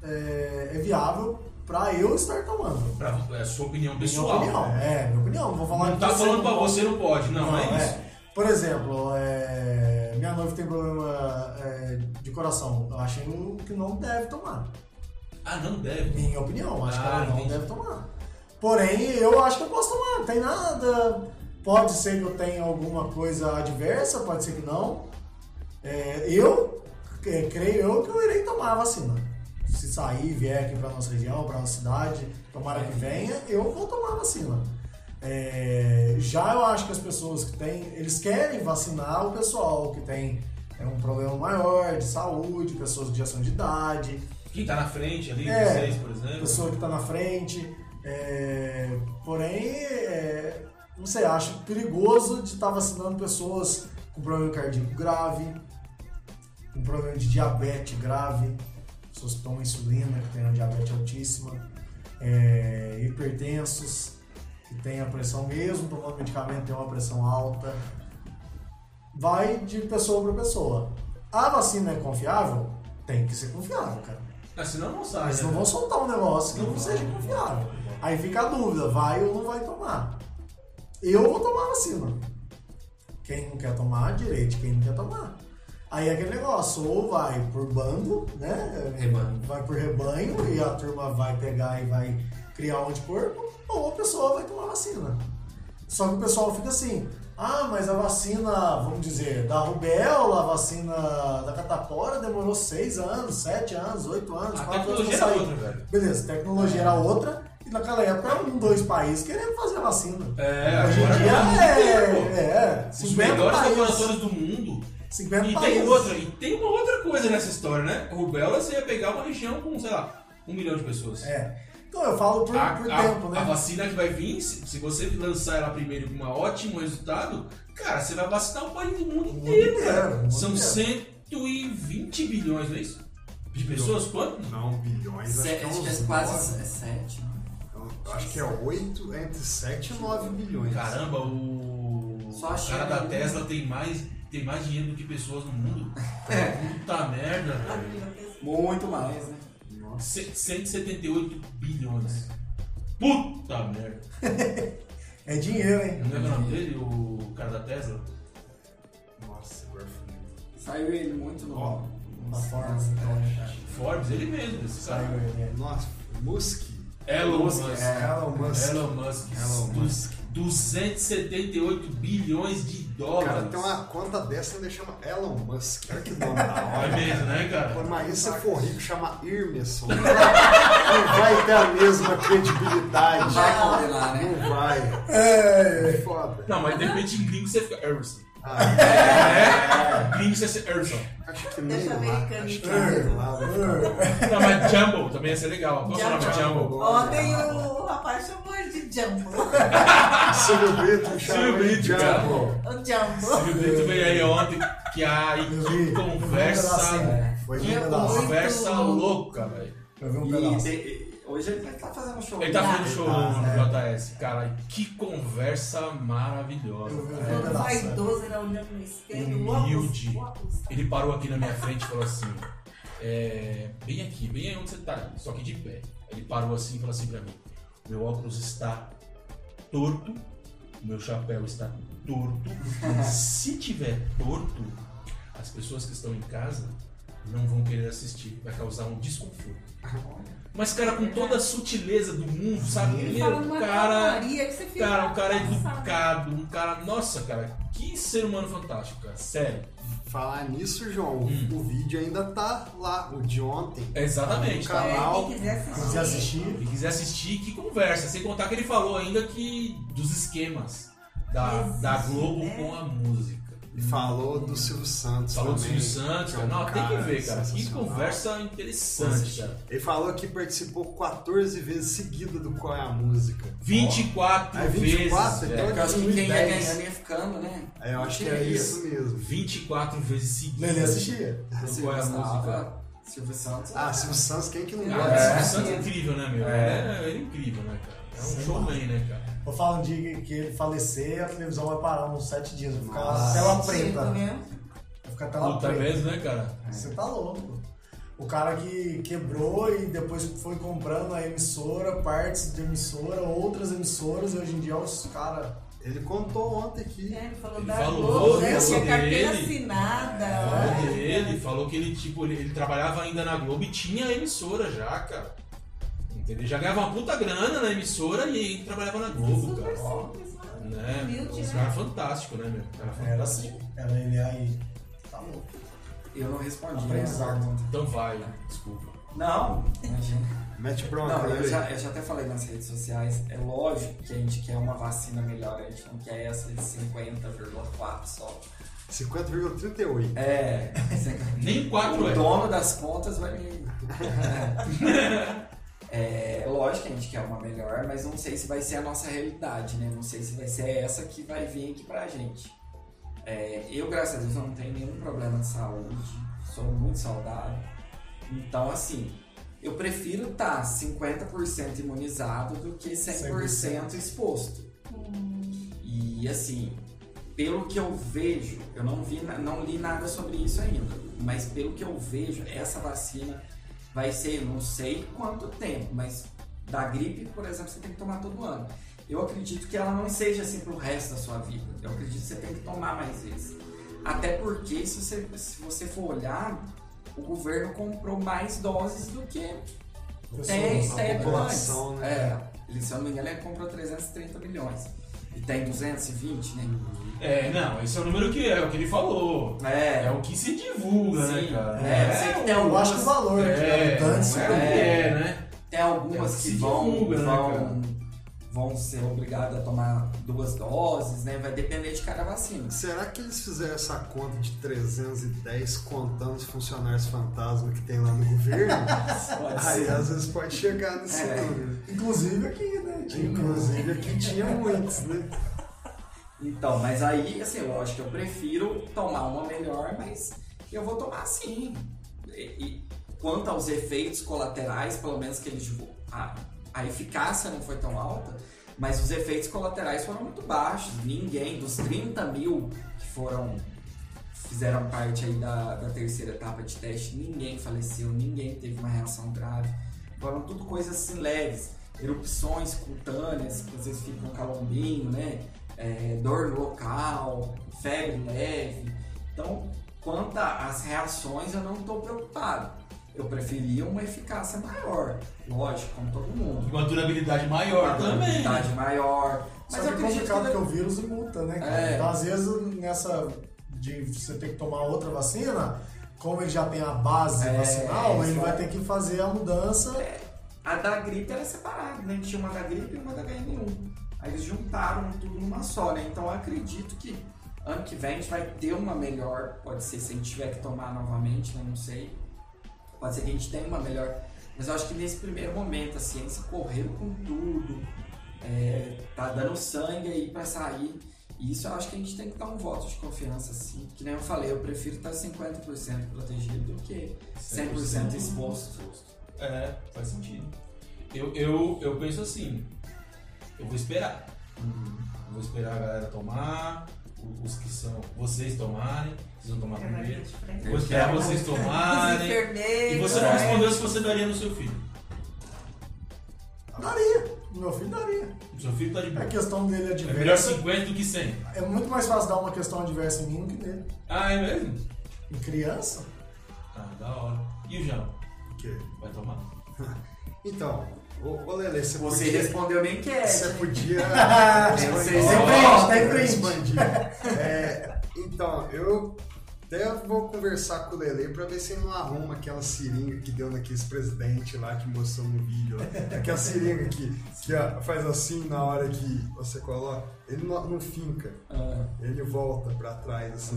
E: é, é viável pra eu estar tomando.
A: Pra- É a sua opinião
E: Minha
A: pessoal.
E: opinião, é, minha opinião. Não vou falar
A: Não
E: que
A: tá
E: você
A: falando
E: não
A: pra
E: pode.
A: você não pode, não, é isso.
E: Por exemplo, é, minha noiva tem problema é, de coração. Eu acho que não deve tomar.
A: Ah, não deve.
E: Minha opinião, acho que
A: Ah,
E: ela não
A: entendi.
E: deve tomar. Porém, eu acho que eu posso tomar, não tem nada. Pode ser que eu tenha alguma coisa adversa, pode ser que não. É, eu é, creio eu que eu irei tomar a vacina. Se sair, vier aqui para nossa região, para nossa cidade, tomara que venha, eu vou tomar a vacina. É, já eu acho que as pessoas que têm, eles querem vacinar o pessoal que tem é, um problema maior de saúde, pessoas de ação de idade,
A: Quem tá na frente ali,
E: É.
A: vocês, por
E: a
A: exemplo.
E: pessoa que está na frente. é, porém, é, não sei, acho perigoso de estar vacinando pessoas com problema cardíaco grave, com problema de diabetes grave, pessoas que tomam insulina, que têm uma diabetes altíssima, é, hipertensos, que têm a pressão mesmo, tomando medicamento tem uma pressão alta. Vai de pessoa para pessoa. A vacina é confiável? Tem que ser confiável, cara.
A: Ah, senão não sai.
E: Mas
A: né?
E: não vão soltar um negócio que não seja confiável. Aí fica a dúvida, vai ou não vai tomar. Eu vou tomar a vacina. Quem não quer tomar, direito, quem não quer tomar. Aí é aquele negócio, ou vai por bando, né?
D: Rebanho.
E: Vai por rebanho e a turma vai pegar e vai criar um anticorpo, ou a pessoa vai tomar a vacina. Só que o pessoal fica assim, ah, mas a vacina, vamos dizer, da rubéola, a vacina da catapora demorou 6 anos, 7 anos, 8 anos,
A: A
E: 4 anos
A: tecnologia
E: pra
A: era
E: sair.
A: outra, É. velho.
E: Beleza, a tecnologia era outra, e naquela época eram um, dois países querendo fazer a vacina.
A: É,
E: Hoje em
A: agora
E: dia
A: não tem, pô.
E: é, é,
A: Os
E: 50
A: melhores
E: países.
A: laboratórios do mundo.
E: 50
A: E
E: países.
A: tem, outra, e tem uma outra coisa nessa história, né? Rubela, você ia pegar uma região com, sei lá, um milhão de pessoas.
E: É. Então eu falo por,
A: a,
E: por
A: a-
E: tempo,
A: a
E: né?
A: vacina que vai vir, se, se você lançar ela primeiro com um ótimo resultado, cara, você vai vacinar o país do mundo
E: O mundo
A: inteiro,
E: inteiro,
A: cara.
E: o mundo
A: São
E: inteiro.
A: 120 bilhões, não é isso? De pessoas? Quanto?
B: Não, bilhões, acho
D: Sete,
B: que é
D: acho
B: uns
D: que é quase
B: nove.
D: é sete.
B: Eu Acho que é 8, entre 7 e 9 bilhões.
A: Caramba, o
D: Só a
A: o cara
D: China.
E: né?
A: da Tesla tem mais, tem mais dinheiro do que pessoas no mundo. Puta merda, velho.
D: Muito mais, né?
B: Nossa.
A: C- 178 bilhões. Puta merda.
E: É dinheiro, hein?
A: Não é o nome dele, o cara da Tesla?
B: Nossa, agora foi.
D: Saiu ele muito no.
B: Ó,
E: na forma, então,
D: é.
A: Forbes, ele mesmo, esse cara.
E: Saiu ele,
B: É,
E: né? É,
B: Nossa, Musk.
A: Elon Musk.
B: Elon Musk.
A: Elon Musk.
B: Elon
A: Du- 278 bilhões de
B: O cara
A: dólares.
B: tem uma conta dessa ainda chama Elon Musk. Olha que nome da
A: É
B: hora.
A: mesmo, né, cara?
B: Quando Maísa se for rico, chama Irmeson. Não vai ter a mesma credibilidade.
D: Vai combinar, né?
B: Não vai.
E: É.
B: É foda.
A: Não, mas de repente em gringo você fica Erison.
B: Ah,
A: É? Gringo você é Erison.
B: acho que nem
C: Deixa
B: lá.
C: americano.
B: Acho que nem lá. vai ficar né? bom.
A: Não, mas Jumbo também ia ser legal. Qual é o seu nome? Jumbo.
C: Ontem o rapaz chamou ele de Jumbo.
B: Silvio Brito, chama
A: Silvio Brito,
B: Diabo.
A: cara.
C: O Jumbo.
A: Silvio Brito veio aí ontem, que aí
E: Eu vi.
A: que
E: Eu vi um pedacinho.
A: conversa.
B: Foi
E: Eu vi um
B: muito
E: pedaço.
A: Conversa
C: Muito.
A: louca, velho.
E: Eu vi um
D: E
E: pedaço.
D: de- hoje ele vai estar fazendo show.
A: Ele tá
D: né?
A: fazendo show no JS, cara. Que conversa maravilhosa.
E: Eu vi um
C: Todo
E: pedaço. né?
C: vaidoso, ele olhando no espelho. o óculos,
A: humilde.
C: o óculos.
A: Ele parou aqui na minha frente e falou assim: é, bem aqui, bem aí onde você tá, só que de pé. Ele parou assim e falou assim pra mim: meu óculos está torto, meu chapéu está torto. Se tiver torto, as pessoas que estão em casa não vão querer assistir, vai causar um desconforto. Mas, cara, com toda a sutileza do mundo, sabe?
C: Ele
A: Meu,
C: fala uma
A: cara,
C: calmaria que você fica.
A: cara, um cara
C: passado.
A: educado, um cara, nossa, cara, que ser humano fantástico, cara, sério.
B: Falar nisso, João, o vídeo ainda tá lá, o de ontem.
A: Exatamente.
B: Tá no
C: É,
B: canal.
C: quem quiser assistir.
E: Se assistir,
A: Quem quiser assistir, que conversa. Sem contar que ele falou ainda que dos esquemas da,
C: Existe,
A: da Globo
C: né?
A: com a música.
B: E falou do Silvio Santos.
A: Falou do
B: também,
A: Silvio Santos,
B: que é
A: cara.
B: um
A: Não, tem que
B: cara
A: ver, cara. Que
B: sensacional.
A: conversa interessante, cara.
B: Ele falou que participou 14 vezes seguida do Qual é a Música.
A: 24
B: É
A: vezes.
B: 24?
A: velho.
B: Então
D: Por
B: é
D: causa que quem ia
B: 2010.
D: ganhando ia ficando, né?
B: É, eu acho que é isso mesmo.
A: 24 vezes seguidas.
E: Lelê assistia.
A: Então,
D: Silvio
A: Qual é a música?
D: Gustavo, Silvio Santos.
B: Ah, Silvio Santos, quem que não gosta?
A: Cara,
D: É.
A: o Santos é incrível, né, meu?
D: É.
A: É, ele é incrível, né, cara? É um
E: Sim.
A: showman, né, cara?
E: Eu falo um dia que ele falecer, a televisão vai parar uns sete dias, vai ficar
B: Nossa.
E: tela
C: Tipo,
E: preta.
C: né?
E: Vai ficar tela
A: Puta
E: preta.
A: mesmo, né, cara?
E: Você tá louco. O cara que quebrou e depois foi comprando a emissora, partes de emissora, outras emissoras, e hoje em dia é os caras.
B: Ele contou ontem aqui.
C: É, Ele falou
A: Ele
C: da
A: falou,
C: Globo, né?
A: falou
C: Tinha carteira
A: dele. É,
C: assinada.
A: Falou
C: olha.
A: dele, falou que ele, tipo, ele, ele trabalhava ainda na Globo e tinha a emissora já, cara. Entendeu? Já ganhava uma puta grana na emissora e ele trabalhava na Globo,
C: Super
A: cara. Ó,
C: simples, né?
A: Né?
C: Humilde,
A: Um
C: né?
A: cara fantástico, né, meu? Um cara
E: Era
A: fantástico.
E: assim. Era ele aí. Tá louco.
D: Eu não respondi. né?
E: Aprendizado.
A: Então vai, desculpa.
D: Não, imagina.
B: Mete bronca.
D: Não, eu
B: ele.
D: já, eu já até falei nas redes sociais, é lógico que a gente quer uma vacina melhor, né? a gente não quer essa de 50,4 só.
B: 50,38.
D: É, você-
A: Nem quatro
D: o
A: é.
D: dono das contas vai me. É lógico que a gente quer uma melhor, mas não sei se vai ser a nossa realidade, né? Não sei se vai ser essa que vai vir aqui pra gente. É, eu, graças a Deus, eu não tenho nenhum problema de saúde, sou muito saudável. Então, assim, eu prefiro tá estar 50% imunizado do que 100% exposto. E assim, pelo que eu vejo, eu não vi, na- não li nada sobre isso ainda, mas pelo que eu vejo, essa vacina vai ser, não sei quanto tempo, mas da gripe, por exemplo, você tem que tomar todo ano. Eu acredito que ela não seja assim pro resto da sua vida. Eu acredito que você tem que tomar mais vezes. Até porque se você, se você for olhar, o governo comprou mais doses do que tem,
E: Pessoas.
D: tem
B: população,
D: mais.
B: né?
D: É, ele, se eu não me engano, ele comprou 330 milhões. E tem 220, né?
A: É, não, esse é o número que é, o que ele falou. É,
D: É,
A: o que se divulga, né,
D: Sim,
A: cara?
D: é, eu sei que tem
E: Eu acho que o
D: algumas,
E: valor de
A: É, não
E: habitantes.
A: é o que é, né?
D: tem algumas
A: é o que
D: que
A: se
D: vão,
A: divulga, né,
D: vão, vão ser obrigadas a tomar duas doses, né? Vai depender de cada vacina.
B: Será que eles fizeram essa conta de 310 contando os funcionários fantasma que tem lá no governo?
D: Pode
B: Aí
D: ser.
B: às vezes pode chegar nesse
D: É.
B: número.
E: Inclusive aqui, né? Tinha-
B: Inclusive aqui tinha muitos, né?
D: Então, mas aí, assim, lógico, eu prefiro tomar uma melhor, mas eu vou tomar sim. E, e quanto aos efeitos colaterais, pelo menos que ele divulgou, a, a eficácia não foi tão alta, mas os efeitos colaterais foram muito baixos. Ninguém dos 30 mil que foram fizeram parte aí da, da terceira etapa de teste, ninguém faleceu, ninguém teve uma reação grave. Foram tudo coisas assim leves, erupções cutâneas, que às vezes ficam calombinho, né? É, dor no local, febre leve. Então, quanto às reações, eu não estou preocupado. Eu preferia uma eficácia maior, lógico, como todo mundo.
A: Uma durabilidade maior né? também.
D: Uma maior.
E: Mas
D: Mas
E: Só
D: eu
E: que é
D: acredito
E: complicado
D: que
E: porque o vírus multa, né, cara?
D: É.
E: Então, às vezes, nessa de você ter que tomar outra vacina, como ele já tem a base
D: É,
E: vacinal, ele
D: isso
E: vai
D: é.
E: ter que fazer a mudança.
D: A da gripe era separada, né? Tinha uma da gripe e uma da HN1. Aí eles juntaram tudo numa só, né? Então eu acredito que ano que vem a gente vai ter uma melhor. Pode ser se a gente tiver que tomar novamente, né? Não sei. Pode ser que a gente tenha uma melhor. Mas eu acho que nesse primeiro momento a ciência correu com tudo. É, tá dando sangue aí pra sair. E isso eu acho que a gente tem que dar um voto de confiança, assim. Que nem eu falei, eu prefiro estar 50% protegido do que 100% exposto.
A: É, faz sentido. Eu, eu, eu penso assim, eu vou esperar. Eu vou esperar a galera tomar, o- os que são, vocês tomarem, vocês vão tomar
C: Ela vai
A: primeiro.
C: de frente.
A: Vou esperar vocês
C: Os
A: tomarem. E
C: enfermeiros.
A: você não
C: né?
A: respondeu se você daria no seu filho.
E: Daria. Meu filho daria.
A: O seu filho tá de
E: A
A: boa.
E: questão dele é
A: É melhor
E: diversa.
A: 50 do que 100.
E: É, muito mais fácil dar uma questão adversa em mim do que nele.
A: Ah, é mesmo?
E: Em criança?
A: Ah, da hora. E o Jão?
B: quê?
A: Vai tomar?
B: Então, ô, ô Lele, você,
D: Você
B: podia...
D: respondeu minha
B: Você
D: enquete.
B: podia...
D: Você-
B: Ó,
D: você
E: tá em
B: eu
E: frente.
B: expandi. É, então, eu até vou conversar com o Lele pra ver se ele não arruma aquela seringa que deu naqueles presidente lá que mostrou no vídeo. ó. Aquela seringa que, que ó, faz assim na hora que você coloca. Ele não, não finca.
D: Ah,
B: Ele volta pra trás, assim,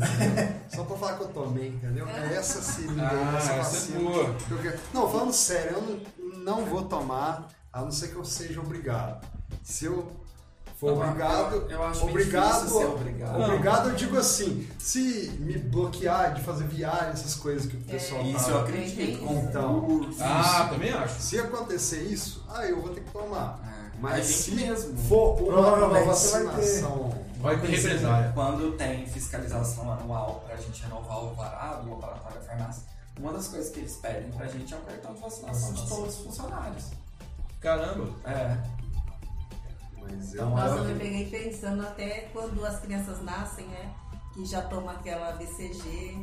B: só pra falar que eu tomei, entendeu? É essa seringa,
A: Ah,
B: aí,
A: essa
B: essa
A: é
B: vacina.
A: boa.
B: que eu quero. Não, falando sério, eu não, não vou tomar, a não ser que eu seja obrigado. Se eu for
D: Não,
B: obrigado,
D: Tá eu- eu acho bem
B: obrigado,
D: difícil ser obrigado.
B: obrigado, eu digo assim, se me bloquear de fazer viagem, essas coisas que o pessoal
D: Isso eu
B: fala,
D: acredito.
B: Então.
D: Concurso.
A: Ah, também acho.
B: se acontecer isso, aí eu vou ter que tomar.
D: É, a
B: Mas
D: gente
B: se
D: mesmo.
B: for uma, uma
E: Provavelmente você vai ter.
B: vacinação...
A: Vai ter represália.
D: Quando tem fiscalização anual pra gente renovar o vará do laboratório da farmácia, uma das coisas que eles pedem pra gente é o cartão de vacinação de todos os funcionários.
A: Caramba.
D: É.
B: Mas eu...
D: Então,
C: Nossa,
D: é
C: eu
D: o
C: me
D: que-
C: peguei pensando até quando as crianças nascem, né? Que já toma aquela BCG.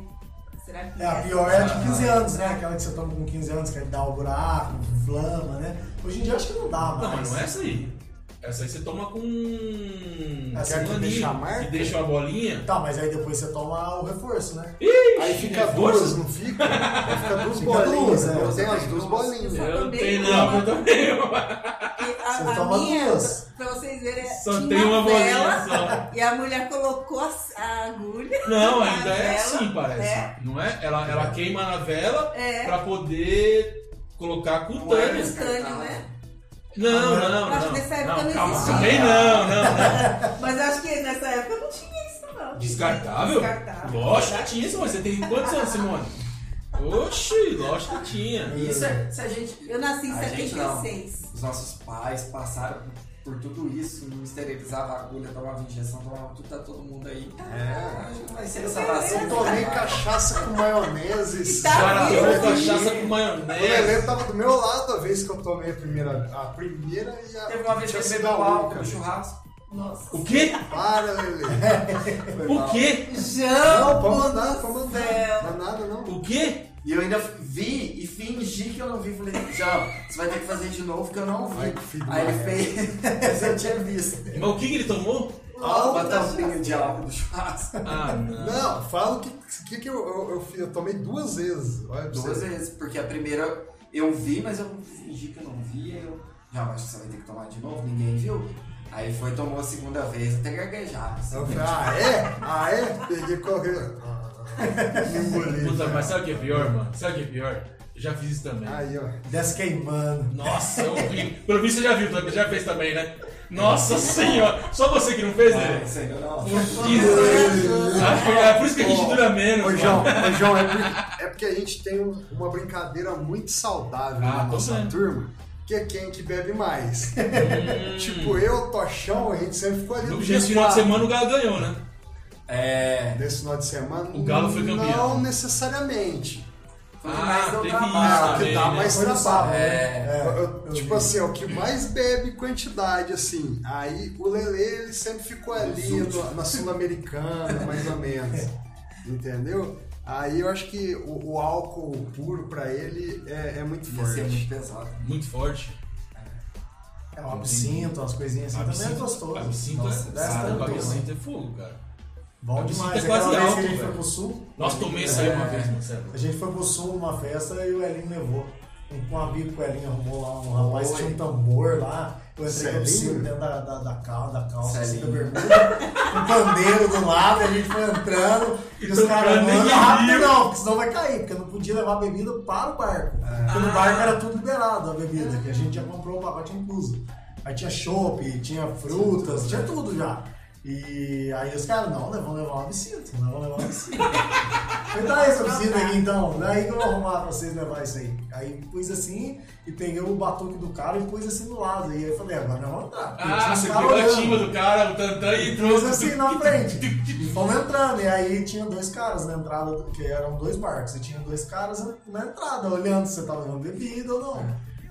C: Será que
E: É, a
C: essa-
E: pior é a de 15 anos, né? Aquela que você toma com 15 anos, que aí dá o buraco, inflama, né? Hoje em dia acho que não dá
A: Não, mas
E: mais.
A: não é essa aí. Essa aí você toma com.
E: Essa
A: com
B: que
A: um
B: deixa a
A: aninho,
B: marca?
A: Que deixa uma bolinha.
E: Tá, mas aí depois você toma o reforço, né?
B: Aí fica
A: é
B: duas,
A: força.
B: não fica? Aí fica duas
E: Fica
B: bolinhas,
E: duas,
B: né?
E: é.
B: Eu tenho as duas bolinhas.
C: Eu
A: Eu não
C: também
A: tenho,
C: não.
A: não, eu também. não.
C: Porque a,
E: Você
C: a
E: toma
C: minha,
E: duas.
C: pra vocês verem, é
A: Só
C: tinha
A: tem uma bolinha
C: vela,
A: só.
C: E a mulher colocou a, a agulha.
A: Não,
C: na
A: ainda é
C: vela,
A: assim, parece.
C: É.
A: Não é? Ela, ela queima na vela
C: É.
A: pra poder colocar
D: Não é
A: cutânea.
D: esse
C: Tânia,
D: cartão.
C: né?
A: Não, não, não.
C: Acho que nessa época não
A: calma,
C: existia.
A: também não, não, não.
C: Mas acho que nessa época não tinha isso, não.
A: Descartável?
C: Descartável.
A: Lógico que tinha, Simone. Você tem quantos anos, Simone? Oxi, lógico que tinha.
D: Isso é, se a gente.
C: Eu nasci em
D: a gente não.
C: 76.
D: Os nossos pais passaram por tudo isso, não esterilizava a agulha, tomava injeção, tomava tudo, tá todo mundo aí.
B: É.
D: Ah, Vai ser essa
B: Eu
D: vacina.
B: tomei cachaça com maionese.
C: E tá
B: sabe?
A: Cara,
C: vivo.
A: eu cachaça com
B: O
A: maionese.
B: Lelê tava do meu lado a vez que eu tomei a primeira, a primeira e a.
D: Teve uma vez que
B: tinha
D: eu
B: sido
D: bebeu
B: a
D: álcool
B: única.
D: no churrasco.
C: Nossa.
A: O quê?
B: Para, Lelê.
A: O quê?
C: Jambo
B: Não, pode andar,
C: do
B: pode andar.
C: céu.
B: Não é nada, não.
A: O quê?
D: E eu ainda vi e fingi que eu não vi. Falei, Jão, você vai ter que fazer de novo que eu não vi.
B: Ai, que filho
D: Aí
B: da
D: ele fez, mas eu tinha visto.
A: Mas o que que ele tomou?
D: Uma tampinha um de álcool do churrasco.
A: Ah, não.
B: Não, fala o que, que, que eu, eu, eu fiz. Eu tomei duas vezes. Olha pra
D: Duas
B: você.
D: vezes, porque a primeira eu vi, mas eu fingi que eu não vi. aí Eu, Jão, acho que você vai ter que tomar de novo, ninguém viu. Aí foi, tomou a segunda vez, até gaguejava. assim.
B: Eu falei, ah, é? Ah, é? Peguei correndo. Me engoli.
A: Puta, mas sabe o que é pior, mano? Sabe o que é pior? Eu já fiz isso também.
B: Aí, ó.
E: Desce queimando.
A: Nossa, é horrível. Pelo visto você já viu, você já fez também, né? Nossa senhora. Só você que não fez,
D: Ah,
A: né?
D: isso aí eu não.
A: Isso. Ah, É por isso que a gente dura menos,
B: Ô,
A: mano.
B: João, ô, João, é porque, é porque a gente tem um- uma brincadeira muito saudável
A: Ah,
B: na
A: tô
B: nossa
A: vendo.
B: turma, que é quem que bebe mais. tipo, eu, Tochão, a gente sempre ficou ali no
A: Hum. Esse final de semana o Galo ganhou, né?
D: É.
B: Nesse final de semana,
A: O Galo foi campeão.
B: Não necessariamente.
D: Foi
A: Ah,
D: mais deu
A: teve
D: trabalho.
B: Ah, o que
A: também,
B: dá
A: né?
B: mais
E: Foi no
B: trabalho.
E: sábado.
D: É.
E: É,
B: Eu- eu-
E: eu
B: tipo
E: vi.
B: assim, é o que mais bebe quantidade, assim. Aí o Lele ele sempre ficou ali no- na Sul-Americana, mais ou menos. Entendeu? Aí eu acho que o, o álcool puro pra ele é, é muito
D: Ia
B: forte.
D: ser muito pesado.
A: Muito forte.
E: É o absinto, umas coisinhas assim, também é gostoso.
A: Absinto
D: Nossa,
A: é,
E: desce
A: cara,
E: tanto,
A: absinto é fogo, cara.
E: Bom
A: absinto
E: demais.
A: é quase
E: Aquela vez
A: álcool,
E: que a gente foi
A: velho.
E: pro sul. É.
A: Nós tomei isso aí uma vez, né? Marcelo.
E: A gente foi pro sul numa festa e o Elinho levou. Um, um amigo que o Elinho arrumou lá, um rapaz que tinha um tambor lá. Eu entrei com
B: Celinho?
E: o cinto dentro da, da, da calça, da calça, assim, da
D: Celinho.
E: bermuda. Um pandeiro do lado, a gente foi entrando. E os
A: tocando,
E: caras, não anda
A: ninguém
E: rápido
A: viu."
E: não, porque senão vai cair. Porque não podia levar bebida para o barco. Porque no barco era tudo liberado a bebida, que a gente já comprou o pacote incluso. Aí tinha chopp, tinha frutas, tinha tudo já. E aí os caras, não, nós vamos levar uma bicicleta, nós vamos levar uma bicicleta. Me dá essa piscina aqui então, daí que eu vou arrumar pra vocês levar isso aí. Aí pus assim e peguei o batuque do cara e pus assim do lado. E aí eu falei, agora nós vamos entrar. porque tinha
A: Ah,
E: uns
A: você
E: caras
A: pegou a
E: olhando.
A: timba do cara, o tantã e
E: Pus
A: trouxe.
E: assim na frente. E fomos entrando. E aí tinha dois caras na entrada, que eram dois barcos. E tinha dois caras na entrada, olhando se você tava levando bebida ou não.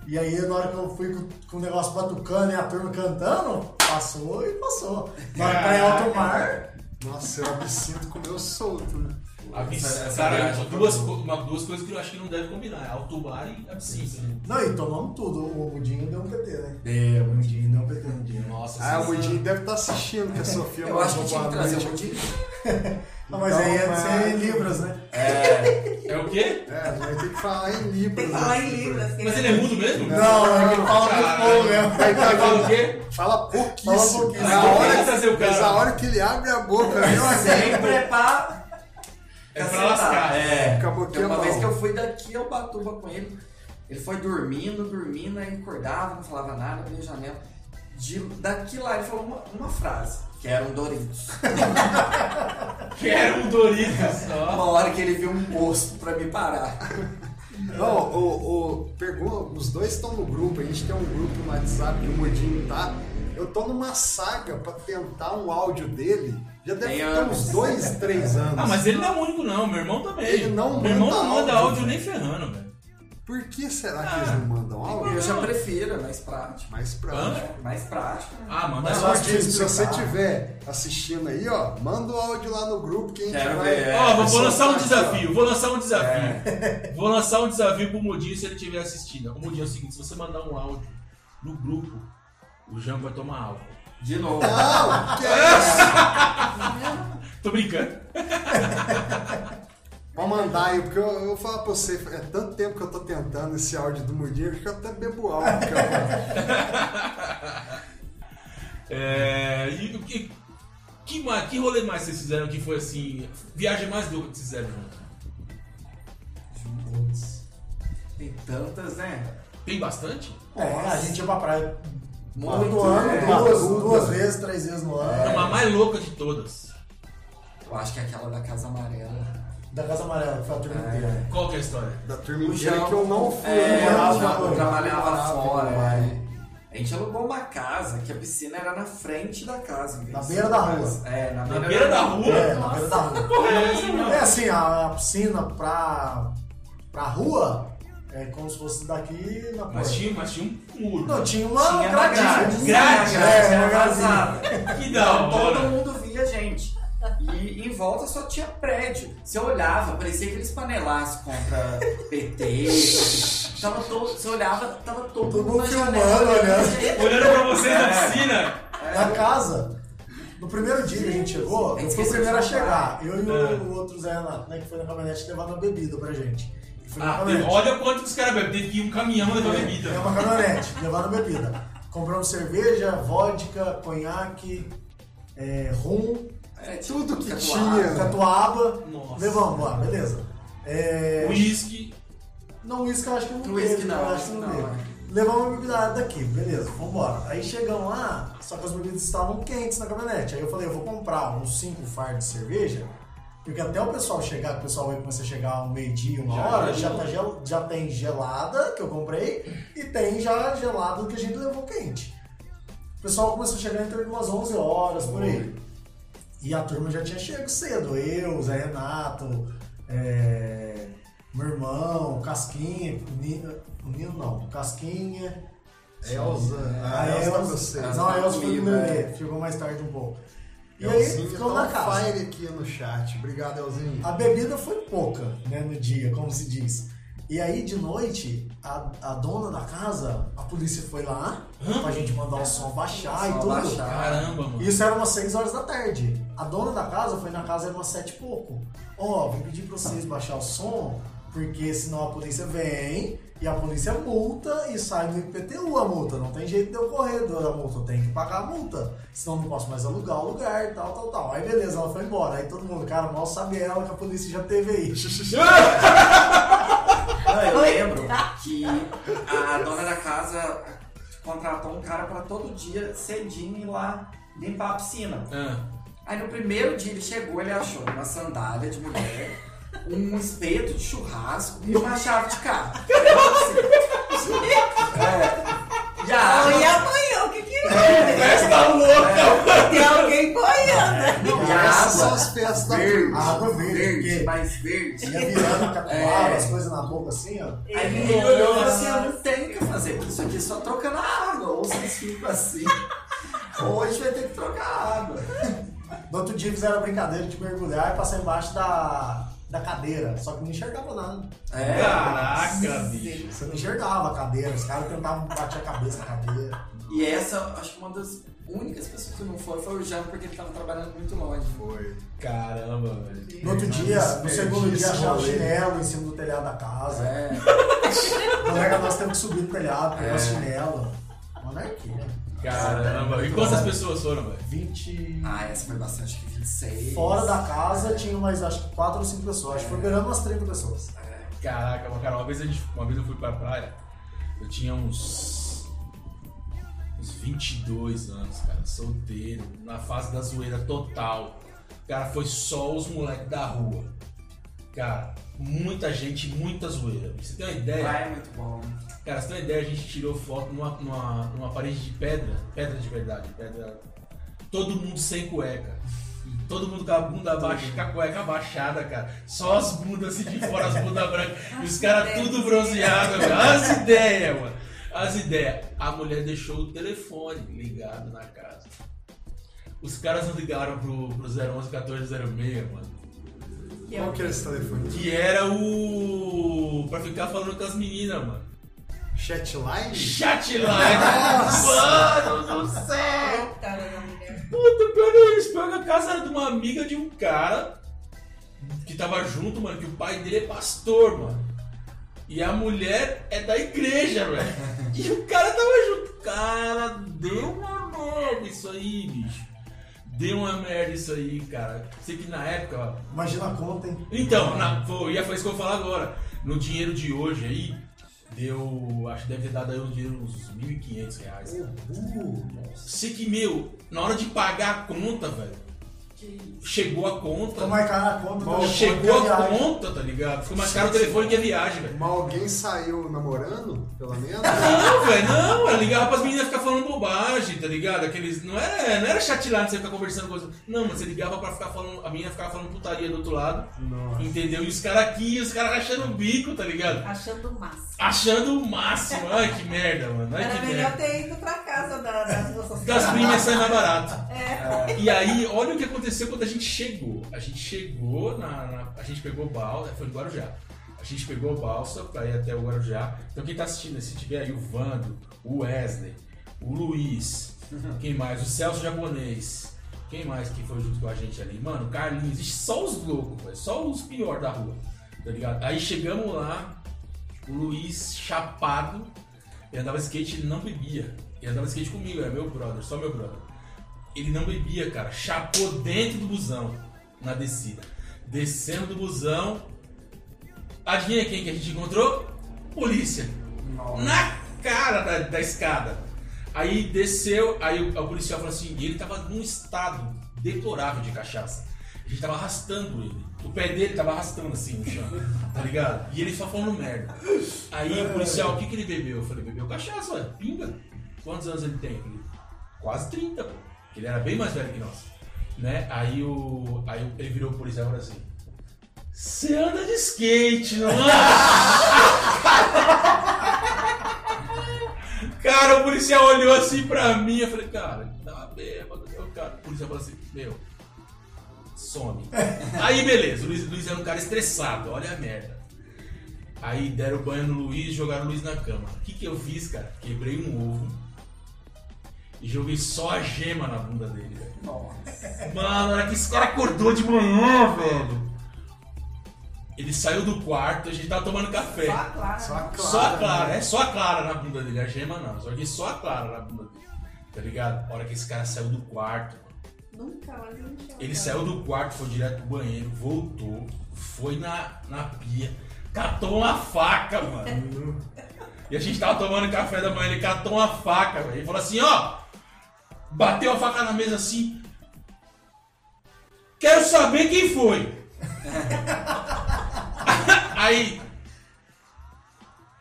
E: E aí, na hora que eu fui com, com o negócio batucando e a turma cantando, passou e passou. Na hora que caiu alto mar,
B: Nossa, eu absinto comeu solto, né?
A: Abs...
D: essa
A: Cara,
D: viagem pra
A: duas,
D: mim.
A: co- uma- duas coisas que eu acho que não deve combinar: é alto bar e abscissa. né?
E: Não, e tomamos tudo. O Mudinho deu um PT, né?
D: Deu, um dia, não PT, um dia. Nossa,
B: Ah, o
D: vocês-
B: Mudinho deve estar assistindo que a Sofia
D: Eu acho que
B: mandou
D: tinha que
B: boa
D: trazer um
B: noite.
D: o Mudinho.
E: Não, mas aí é
B: Então,
E: de
B: mas-
E: ser em libras, né?
D: É,
A: É o quê?
B: É, vai ter que falar em
C: Tem
B: Libras.
C: que falar
B: né?
C: em Libras. que
A: Mas ele é mudo mesmo?
E: Não, é que fala
A: Caralho.
E: do povo mesmo.
B: Vai
A: Ele fala o
B: tá
A: quê?
B: Fala
E: Fala
B: pouquíssimo.
E: pouquíssimo.
B: Na
A: Mas
B: hora,
A: tem que trazer o cara.
B: mas a hora que ele abre a boca, meu amigo,
D: sempre é pra
A: É pra lascar.
D: É.
B: Acabou que
D: Então, uma
B: é
D: vez
A: um.
B: mal.
D: que eu fui daqui eu batuba com ele. Ele foi dormindo, dormindo, aí acordava, não falava nada, abria a janela. De, daqui lá ele falou uma, uma frase, que era um Doritos.
A: Quero um Doritos só.
D: Uma hora que ele viu um posto pra me parar.
B: Não, o, o, pergunta, os dois estão no grupo, a gente tem um grupo no WhatsApp que o Mudinho tá. Eu tô numa saga pra tentar um áudio dele. Já deve
D: Tem
B: ter
D: anos.
B: uns dois, três anos.
A: Ah, mas ele não é o único, não. Meu irmão também.
B: Ele não
A: Meu irmão
B: manda
A: não manda
B: áudio,
A: áudio nem ferrando, velho.
B: Por que será que
A: Ah,
B: eles não mandam áudio?
D: Eu já prefiro, é mais prático.
B: Mais pra
A: Hã?
B: onde?
D: É mais prático. né?
A: Ah, manda
B: Mas
E: Mas
A: áudio.
E: eu
B: só
E: acho que
B: que se você
E: explicar.
B: estiver assistindo aí, ó, manda o áudio lá no grupo que a gente
D: Quero
B: vai.
D: ver, é.
A: Ó, vou, vou
B: pessoal
A: lançar um
B: tá aqui,
A: desafio, vou lançar um desafio. Vou lançar um desafio pro Mudinho se ele estiver assistindo. O Mudinho é o seguinte, se você mandar um áudio no grupo, o Jean vai tomar álcool.
D: De novo.
B: ó. Não, que é isso?
A: Tô brincando.
B: Vou mandar aí, porque eu, eu vou falar pra você, é tanto tempo que eu tô tentando esse áudio do Mudinho, que eu até bebo álcool. que eu-
A: É, e o que, que, ma- que rolê mais vocês fizeram que foi assim, viagem mais louca que vocês fizeram?
D: Juntos. Tem tantas, né?
A: Tem bastante?
E: É, a gente ia pra praia
D: Muito
E: todo ano,
D: né?
E: duas,
B: Tudo.
E: duas vezes, três vezes no
A: Não,
E: ano.
A: a É mais louca de todas.
D: Eu acho que é aquela da Casa Amarela.
E: Da Casa Amarela, que foi a turma inteira.
A: Qual que é a história?
B: Da turma
D: O
B: inteira
D: João-
B: que eu não fui.
D: É,
B: eu
D: eu,
B: não
D: tra- eu
B: fui.
E: é,
D: trabalhava
B: Não,
D: fora.
B: não.
D: né? A gente alugou uma casa que a piscina era na frente da casa. em vez
E: Na
D: de
E: beira
D: ser
E: da
D: uma
E: rua.
D: casa. É,
A: Na
D: na beira,
A: beira da rua?
E: É, na beira da rua.
A: Porra, é essa, mano?
E: É assim, a, a piscina pra, pra rua é como se fosse daqui na
A: Mas
E: porta.
A: tinha, mas tinha um muro.
E: Não, tinha uma
D: Tinha uma
E: gradinha.
D: grade.
A: Grade?
D: É,
E: É,
D: era
E: uma
D: vazada.
A: Que da hora.
D: Então, todo mundo via a gente. E em volta só tinha prédio. Você olhava, parecia aqueles panelaços contra PT. tava todo, você olhava, tava todo
E: Todo
D: mundo na
E: mundo filmando,
D: janela,
E: olhando.
D: a gente.
A: Olhando pra vocês na
D: É.
A: piscina.
E: Na casa. No primeiro dia que a gente
D: A
E: chegou, eu
D: gente
E: fui o
D: esqueceu
E: primeiro a
D: de comprar.
E: chegar. Eu e
A: É.
E: o, o outro Zé Renato, né, que foi na caminhonete levar uma bebida pra gente. E Foi na
A: Ah, tem-
E: caminhonete.
A: olha quanto que os caras bebem. Teve que ir um caminhão levar bebida.
E: É uma caminhonete, levaram bebida. Compramos cerveja, vodka, conhaque, é, rum,
D: É, tinha
B: Tudo que
D: tatuagem.
B: tinha.
E: catuaba.
A: Nossa.
E: Levamos lá, beleza. É,
A: Whisky.
E: Não, uísque eu acho que não teve.
D: Uísque não,
E: eu acho que não,
D: não,
E: teve.
D: né?
E: Levamos a bebida daqui, beleza, vambora. Aí chegamos lá, só que as bebidas estavam quentes na caminhonete. Aí eu falei, eu vou comprar uns 5 fardos de cerveja, porque até o pessoal chegar, que o pessoal vai começar a chegar ao meio-dia, uma
A: Já
E: hora,
A: era,
E: já,
A: né?
E: tá gel- já tem gelada que eu comprei e tem já gelado que a gente levou quente. O pessoal começou a chegar em torno de umas 11 horas, por aí. E a turma já tinha chego cedo. Eu, Zé Renato, é, meu irmão, Casquinha, o Nino, o Nino não, Casquinha.
B: É
E: É,
B: Elza.
E: A
B: A Elza tá com
E: Elza,
B: você.
E: não, a Elza foi
D: Comigo,
E: primeiro
D: é.
E: dia, chegou mais tarde um pouco. E
B: Elzinho
E: aí ficou
B: tá
E: na
B: on
E: casa. Ah,
B: fire aqui no chat. Obrigado, Elzinho.
E: A bebida foi pouca, né, no dia, como se diz. E aí, de noite, a, a dona da casa, a polícia foi lá pra gente mandar o som baixar e
D: Só
E: tudo.
D: baixar.
A: Caramba, mano.
E: Isso era umas 6 horas da tarde. A dona da casa foi na casa, era umas 7 e pouco. Ó, vou pedir pra vocês baixar o som, porque senão a polícia vem e a polícia multa e sai no IPTU a multa. Não tem jeito de eu correr da multa, eu tenho que pagar a multa. Senão eu não posso mais alugar o lugar, tal, tal, tal. Aí beleza, ela foi embora. Aí todo mundo, cara, mal sabe ela que a polícia já teve aí.
D: Não, Ah, eu lembro que a dona da casa contratou um cara pra todo dia cedinho ir lá limpar a piscina.
A: Ah,
D: Aí no primeiro dia ele chegou, ele achou uma sandália de mulher, um espeto de churrasco e uma chave de carro. Assim. É. E a água,
C: Oi, amanhã, o que que é?
A: Festa louca!
C: Tem alguém boiando.
B: Não,
D: e a
B: essas são
D: água
B: as peças da
D: verde,
B: turma.
E: A água verde, porque-
D: mais verde.
E: Ia virando a capoeira,
D: É.
E: as coisas na boca assim, ó.
D: Aí ele
A: Ele
D: olhou e
A: olhou
D: falou assim, eu não tenho o que fazer, porque isso aqui é só troca na água, ou vocês ficam assim, ou a gente vai ter que trocar a água.
E: No outro dia fizeram a brincadeira de mergulhar e passar embaixo da, da cadeira, só que não enxergava nada.
D: É,
A: Caraca, bicho.
E: Você não enxergava a cadeira, os caras tentavam bater a cabeça na cadeira.
D: E essa, acho que uma das únicas pessoas que não foi foi o Jean, porque ele tava trabalhando muito longe.
B: Foi.
A: Caramba, velho.
E: No outro dia, no
B: perdi
E: segundo
B: esse
E: dia, achava o
B: rolê.
E: chinelo em cima do telhado da casa.
D: É,
E: O colega nosso teve que subir no telhado, pegar
D: É.
E: o chinelo. né? Monarquia.
A: Caramba. E quantas pessoas foram, velho?
E: 20.
D: ah, essa foi bastante, acho que 26.
E: Fora da casa tinha mais acho que 4 ou 5 pessoas. Acho que foi beirando umas 30 pessoas.
A: Caraca, mas, cara, uma vez, a gente, uma vez eu fui pra praia, eu tinha uns. uns 22 anos, cara, solteiro, na fase da zoeira total. Cara, foi só os moleques da rua. Cara, muita gente, muita zoeira. Pra Você tem uma ideia?
D: Lá é muito bom.
A: Cara, você tem uma ideia, a gente tirou foto numa, numa, numa parede de pedra, pedra de verdade, pedra. Todo mundo sem cueca. Todo mundo com a bunda abaixo, com a cueca abaixada, cara. Só as bundas assim de fora, as bundas brancas. E os caras tudo bronzeados, velho. As ideias, mano. As ideias. A mulher deixou o telefone ligado na casa. Os caras não ligaram pro, pro 011 1406, mano.
C: Que é
B: Qual
C: o
B: que era esse telefone?
A: Que era o. pra ficar falando com as meninas, mano.
B: Chatline?
A: Chatline! Mano do céu!
C: coitada da tá, né, mulher.
A: Puta, pior é isso. Pior que a casa era de uma amiga de um cara que tava junto, mano, que o pai dele é pastor, mano. E a mulher é da igreja, velho. E o cara tava junto. Cara, deu uma merda isso aí, bicho. Deu uma merda isso aí, cara. Sei que na época, ó,
E: Imagina a conta, hein?
A: então, na, foi, ia- foi isso que eu vou falar agora. No dinheiro de hoje aí, deu. Acho que deve ter dado aí um dinheiro uns 1.500 reais. cara. Sei que, meu, na hora de pagar a conta, velho, chegou a conta.
E: Então marcaram a conta.
B: Bom,
E: então,
A: chegou a
E: foi viagem.
A: conta, tá ligado? Ficou mais caro o telefone que a viagem, velho.
B: Mas alguém saiu namorando, pelo menos?
A: Não, velho, não, eu ligava pras meninas ficar falando bobagem, tá ligado? Aqueles. Não era, não era chatilado você ficar conversando com as Não, mas você ligava pra ficar falando. A menina ficava falando putaria do outro lado,
B: Nossa.
A: entendeu? E os caras aqui, os caras rachando o bico, tá ligado?
C: Achando o máximo.
A: achando o máximo. Ai, que merda, mano. Ai,
C: Era
A: que merda.
C: melhor ter ido pra casa da- das moças.
A: Das primas sai mais barato. E aí, olha o que aconteceu quando a gente chegou. A gente chegou na. na- a gente pegou balsa, foi no Guarujá. A gente pegou balsa pra ir até o Guarujá. Então quem tá assistindo, se tiver aí o Vando, o Wesley, o Luiz, quem mais? O Celso Japonês. Quem mais que foi junto com a gente ali? Mano, Carlinhos, Ixi, só os loucos, velho. Só os pior da rua. Tá ligado? Aí chegamos lá, o Luiz chapado. Ele andava de skate, ele não bebia. Ele andava de skate comigo, era meu brother, só meu brother. Ele não bebia, cara. Chapou dentro do busão, na descida. Descendo do busão. Adivinha quem que a gente encontrou? Polícia. Na cara da, da escada. Aí desceu, aí o, o policial falou assim, e ele tava num estado deplorável de cachaça. A gente tava arrastando ele. O pé dele tava arrastando assim no chão, tá ligado? E ele só falando merda. Aí o policial, o que, que ele bebeu? Eu falei, bebeu cachaça, ué, pinga. Quantos anos ele tem? Ele, quase 30, pô. Ele era bem mais velho que nós. Né? Aí, o, aí ele virou o policial e falou assim: Você anda de skate, não anda?" Cara, o policial olhou assim pra mim. Eu falei: Cara, ele tava bêbado. Eu, cara, o policial falou assim: Meu, some. Aí beleza, o Luiz, Luiz era um cara estressado, olha a merda. Aí deram banho no Luiz, jogaram o Luiz na cama. O que, que eu fiz, cara? Quebrei um ovo e joguei só a gema na bunda dele, velho. Mano, na hora que esse cara acordou de manhã, velho. Ele saiu do quarto, a gente tava tomando café.
C: Só a Clara.
B: Só a Clara.
A: Só a Clara,
B: né?
A: é só a Clara na bunda dele, a gema não. Eu Joguei só a Clara na bunda dele. Tá ligado? A hora que esse cara saiu do quarto,
C: Nunca mais eu não
A: ele saiu do quarto, foi direto pro banheiro, voltou, foi na, na pia, catou uma faca, mano. E a gente tava tomando café da manhã, ele catou uma faca, velho. Ele falou assim, ó, bateu a faca na mesa assim. Quero saber quem foi. Aí.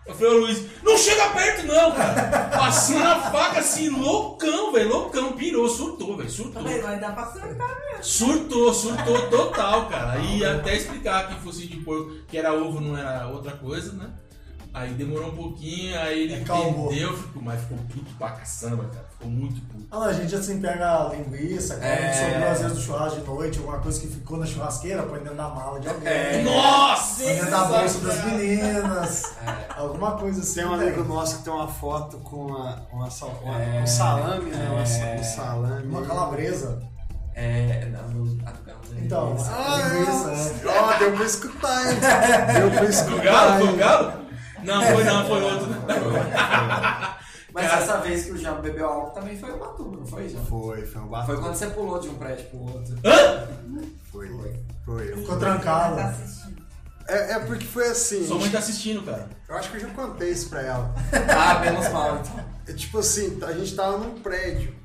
A: Eu falei, ô Luiz, não chega perto não, cara. Passando a faca assim, loucão, velho, loucão, pirou, surtou, velho, surtou.
C: Também vai dar pra surtar mesmo.
A: Surtou, surtou total, cara. E até explicar que focinho de porco, que era ovo, não era outra coisa, né? Aí demorou um pouquinho, aí ele
E: Acalmou.
A: entendeu, ficou, mas ficou puto pra caçamba, cara. Ficou muito puto.
E: Ah, não, a gente assim pega a linguiça, cara,
D: É.
E: que sobrou às vezes do churrasco de noite, alguma coisa que ficou na churrasqueira, põe dentro da mala de alguém.
D: É.
A: Nossa!
E: Põe dentro da bolsa das meninas. Alguma coisa assim.
B: Tem um
E: né?
B: amigo nosso que tem uma foto com uma, uma, sal- uma-
D: É.
B: um salame, né? Uma sa-
D: É.
B: um salame.
E: Uma calabresa.
D: É, da luz, a do galo. né?
E: Então,
D: Isso.
B: Ah, é.
E: linguiça, né?
B: Ó, deu pra escutar, hein? Deu pra escutar.
A: Do galo? Foi
B: hein?
A: o galo? Não, foi não, foi outro. né?
D: Mas
A: Cara-
D: essa vez que o Jabo bebeu álcool também foi uma turma, não foi, Jabo?
B: Foi, foi um
D: Foi
B: bafo.
D: quando você pulou de um prédio pro outro.
B: Foi, foi. foi.
E: Ficou trancado.
C: Tá assistindo.
B: É, é porque foi assim.
A: Sua mãe tá assistindo, cara.
B: Eu acho que eu já contei isso pra ela.
D: Ah, menos mal, então.
B: É, tipo assim, a gente tava num prédio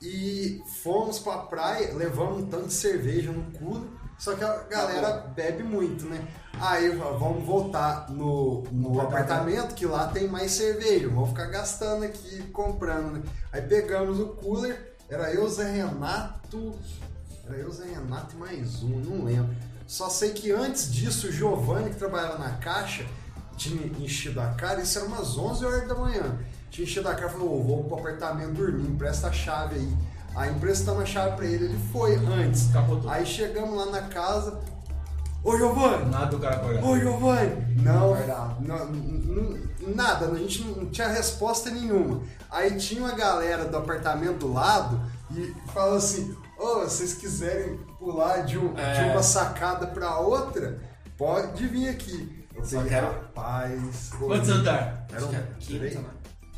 B: e fomos pra praia, levamos um tanto de cerveja no cu, só que a galera bebe muito, né? Aí eu falo, vamos voltar no, no apartamento, que lá tem mais cerveja, vamos ficar gastando aqui, comprando, né? Aí pegamos o cooler, era eu, Zé Renato, era eu, Zé Renato e mais um, não lembro. Só sei que antes disso, o Giovanni, que trabalhava na caixa, tinha enchido a cara, isso era umas 11 horas da manhã. Tinha enchido a cara e falou: "Ô, vou pro apartamento dormir, empresta a chave aí. Aí emprestamos a chave pra ele, ele foi antes.
A: Capotou.
B: Aí chegamos lá na casa. Ô Giovanni!
A: Nada o cara acordar.
B: Ô Giovanni! Não, não, não, nada, a gente não tinha resposta nenhuma. Aí tinha uma galera do apartamento do lado e falou assim: Ô, vocês quiserem pular de, um- de
D: É.
B: uma sacada pra outra, pode vir aqui. Eu
D: Só
B: falei,
D: quero-
B: rapaz. ô,
A: Quantos andar?
B: Eram
D: Acho que é quinta,
B: três,
D: né?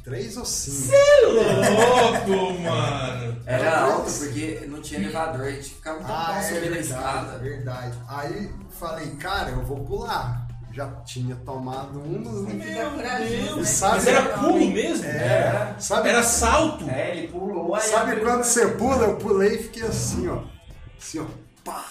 B: três ou cinco?
A: Você é louco, mano.
D: Era alto porque não tinha elevador, a gente ficava tão
B: Ah,
D: mal
B: é
D: subindo a
B: verdade,
D: escada.
B: verdade. Aí falei, cara, eu vou pular. Já tinha tomado um dos.
C: Fica corajoso, né?
A: Mas
B: Sabe-
A: era pulo mesmo?
B: É, sabe?
A: Era salto?
D: É, ele pulou aí.
B: Sabe
D: abriu-
B: quando você pula? Eu pulei e fiquei assim, ó. Assim, ó. Pá!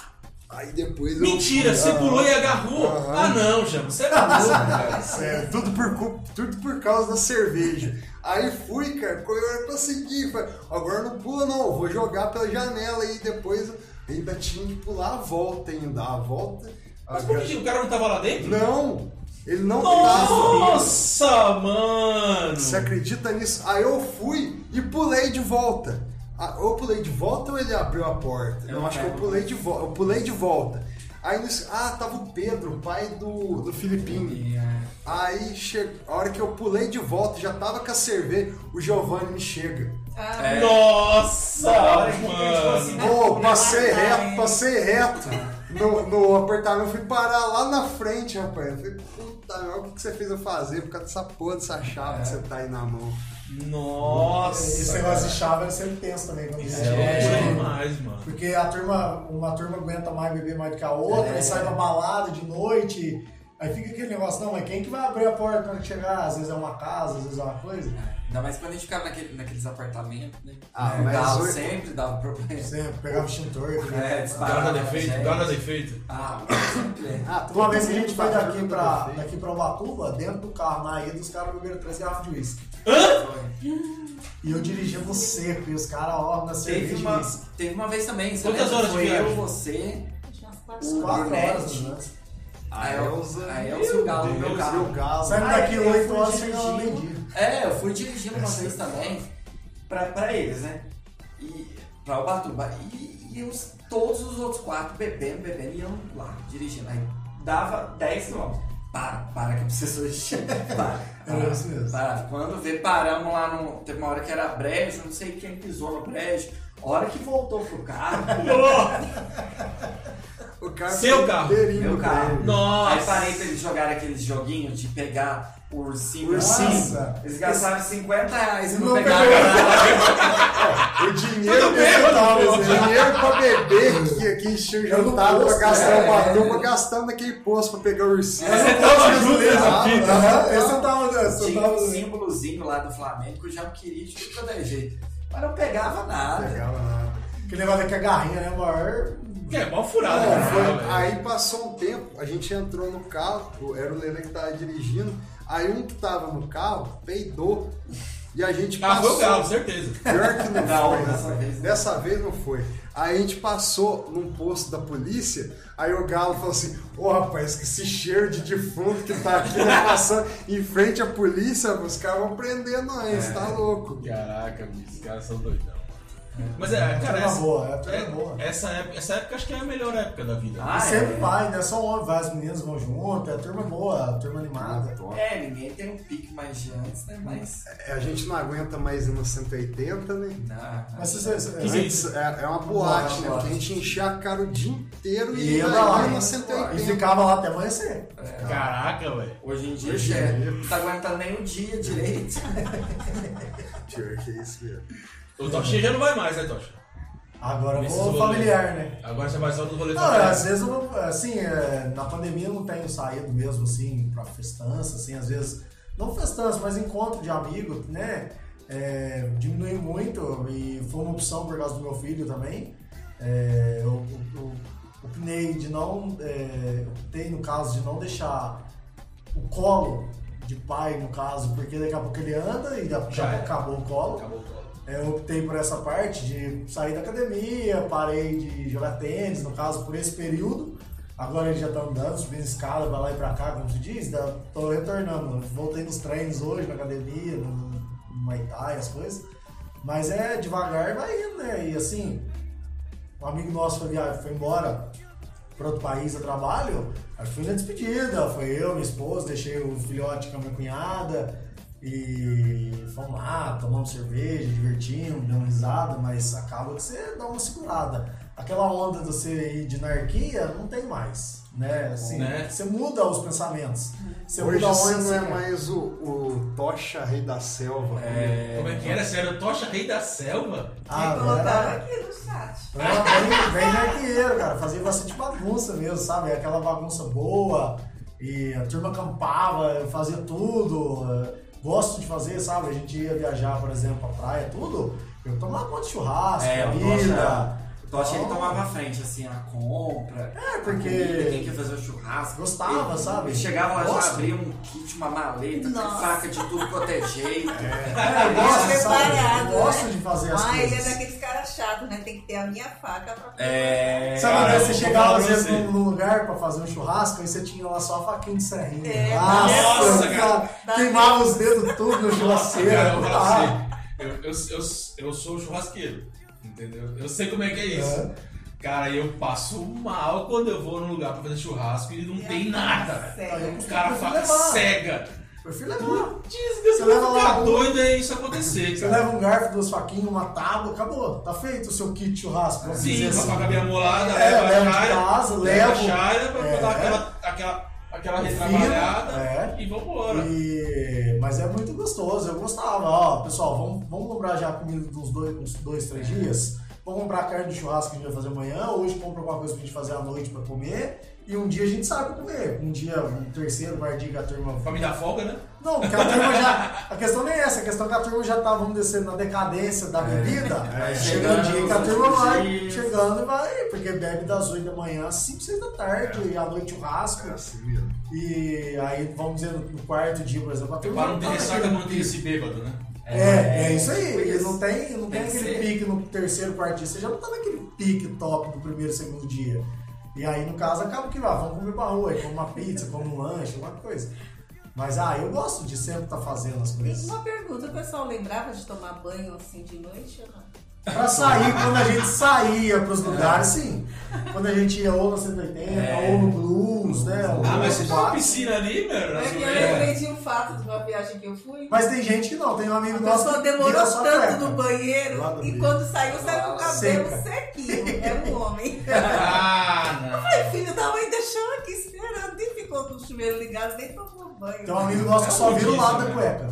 B: Aí depois eu.
A: Mentira, você
B: Ah,
A: pulou e agarrou? Ah não, já, você é maluco, cara.
B: sério, é, tudo por, cu- tudo por causa da cerveja. Aí fui, cara, quando eu consegui. Falei, agora não pula, não. eu Vou jogar pela janela e depois eu ainda tinha que pular a volta ainda. A volta.
A: Mas
B: a
A: por
B: gra-
A: que o cara não tava lá dentro?
B: Não! Ele não tava.
A: Nossa, mano!
B: Você acredita nisso? Aí eu fui e pulei de volta. Ah, Ou eu pulei de volta ou ele abriu a porta? Eu,
D: Eu
B: acho que eu
D: pego.
B: pulei de volta. Eu pulei de volta. Aí nisso- ah, tava o Pedro, o pai do, do Filipinho.
D: E, é,
B: Aí che- a hora que eu pulei de volta, já tava com a cerveja, o Giovanni me chega.
C: Ah,
D: É.
A: Nossa,
D: Na hora que a gente ficou assim,
A: mano!
D: né?
B: Ô, passei
C: Ah, tá,
B: reto,
C: hein?
B: passei reto no, no apartamento. Eu fui parar lá na frente, rapaz. Eu falei, puta, meu, o que, que você fez eu fazer por causa dessa porra, dessa chave que você tá aí na mão?
E: Esse
A: Nossa!
E: negócio de chave era sempre tenso também quando
A: Isso
E: a
A: é
E: gente era
A: loucura
E: jovem.
A: demais, mano.
E: Porque a turma, uma turma aguenta mais beber mais do que a outra, aí sai pra balada de noite. Aí fica aquele negócio, não, mas quem que vai abrir a porta quando chegar? Às vezes é uma casa, às vezes é uma coisa.
D: Ainda mais quando a gente ficava naquele- naqueles apartamentos, né?
B: Ah,
D: O
B: mas
D: galo
B: hoje- É,
D: sempre dava problema.
E: Sempre pegava o extintor.
D: É,
E: né? pegava-
D: disparava.
A: Guarda defeito,
D: gente.
A: guarda defeito.
D: Ah, mas sempre é.
B: Ah,
E: Uma vez que a gente
B: vai
E: foi daqui pra, daqui pra Ubatuba, dentro do carro, na ida, os caras beberam três garrafas de uísque. E eu dirigindo seco, e os caras, ó, na
D: Teve
E: cerveja de
D: uma,
E: uísque.
D: teve uma vez também, você
A: Quantas
D: lembra?
A: horas de
D: Foi
A: viagem?
D: eu, você,
C: acho umas quatro
D: o
C: horas.
E: Quatro horas,
D: Brunete,
E: né?
D: a Elza, a Elza e o Galo,
B: Deus,
D: meu
B: meu
D: carro.
B: galo.
E: Saindo daqui
D: Ah, eu
E: 8
D: fui
E: horas, chega lá
D: dirigindo.
E: meio-dia.
D: É, eu fui dirigindo uma vez também pra, pra eles, né? E pra Ubatuba. E, e os, todos os outros quatro bebendo, bebendo, e eu lá, dirigindo. Aí dava 10 km. Para, para que eu preciso hoje. Para,
E: Era isso mesmo.
D: para. Quando vê, paramos lá no. Teve uma hora que era brejo, não sei quem pisou no brejo. Hora que voltou pro carro,
B: O cara
A: Seu
B: foi
A: carro.
B: inteirinho
D: meu
B: no
D: carro.
B: prêmio.
A: Nossa!
D: Aí parei pra eles jogarem aqueles joguinhos de pegar o ursinho.
E: Ursinho.
D: Eles gastaram 50 reais e
E: Não
D: não
E: pegou.
D: pegaram nada.
B: O dinheiro
A: Tudo
B: que
A: bem,
B: eu tava,
A: mano.
B: o dinheiro pra beber que aqui encheu o
E: Eu não
B: jantar pra
E: posso,
B: gastar
D: é.
B: uma turma, gastando aquele poço pra pegar o ursinho.
D: Mas você
B: Eu
A: tava
B: posso
A: junto,
B: dizer,
A: né,
B: ah,
A: Rafinha?
B: ah,
E: Aham, esse eu tava nessa, eu
D: Tinha
E: tava
D: um
E: nessa.
D: símbolozinho lá do Flamengo que eu já queria de tudo quanto é jeito. Mas não pegava nada.
B: Legal, né?
E: Aquele negócio é que a garrinha, né, maior.
A: Que é mó furado, né?
B: Não,
A: cara.
B: foi-
A: velho.
B: aí passou um tempo, a gente entrou no carro, era o Lele que tava dirigindo, aí um que tava no carro peidou. E a gente
A: Ah, foi
B: passou.
A: o Galo, certeza.
B: Pior que não,
D: Não,
B: foi.
D: dessa vez não.
B: Dessa vez não foi. Aí a gente passou num posto da polícia, aí o Galo falou assim, ô rapaz, que esse cheiro de defunto que tá aqui né, passando em frente à polícia, os caras vão prender nós, tá
E: É.
B: louco.
A: Caraca, bicho, os caras são doidão. Mas é, cara,
E: Era uma
A: essa,
E: boa, era
A: é,
E: uma boa.
A: essa época, essa época acho que é a melhor época da vida.
D: Ah,
E: sempre
D: é.
E: vai, né? Só homem, vai, as meninas vão junto, é a turma boa, a turma animada.
D: É, ninguém tem um pique mais de antes, né? Mas.
B: É, A gente não aguenta mais ir no 180, né?
D: Não,
E: Mas se você.
A: Que que é
B: Antes,
A: isso?
B: é, é uma boate, né?
E: Boate.
B: Porque a gente enchia a cara o dia inteiro
E: E
B: e,
E: ia
B: ia
E: lá,
B: lá
E: né?
B: no
E: E
B: 180.
E: ficava lá até amanhecer.
A: Caraca, velho.
D: Hoje em dia já é. não tá aguentando nem o dia direito.
B: Pior que é isso mesmo.
A: O Tocha já não vai mais, né, Tocha?
E: Agora eu
A: Nesses
E: vou
A: rolês.
E: familiar, né?
A: Agora você vai só no rolê
E: Não, é
A: familiar.
E: às vezes eu não- assim, é, na pandemia eu não tenho saído mesmo assim pra festança, assim, às vezes, não festança, mas encontro de amigo, né? É, diminuiu muito e foi uma opção por causa do meu filho também. É, eu, eu- eu opinei de não, é, optei no caso de não deixar o colo de pai, no caso, porque daqui a pouco ele anda e já, já
A: Já é.
E: acabou o colo.
A: Acabou o colo.
E: É, Eu optei por essa parte de sair da academia, parei de jogar tênis, no caso, por esse período. Agora ele já tá andando, subindo escada, vai lá e pra cá, como se diz. da- Tô retornando. Voltei nos treinos hoje, na academia, no no Muay Thai, as coisas. Mas é devagar, vai indo, né? E assim, um amigo nosso foi, via- foi embora para outro país a trabalho, acho que foi na despedida. Foi eu, minha esposa, deixei o filhote com a minha cunhada e fomos lá, tomamos cerveja, divertimos, deu uma risada, mas acaba que você dá uma segurada. Aquela onda de você ir de anarquia não tem mais, né? Assim,
A: Né?
E: Você muda os pensamentos. Você
B: Hoje
E: muda
B: você
E: onde
B: não
E: você
B: é
E: quer.
B: mais o, o Tocha Rei da Selva. né?
A: Como é que era? Sério, Tocha Rei da Selva?
E: Ah,
C: e
B: né?
E: agora-
C: colocaram aqui no chat.
E: Ela vem, vem no arqueiro, cara. Fazia bastante bagunça mesmo, sabe? Aquela bagunça boa. E a turma acampava, eu fazia tudo. eh, Gosto de fazer, sabe? A gente ia viajar, por exemplo, pra praia, tudo. Eu tomava um monte de churrasco,
D: É, o
E: comida.
A: né?
D: Tocha, o Tocha ele tomava a frente, assim, a compra. É,
E: porque-
D: Quem quer fazer o churrasco.
E: Gostava,
D: Ele-
E: sabe?
D: Ele chegava lá,
E: Gosto.
D: já abria um kit, uma maleta,
C: Nossa.
D: com faca de tudo quanto é jeito.
E: É, eu gosto,
C: É
E: sabe?
C: preparado,
E: Eu gosto
C: né?
E: de fazer as
C: Ah,
E: coisas.
C: ele é daqueles caras chatos, né? Tem que ter a minha faca pra.
D: É.
E: Sabe,
A: Cara,
E: né,
A: eu
E: você
A: vou
E: chegava
A: falar
E: às
A: pra
E: vezes
A: você.
E: num lugar pra fazer um churrasco e você tinha lá só a faquinha de serrinha. Ah,
C: É,
A: nossa,
E: cara,
C: cara.
E: queimava os dedos tudo no churrasqueiro.
A: Cara, eu, vou
E: Ah,
A: falar pra você. eu, eu, eu, eu sou churrasqueiro, entendeu? Eu sei como é que é isso. Cara, eu passo mal quando eu vou num lugar pra fazer churrasco e não tem nada, velho.
C: Sério.
A: O cara fala
E: Levar.
A: cega.
E: prefiro levar.
A: Diz,
E: Você
A: eu
E: leva
A: vou
E: lá
A: ficar
E: um-
A: doido é isso acontecer,
E: Você
A: cara.
E: leva um garfo, duas faquinhas, uma tábua, acabou. Tá feito o seu kit de churrasco. Vamos
A: Sim,
E: dizer
A: pra
E: assim.
A: pagar minha né? molada,
E: É,
A: leva
E: levo
A: a
E: de
A: chaira,
E: casa,
A: leva a
E: levo.
A: chaira pra
E: É.
A: dar aquela, aquela, aquela
E: Fino,
A: retrabalhada
E: é.
A: e vambora.
E: E- Mas é muito gostoso, eu gostava. Ó, pessoal, vamos, vamos comprar já a comida dos dois, uns dois, três dias? Vamos comprar a carne do churrasco que a gente vai fazer amanhã. Hoje compra alguma coisa pra gente fazer à noite pra comer. E um dia a gente sai pra comer. Um dia, um terceiro, vai dia que a turma
A: Pra me dar folga, né?
E: Não, porque a turma já. A questão nem é essa, a questão é que a turma já tá, vamos dizer, na decadência da bebida.
D: é,
E: chega um dia que a
D: chegando,
E: turma vai
D: dias.
E: chegando e vai, porque bebe das 8 da manhã às 5, 6 da tarde, e à noite churrasco.
B: É assim mesmo.
E: E aí, vamos dizer, no quarto dia, por exemplo, a turma.
A: Para não
E: tá
A: ter ressaca,
E: naquele-
A: manter esse bêbado, né?
E: É, é isso aí. E
D: Isso.
E: não tem, não tem,
D: Tem que
E: aquele
D: ser.
E: pique no terceiro, quarto dia. Você já não tá naquele pique top do primeiro, segundo dia. E aí, no caso, acaba que lá, vamos comer barro, aí come uma pizza, come um lanche, alguma coisa. Mas, ah, eu gosto de sempre estar fazendo as
C: Tem
E: coisas.
C: uma pergunta, o pessoal lembrava de tomar banho assim de noite ou não?
E: Pra sair, quando a gente saía pros lugares, sim. Quando a gente ia ou na 180, ou no Blues, né? ou
A: Ah,
E: no
A: mas você tá
E: bar.
A: na piscina ali, meu. assim, né?
C: É que eu lembrei de um fato de uma viagem que eu fui.
E: Mas tem gente que não, tem um amigo
C: A
E: nosso
C: pessoa
E: que
C: demorou
E: tira só a
C: tanto
E: cueca.
C: no banheiro
E: Lá do
C: e
E: meio.
C: quando saiu, saiu com o cabelo
E: Seca.
C: sequinho. Era um homem.
A: Ah, não.
C: Ai, filho da mãe deixou aqui esperando e ficou com o chuveiro ligado, nem tomou banho.
E: Tem um amigo nosso que só vira o lado da
A: Isso,
E: cueca.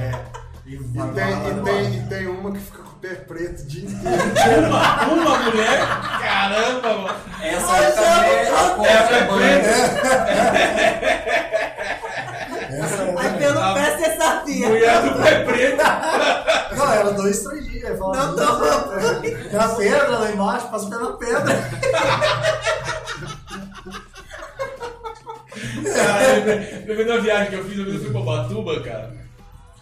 E: É. E
B: E
E: vai lá, vai
B: tem,
E: lá.
B: e, tem, e tem uma que fica com o pé preto o dia inteiro.
A: Uma, uma mulher? Caramba, mano.
D: Essa aí também é a compra, banho.
E: Essa é-
C: Mas pelo
A: Ah,
C: pé você sabia.
A: Mulher é do pé preto.
E: Não, era dois, três dias. eu falava,
C: Não
E: "Nossa, Tem é, a pedra lá embaixo, passa pela pedra.
A: Cara, eu, eu, eu, na viagem que eu fiz, eu fui pra Batuba, cara.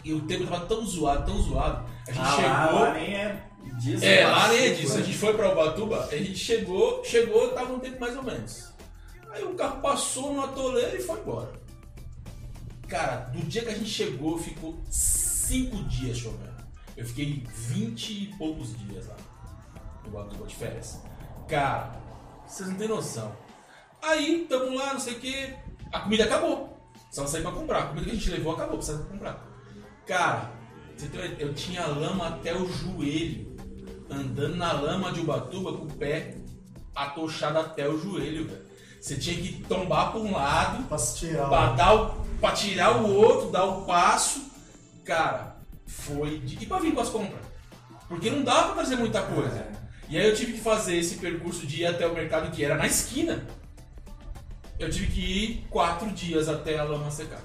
A: E o tempo tava tão zoado, tão zoado. A gente
D: Ah, lá,
A: chegou.
D: lá nem é disso.
A: É,
D: mas- tipo,
A: lá nem é disso. A gente foi pra Ubatuba, a gente chegou, chegou, tava um tempo mais ou menos. Aí o carro passou no atoleiro e foi embora. Cara, do dia que a gente chegou, ficou cinco dias chovendo. Eu fiquei 20 e poucos dias lá no Ubatuba de férias. Cara, vocês não têm noção. Aí, estamos lá, não sei o que, a comida acabou. Precisava sair pra comprar. A comida que a gente levou acabou, precisava comprar. Cara, você tem uma ideia? eu tinha lama até o joelho. Andando na lama de Ubatuba com o pé atochado até o joelho, velho. Você tinha que tombar pra um lado,
E: Pra se tirar.
A: pra, dar o- pra tirar o outro, dar o passo. Cara, foi. De... E pra vir com as compras? Porque não dava pra fazer muita coisa. E aí eu tive que fazer esse percurso de ir até o mercado que era na esquina. Eu tive que ir quatro dias até a lama secar.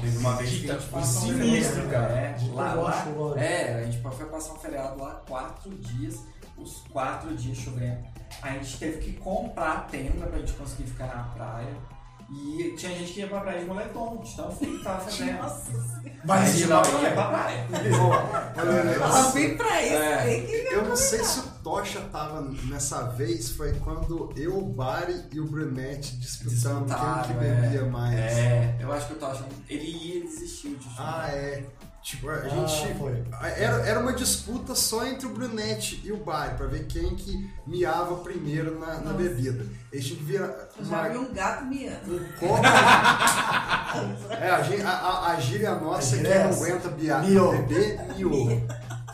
D: Teve uma vez que
A: Tá,
D: a gente
A: tipo,
D: passou um
A: sinistro,
D: feriado,
A: cara.
D: né?
E: De
D: Lá,
E: tudo
D: lá-
E: chuva.
D: é, a gente foi passar um feriado lá quatro dias, os quatro dias chovendo. A gente teve que comprar tenda pra gente conseguir ficar na praia. E tinha gente que ia pra praia de moletom, de tão frio que tava fazendo.
E: Mas
D: de
E: de
D: lá
E: lá
D: ia pra praia.
C: Ela vem pra isso.
D: É.
C: tem que-
B: Eu não sei se o Tocha tava nessa vez, foi quando eu, o Bari e o Brunetti disputando quem que
D: Disputaram,
B: bebia mais.
D: É, eu acho que eu tô achando. Ele ia desistir de
B: Ah,
D: chorar.
B: é. Tipo, a
E: Ah,
B: gente.
E: foi.
B: Era, era uma disputa só entre o Brunetti e o Bari, pra ver quem que miava primeiro na, na bebida. Eles tinham que virar
C: Eu já vi
B: uma,
C: um gato miando.
B: um copo. é, a, gí- a, a, a gíria nossa,
E: A
B: quem
E: gíria é
B: não
E: essa.
B: aguenta bia-
E: Miou.
B: beber, miou.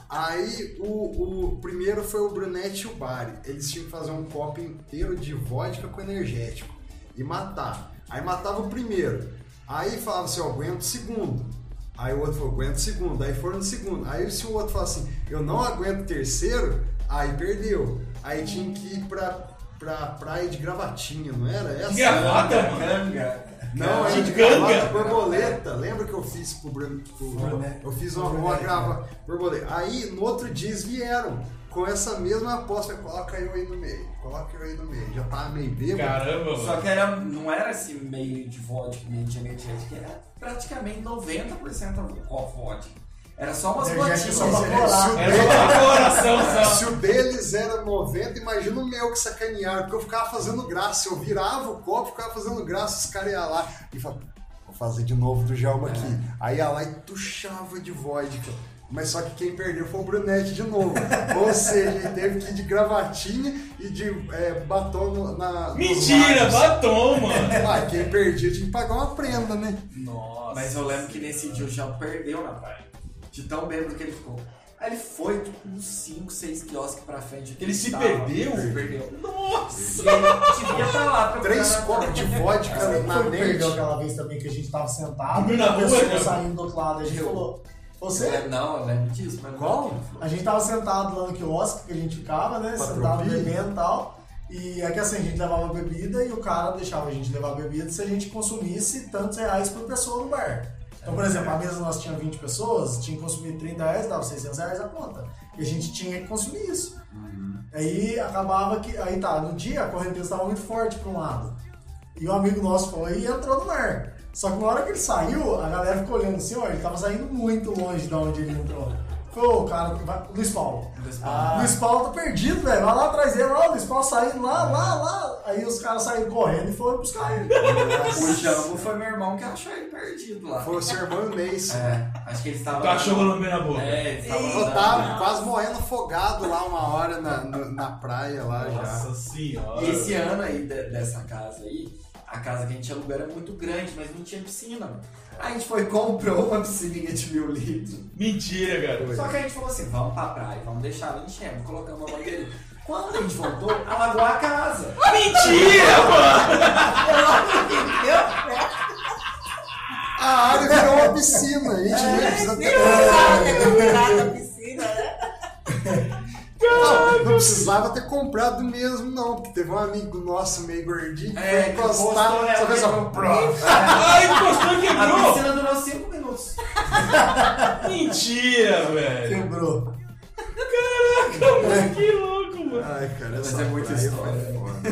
B: Aí o, o primeiro foi o Brunetti e o Bari. Eles tinham que fazer um copo inteiro de vodka com energético e matar. Aí matava o primeiro. Aí falava assim, ó, aguento o segundo. Aí o outro falou, aguento o segundo. Aí foram no segundo. Aí se o outro fala assim, eu não aguento o terceiro, aí perdeu. Aí tinha que ir pra, pra praia de gravatinha, não era essa?
A: Gravata,
D: é.
A: mano.
D: Canga.
B: Não, é de
A: Giganga.
B: gravata borboleta. Lembra que eu fiz pro Bruno? pro-
E: Borboleta.
B: eu fiz uma, uma
E: Borboleta.
B: grava borboleta. Aí, no outro dia, eles vieram com essa mesma aposta. Coloca eu aí no meio. Coloca eu aí no meio. Já tava meio bêbado.
A: Caramba, mano.
D: Só que era, não era esse meio de vodka, meio de energético, era praticamente 90% ó, vodka. Era só umas
E: Energético
D: gotinhas.
E: só pra
B: é,
E: colar.
B: super-
A: Era só pra coração, só.
B: Se o deles era 90, imagina o meu que sacanearam, porque eu ficava fazendo graça. Eu virava o copo, ficava fazendo graça, os caras iam lá e falavam, vou fazer de novo do Jalma aqui.
A: É.
B: Aí ia lá e tuchava de vodka. Mas só que quem perdeu foi o Brunetti de novo. Ou seja, ele teve que ir de gravatinha e de é, batom no- na. nos
A: Mentira,
B: lábios.
A: batom,
D: Tá,
A: mano.
B: Ah, quem perdia tinha que pagar uma prenda, né?
A: Nossa.
D: Mas eu lembro que nesse dia o Gel perdeu na praia. De tão bêbado que ele ficou. Aí ele foi, tipo, uns 5, 6 quiosques pra frente.
A: Ele se
D: tava.
A: perdeu?
D: Se perdeu.
A: Nossa.
D: E ele devia pra lá pra
B: Três
D: procurar-
B: copos de vodka né? um na
E: Foi
B: net.
E: perdeu aquela vez também que a gente tava sentado,
A: Dormiu na
E: a pessoa
A: rua, né?
E: saindo do outro lado, a gente falou, você?
D: É, Não, eu lembro disso, mas não
B: Qual?
D: lembro quem foi.
E: A gente tava sentado lá no quiosque que a gente ficava, né?
B: Patropi.
E: Sentado bebendo e tal. E é que assim, a gente levava bebida e o cara deixava a gente levar bebida se a gente consumisse tantos reais por pessoa no bar. Então, por exemplo, a mesa nossa tinha 20 pessoas, tinha que consumir 30 reais, dava 600 reais a conta. E a gente tinha que consumir isso. Aí acabava que. Aí tá, no dia a correnteza estava muito forte para um lado. E um amigo nosso foi e entrou no mar. Só que na hora que ele saiu, a galera ficou olhando assim, ó, ele tava saindo muito longe de onde ele entrou. Falou, "Ô, cara, vai... Luiz Paulo.
D: Luiz Paulo.
E: Ah. Luiz Paulo tá perdido, velho. Vai lá atrás dele, ó, Luiz Paulo saindo lá, lá, lá. Aí os caras saíram correndo e foram buscar ele.
D: O Jambo foi meu irmão que achou ele perdido lá.
B: Foi o seu irmão Inês.
D: É, acho que ele estava.
A: O cachorro lambendo a boca.
D: É, ele estava.
B: Eu
C: Nossa.
B: tava quase morrendo afogado lá uma hora na, na, na praia lá já.
A: Nossa senhora.
D: E esse ano aí de- dessa casa aí, a casa que a gente alugou era muito grande, mas não tinha piscina. Aí a gente foi e comprou uma piscininha de mil litros.
A: Mentira, garoto.
B: é.
D: Só que a gente falou assim, vamos pra praia, vamos deixar ela encher, vamos colocar uma bandeirinha. Quando a gente voltou, alagou a casa.
A: Mentira, mano.
B: A área virou uma piscina, a
C: É,
B: gente nem precisa
C: Nem
B: ter.
C: usava ter comprado a piscina, né?
B: Não, não precisava ter comprado mesmo, não, porque teve um amigo nosso meio gordinho que
D: É,
B: foi
D: que postou, né,
B: encostar, só fez
D: amigo?
B: ó, pró.
A: Ai, encostou e
D: A
A: quebrou.
D: piscina durou 5 minutos.
A: Mentira, velho.
E: Quebrou.
A: Caraca, mano,
E: É.
A: que louco, mano.
B: Ai, cara,
D: Mas
B: essa
D: é muita
B: praia
D: história. né?
B: foi foda.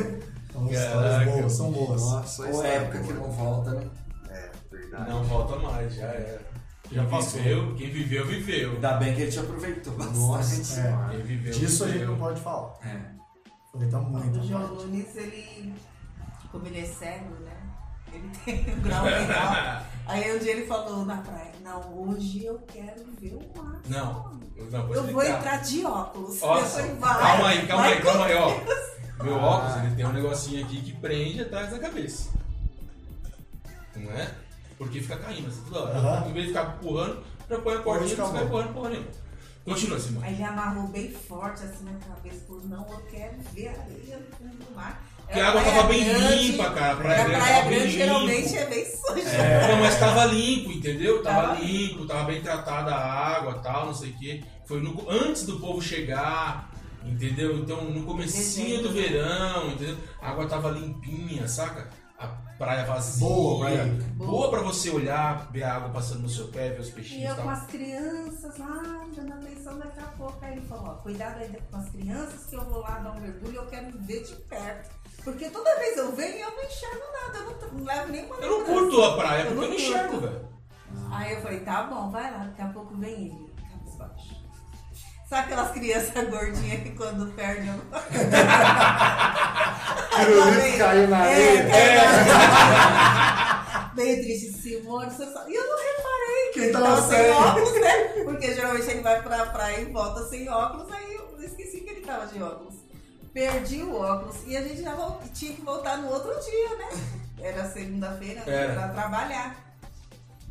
E: Então, as
A: Caraca.
E: histórias boas, são boas.
B: Nossa,
D: Ou é
B: história
D: época que
B: boa.
D: não volta, né?
B: É, verdade.
A: Não volta mais, já era. Já
E: passou.
A: Viveu, quem viveu, viveu.
D: Ainda bem que ele te aproveitou bastante.
E: Nossa, é.
A: Quem viveu,
E: Disso a gente
A: viveu.
E: não pode falar.
D: É.
E: Falei, tá muito.
C: O João Nunes, ele, como ele é cego, né? Ele tem um grau mental. Aí um dia ele falou na praia, não, hoje eu quero ver o mar.
A: Não, eu não vou
C: Eu vou
A: explicar.
C: entrar de óculos.
A: Nossa,
C: Eu falei, vai,
A: calma aí, calma
C: vai
A: aí, calma aí, ó.
C: com Deus.
A: Meu óculos, ele tem um negocinho aqui que prende atrás da cabeça. Não é? Porque fica caindo assim toda hora.
E: Aham.
A: Em vez de ficar empurrando, já põe a portinha e
E: Hoje
A: você vai
E: acabou.
A: empurrando porra nenhuma. Continua, Simone.
C: Aí ele amarrou bem forte assim na cabeça, falou, não, eu quero ver a areia no fundo do mar.
A: Porque
C: Era
A: a água
C: É praia
A: tava bem
C: grande,
A: limpa, cara. A praia
C: era
A: grande
C: praia
A: tava bem
C: grande geralmente
A: limpa.
C: é bem suja.
A: Não, mas tava limpo, entendeu? Tava,
C: Tava
A: limpo, tava bem tratada a água tal, não sei o quê. Foi no- antes do povo chegar, entendeu? Então, no comecinho do verão, entendeu? A água tava limpinha, saca? A praia vazia.
E: Boa praia.
A: Boa pra você olhar, ver a água passando no seu pé, ver os
C: E
A: peixinhos
C: eu
A: e
C: com
A: tal.
C: as crianças lá, dando atenção daqui a pouco. Aí ele falou, ó, cuidado ainda com as crianças que eu vou lá dar um mergulho, eu quero ver de perto. Porque toda vez eu venho eu não enxergo nada, eu não, t- não levo nenhuma
A: Eu não
C: lembrança.
A: curto a praia
C: Eu
A: porque eu não
C: não
A: enxergo,
C: curto.
A: velho.
C: Aí eu falei, tá bom, vai lá, daqui a pouco vem ele, cabisbaixo. Sabe aquelas crianças gordinhas que quando perdem alguma coisa?
B: Pirulito caiu na areia.
C: É, caiu na areia. Meio triste, Simone, você sabe. E eu não reparei que
E: Quem
C: ele
A: Então
E: tava
C: tava sem
E: sem?
C: óculos, né? Porque geralmente ele vai pra praia e volta sem óculos, aí eu esqueci que ele tava de óculos. Perdi o óculos e a gente já vol- tinha que voltar no outro dia, né? Era segunda-feira né?
A: Era.
C: pra trabalhar.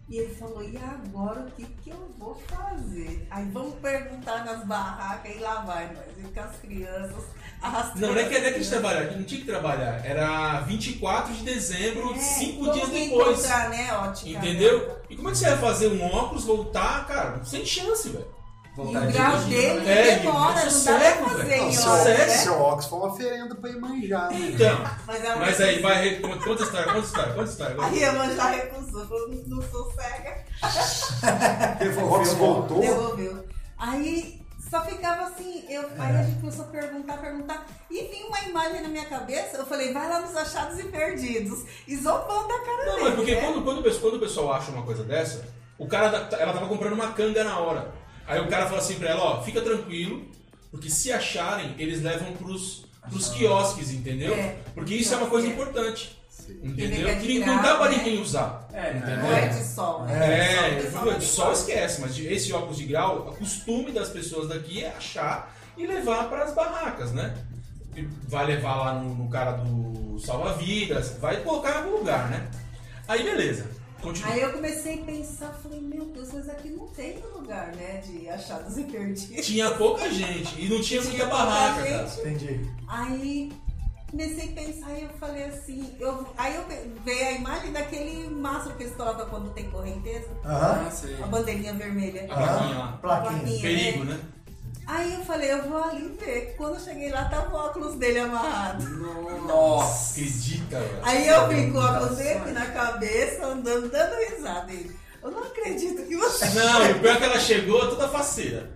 C: E ele falou, e agora o que, que eu vou fazer? Aí vamos perguntar nas barracas e lá vai, nós. E com as crianças arrastando.
A: Não, não é que é que a gente
C: as né?
A: trabalhava, não tinha que trabalhar. Era 24 de dezembro,
C: É,
A: cinco
C: como
A: dias
C: que
A: depois.
C: encontrar, né, ótica, né?
A: Entendeu? E como é que você vai fazer um óculos, voltar, cara? Sem chance, velho.
C: E o
D: Voltar
C: grau
D: dirigindo,
C: dele
D: né?
A: É,
C: demora,
A: isso
C: não dá pra
A: cego,
C: fazer
A: velho.
C: em
A: Isso
C: horas,
A: cego.
C: né?
B: Seu óculos foi uma oferenda pra Imanjá, né?
A: Então,
C: Mas, é ela
A: mas aí vai. re- Conta conta a história, conta a história, conta a história.
C: A
A: Conta.
C: Yaman já recusou, falou, não não sou cega.
B: Teve o óculos voltou.
C: Devolveu. Aí só ficava assim, eu, aí a gente começou a perguntar, perguntar. E vinha uma imagem na minha cabeça, eu falei, vai lá nos achados e perdidos. E zombando a cara
A: Não,
C: dele.
A: mas porque
C: né?
A: quando, quando, o pessoal- quando o pessoal acha uma coisa dessa, o cara tá- ela tava comprando uma canga na hora. Aí o cara fala assim pra ela, ó, fica tranquilo, porque se acharem, eles levam pros, pros quiosques, entendeu?
C: É.
A: Porque isso é uma coisa
C: É.
A: importante.
C: Ele quer
A: Entendeu? Que
C: tirar,
A: não dá pra
C: né?
A: ninguém usar.
D: É,
C: Não é
A: Entendeu?
C: de sol, né?
A: É,
C: de sol,
A: o de sol esquece, mas de- esse óculos de grau, o costume das pessoas daqui é achar e levar para as barracas, né? E Vai levar lá no, no cara do salva-vidas, vai colocar em algum lugar, né? Aí beleza, continua.
C: Aí eu comecei a pensar, falei, meu Deus, mas aqui não tem lugar, né? De achados e perdidos.
A: Tinha pouca gente e não tinha muita barraca,
C: pouca
A: cara.
C: gente.
E: Entendi.
C: Aí comecei a pensar, aí eu falei assim, eu, aí eu pe- veio a imagem daquele maço que estoura quando tem correnteza,
E: Aham.
D: Ah, sei.
C: a bandeirinha vermelha.
A: A barraquinha lá.
C: Ah.
E: Plaquinha.
A: Perigo, né?
C: Aí eu falei, eu vou ali ver. Quando eu cheguei lá, tava o óculos dele amarrado.
D: Nossa.
A: Acredita, velho.
C: Aí eu vim com o óculos dele aqui na cabeça, andando, dando risada. Ele, eu não acredito que você.
A: Não, e o pior é que ela chegou toda faceira.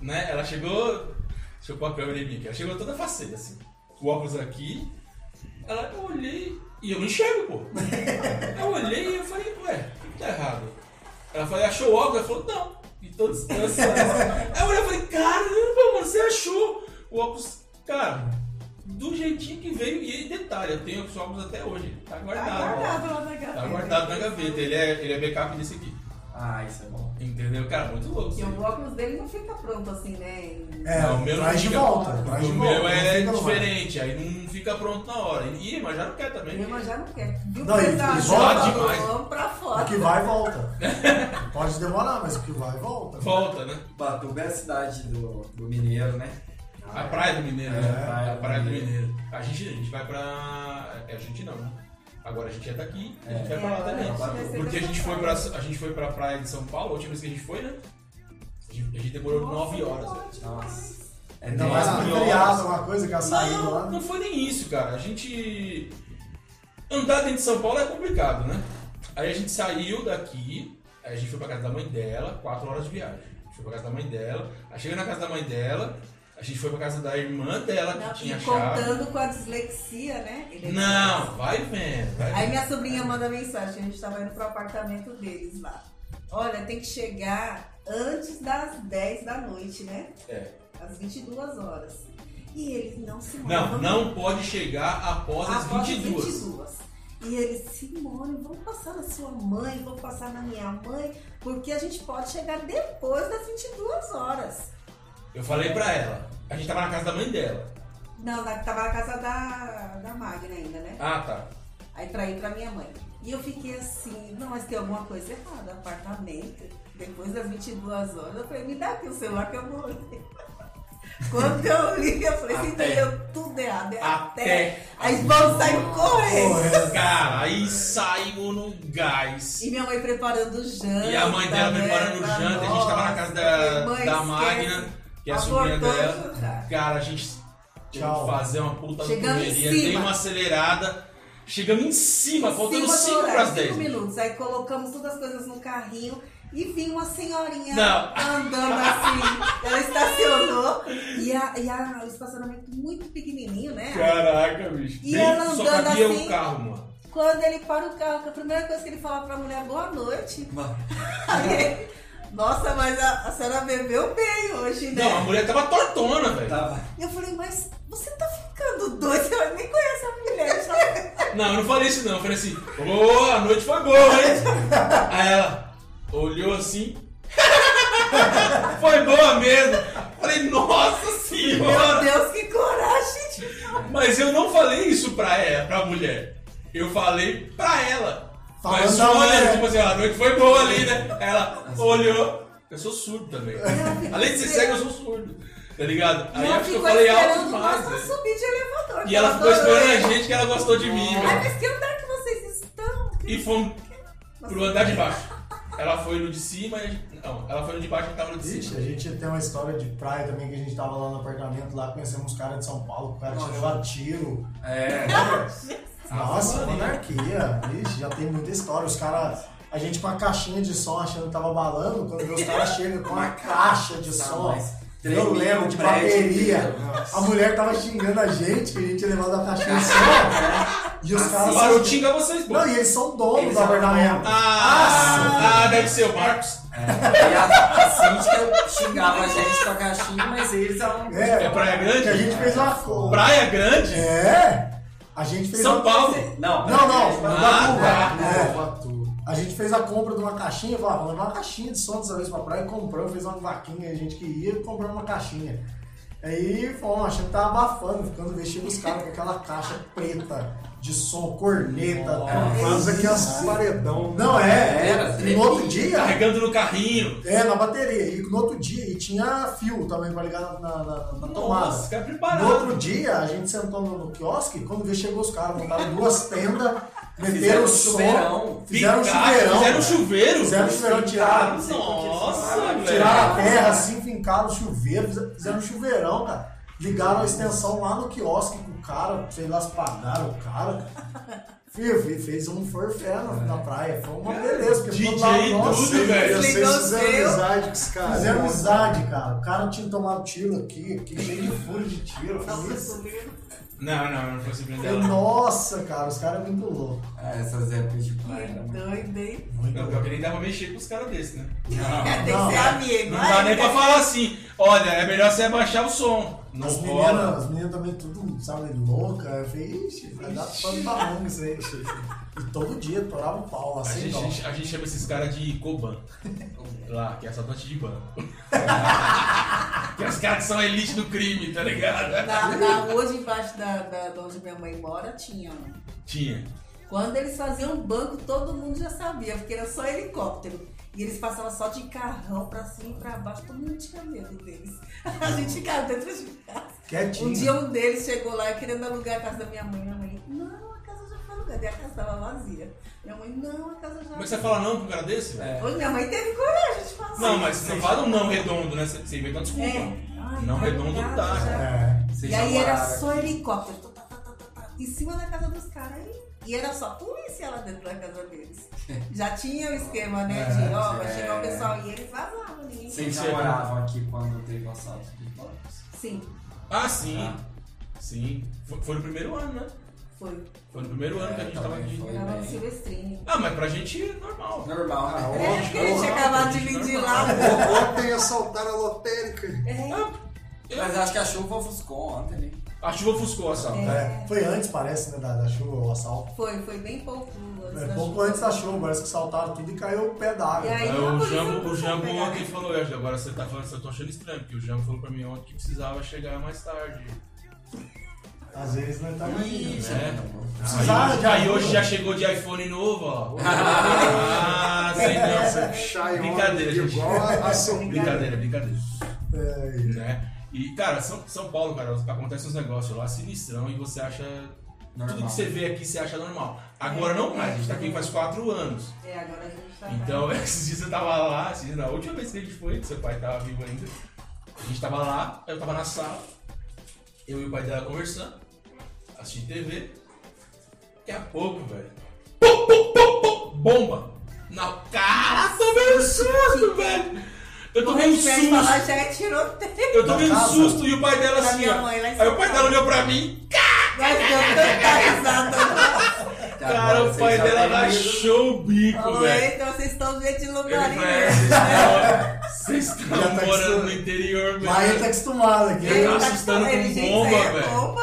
A: Né? Ela chegou. Deixa eu pôr a câmera em mim aqui. Ela chegou toda faceira, assim. Com o óculos aqui. Ela, eu olhei. E eu não enxergo, pô. Eu olhei e eu falei, ué, o que que tá errado? Ela falou, achou o óculos? Ela falou, não. E tô descansando. Aí eu olhei e falei, caramba, mano, você achou o óculos. Cara, do jeitinho que veio. E detalhe, eu tenho os óculos até hoje. Tá
C: Tá
A: guardado.
C: guardado lá na
A: ó. Tá
C: gaveta.
A: guardado na gaveta. Ele é, ele é backup desse aqui.
D: Ah, isso é bom.
A: Entendeu? Cara, muito louco.
C: E
A: isso aí.
C: o óculos dele não fica pronto assim, né? Em-
E: É,
A: Não, o meu não
E: traz de
A: fica.
E: volta. Traz
A: O
E: de volta.
A: meu
E: não
A: é
E: fica no mar.
A: diferente, aí não fica pronto na hora. E mas já não quer também.
C: Minha mãe já não quer. Viu
E: Não, e-
C: pesado?
E: e volta
C: Falou,
A: demais.
C: Vamos pra fora.
E: O que vai, volta. Pode demorar, mas o que vai, volta.
A: Volta, né?
D: Batuba é a cidade do, do mineiro, né?
A: A Praia do Mineiro,
E: É,
A: né? A
D: Praia
A: Praia
D: do
A: do Mineiro. A gente, a gente vai pra. é, A gente não, né? Agora a gente é daqui, a gente vai pra lá
C: É,
A: também.
C: agora a gente vai ser
A: Porque a gente,
C: dessa
A: foi pra,
C: praia.
A: a gente foi pra praia de São Paulo, a última vez que a gente foi, né? A gente, a gente demorou nove horas. velho.
C: Nossa.
D: Nossa. É
E: Ainda
A: Não,
E: mais
A: mas-
D: tenso.
E: um
A: Nossa.
E: feriado, uma coisa que a saída lá.
A: Não, não foi nem isso, cara. A gente. Andar dentro de São Paulo é complicado, né? Aí a gente saiu daqui, aí a gente foi pra casa da mãe dela, quatro horas de viagem. A gente foi pra casa da mãe dela, aí chega na casa da mãe dela, a gente foi pra casa da irmã dela que
C: Não,
A: tinha
C: e
A: chave.
C: contando com a dislexia, né? Ele é dislexia.
A: Não, vai vendo, vai
C: Aí
A: vendo.
C: minha sobrinha manda mensagem, a gente tava indo pro apartamento deles lá. Olha, tem que chegar antes das 10 da noite, né?
A: É.
C: Às 22 horas. E ele não se
A: Não,
C: move.
A: não pode chegar após as
C: Após
A: 22.
C: as 22. E ele, Simone, vamos passar na sua mãe, vamos passar na minha mãe, porque a gente pode chegar depois das 22 horas.
A: Eu falei pra ela. A gente tava na casa da mãe dela.
C: Não, na, tava na casa da, da Magna ainda, né?
A: Ah, tá.
C: Aí pra ir pra minha mãe. E eu fiquei assim, não, mas tem alguma coisa errada, apartamento. Depois das 22 horas, eu falei, me dá aqui o celular que eu vou ler. Quando eu li, eu falei, você
A: Até.
C: entendeu tudo errado, é até.
A: Até.
C: Aí vamos sair correndo.
E: é.
A: Cara, aí saímos no gás.
C: E minha mãe preparando o janta.
A: E a mãe dela
C: né,
A: preparando o
C: pra
A: janta. A gente
C: nós.
A: tava na casa da,
C: Mãe,
A: da
C: esquece.
A: Magna, que é a sobrinha
C: Abortou o
A: dela.
C: jantar.
A: Cara, a gente teve que
E: Tchau.
A: fazer uma puta
C: Chegamos em
A: correria,
C: cima.
A: dei uma acelerada. Chegamos em cima, Tá faltando
C: Cinco
A: 5
C: horas,
A: para
C: cinco
A: 10.
C: minutos. Aí colocamos todas as coisas no carrinho e vinha uma senhorinha
A: Não.
C: andando assim. Ela estacionou e, a, e a- o estacionamento muito pequenininho, né?
A: Caraca, bicho.
C: E
A: Nem-
C: ela
A: só
C: andando
A: cabia
C: assim.
A: o carro, mano.
C: Quando ele para o carro, a primeira coisa que ele fala pra mulher, boa noite. Aí ele, Nossa, mas a, a senhora bebeu bem hoje, né?
A: Não, a mulher tava tortona, velho.
D: Tava.
C: Eu falei, mas você tá ficando doido, eu nem conheço a mulher.
A: Não, eu não falei isso não. Eu falei assim, ô, a noite foi boa, hein? Aí ela olhou assim. foi boa mesmo. Falei, nossa
C: Meu
A: senhora!
C: Deus, que coragem! de-
A: Mas eu não falei isso pra ela, pra mulher. Eu falei pra ela.
E: Falando
A: Mas
E: da
A: olha,
E: mulher.
A: tipo assim, ó, a noite foi boa ali, né? Ela olhou. Eu sou surdo também.
C: Ela
A: Além de ser cego, eu sou surdo. Tá ligado? Aí
C: ela
A: acho que eu
C: ficou
A: falei alto
C: esperando nós
A: demais.
C: pra
A: né?
C: subir de elevador.
A: E ela ficou
C: adorou.
A: esperando a gente que ela gostou de mim, velho.
C: Ai, mas que andar que vocês estão?
A: E fomos pro andar de baixo. Ela foi no de cima e. a gente- Não, ela foi no de baixo e tava no de
E: Ixi,
A: cima.
E: a gente tem uma história de praia também que a gente tava lá no apartamento, lá conhecemos uns caras de São Paulo, o cara tinha levado tiro.
D: É.
E: Nossa, monarquia. Ixi, já tem muita história. Os caras. A gente com a caixinha de som achando que tava balando, quando vê os caras chegam com uma caixa de
D: Tá,
E: som.
D: mas
E: Eu lembro de bateria. A mulher tava xingando a gente, que a gente tinha levado a caixinha de som. E os caras.
A: Agora eu xinga vocês, pô.
E: Não, e eles são donos
D: Eles
E: do
D: são
E: apartamento.
A: Ah, ah, deve ser o Marcos.
D: É, e a, a Cíntia xingava a gente com a caixinha, mas eles eram.
A: É Praia Grande?
E: Que a gente fez uma cor.
A: Praia Grande?
E: É! A gente fez
A: São
E: uma-
A: Paulo.
D: Não,
E: Não, não,
D: Praia
A: Batuba.
B: tá.
E: Batuba.
D: Grande,
E: É.
D: não, Batuba.
E: A gente fez a compra de uma caixinha, falou, ah, vou levar uma caixinha de som dessa vez pra praia, compramos, fez uma vaquinha, a gente que ia comprou uma caixinha. Aí fomos, achando que tava abafando, ficando vestindo os caras com aquela caixa preta de som, corneta,
B: Faz
E: faz
B: aqui as paredão.
E: Não, é,
D: Era,
E: é. E no outro
D: tremia.
E: dia,
A: Carregando no carrinho.
E: é, na bateria. E no outro dia, e tinha fio também pra ligar na, na- na- na tomada.
A: Nossa, cara
E: No
A: preparado.
E: outro dia, a gente sentou no, no quiosque, quando veio, chegou os caras, montaram duas tendas, meteram
D: Fizeram
E: o
D: um
E: som,
D: chuveirão.
E: fizeram
A: Ficaram,
E: um chuveirão.
A: Fizeram um chuveiro.
E: Fizeram um chuveirão, tiraram,
A: Nossa, velho.
E: tiraram a terra assim, fincaram o chuveiro, fize- fizeram um chuveirão, cara. Ligaram a extensão lá no quiosque com o cara, sei lá, se pagaram o cara. Fio, fi- fez um forfé na, na praia, foi uma beleza, porque
A: DJ
E: foi lá, nossa,
A: tudo, velho.
B: Vocês
C: Ligou o
B: fizeram
C: seu.
B: amizade com os caras.
E: Fizeram amizade, cara. O cara tinha tomado tiro aqui, aqui cheio de furo de tiro.
C: Nossa,
E: Nossa,
C: subiu.
A: Não, não, eu não consegui prender
E: falei,
A: ela. não.
E: nossa cara, os caras é muito louco.
D: Ah, Essas épocas de praia.
A: é
D: né?
C: Que
D: eram-
C: doido, hein?
E: Muito
A: Não,
E: louco.
A: pior que nem dava pra mexer com os caras desses, né?
D: Não.
C: Tem que
E: Não,
C: ser
E: é.
C: amigo.
A: Não
C: Ai,
A: dá nem pra
C: cara.
A: falar assim. Olha, é melhor você abaixar o som. Não
E: As
A: rola.
E: meninas, as meninas também tudo, sabe, louca. Eu falei, ixi, vai dar pano pra manga isso aí. E todo dia torava o pau,
A: A
E: assim,
A: gente, a
E: dó.
A: gente- a gente chama esses caras de Coban. Lá, que é assaltante de banco. que os caras que são a elite do crime, tá ligado?
C: Na, na rua de embaixo da, da, de onde minha mãe mora tinha um.
A: Tinha.
C: Quando eles faziam um banco, todo mundo já sabia, porque era só helicóptero. E eles passavam só de carrão pra cima e pra baixo, todo mundo tinha medo deles. A gente ficava dentro de casa.
E: Quietinho.
C: Um dia um deles chegou lá querendo alugar a casa da minha mãe. Minha mãe, não, a casa já foi alugada. E a casa tava vazia. Minha mãe, não, a casa já.
A: Como é que você fala não pra um cara desse? velho?
C: Hoje minha mãe teve coragem de falar.
A: Não, mas não fala um não redondo, né? Você você inventa uma desculpa.
C: É. Ai,
A: não
C: tá
A: redondo não dá.
C: ligado, já.
E: É.
D: Vocês
C: E aí
D: já
C: era
D: moraram
C: só
D: aqui.
C: helicóptero. tá, tá, tá, tá, tá, em cima da casa dos caras. E, e era só polícia lá dentro da casa deles. Já tinha o esquema, né? De, ó, vai
D: é.
C: chegar o pessoal e eles vazavam. Ninguém...
D: Vocês já moravam aqui quando teve o assalto de blocos?
C: Sim,
A: Ah, sim.
D: Ah.
A: Sim. Foi, foi no primeiro ano, né?
C: foi.
A: Foi no primeiro ano que a
D: É,
A: gente
D: também
A: tava aqui.
D: foi.
C: Tava no
D: bem.
C: Silvestrini.
A: Ah, mas pra gente é normal.
D: Normal. né?
B: Ah,
C: É,
B: Lógico,
C: porque ele tinha
A: normal,
C: acabado de
A: gente,
C: medir
A: normal.
C: lá.
B: Ontem assaltaram a lotérica.
C: É,
A: Ah, eu-
D: Mas acho que a chuva ofuscou ontem, né?
A: a chuva ofuscou assim, a sala.
E: É, foi antes, parece, né, da, da chuva, o assalto.
C: foi, foi bem pouco antes
E: É,
C: da
E: pouco
C: chuva.
E: antes da chuva, parece que saltaram tudo e caiu o pé d'água.
C: E aí,
A: É,
C: não, a
A: o
C: polícia não
A: Jambo, o
C: consegue
A: Jambo
C: pegar,
A: ontem
C: né?
A: falou, "Ué, agora você tá falando, eu tô achando estranho, porque o Jambo falou pra mim ontem que precisava chegar mais tarde.
E: Às vezes não tá
D: Ih,
E: aí.
D: já
A: É.
D: tá bom.
E: Precisaram
A: aí,
E: de
A: aí
E: ajuda.
A: hoje já chegou de iPhone novo, ó. Ah, sem dança.
B: Xiaomi,
A: Brincadeira, gente.
B: Igual a, a São
A: Brincadeira, brincadeira.
E: É,
A: Né? E, cara, São, São Paulo, cara, acontece uns negócios lá sinistrão e você acha. Tudo
D: Normal.
A: que você vê aqui você acha normal. Agora não mais, a gente tá aqui faz quatro anos.
C: É, agora a gente tá.
A: Então, esses dias eu tava lá, esses dias, na última vez que a gente foi, que seu pai tava vivo ainda, a gente tava lá, eu tava na sala, eu e o pai dela conversando, assistindo TV, daqui a pouco, velho, pum, pum, pum, pum, bomba! Na cara, tomei um susto, velho! Eu tomei um
C: Correu de pé e falou,
A: susto,
C: já é tiroteio.
A: eu tomei um
E: casa?
A: susto e o pai dela
C: Da
A: assim,
C: minha
A: ó.
C: mãe lá em São
A: Aí o pai dela olhou pra mim,
C: Mas deu tanta risada. né?
A: cara, o pai dela tá
D: baixou.
A: rachou o bico,
C: Falou,
A: velho.
C: então vocês estão vendo de
A: Ele
C: lugarinho.
A: falou, "É,
C: né?"
A: Vocês estão
E: Já tá
A: morando
E: acostumado.
A: no interior,
E: Lá ele
A: velho.
E: tá acostumado aqui.
A: Ele
C: Ele
A: tá
C: tá
A: assustando
C: ele,
A: com
C: gente,
A: bomba,
C: é
A: velho.
C: Bomba.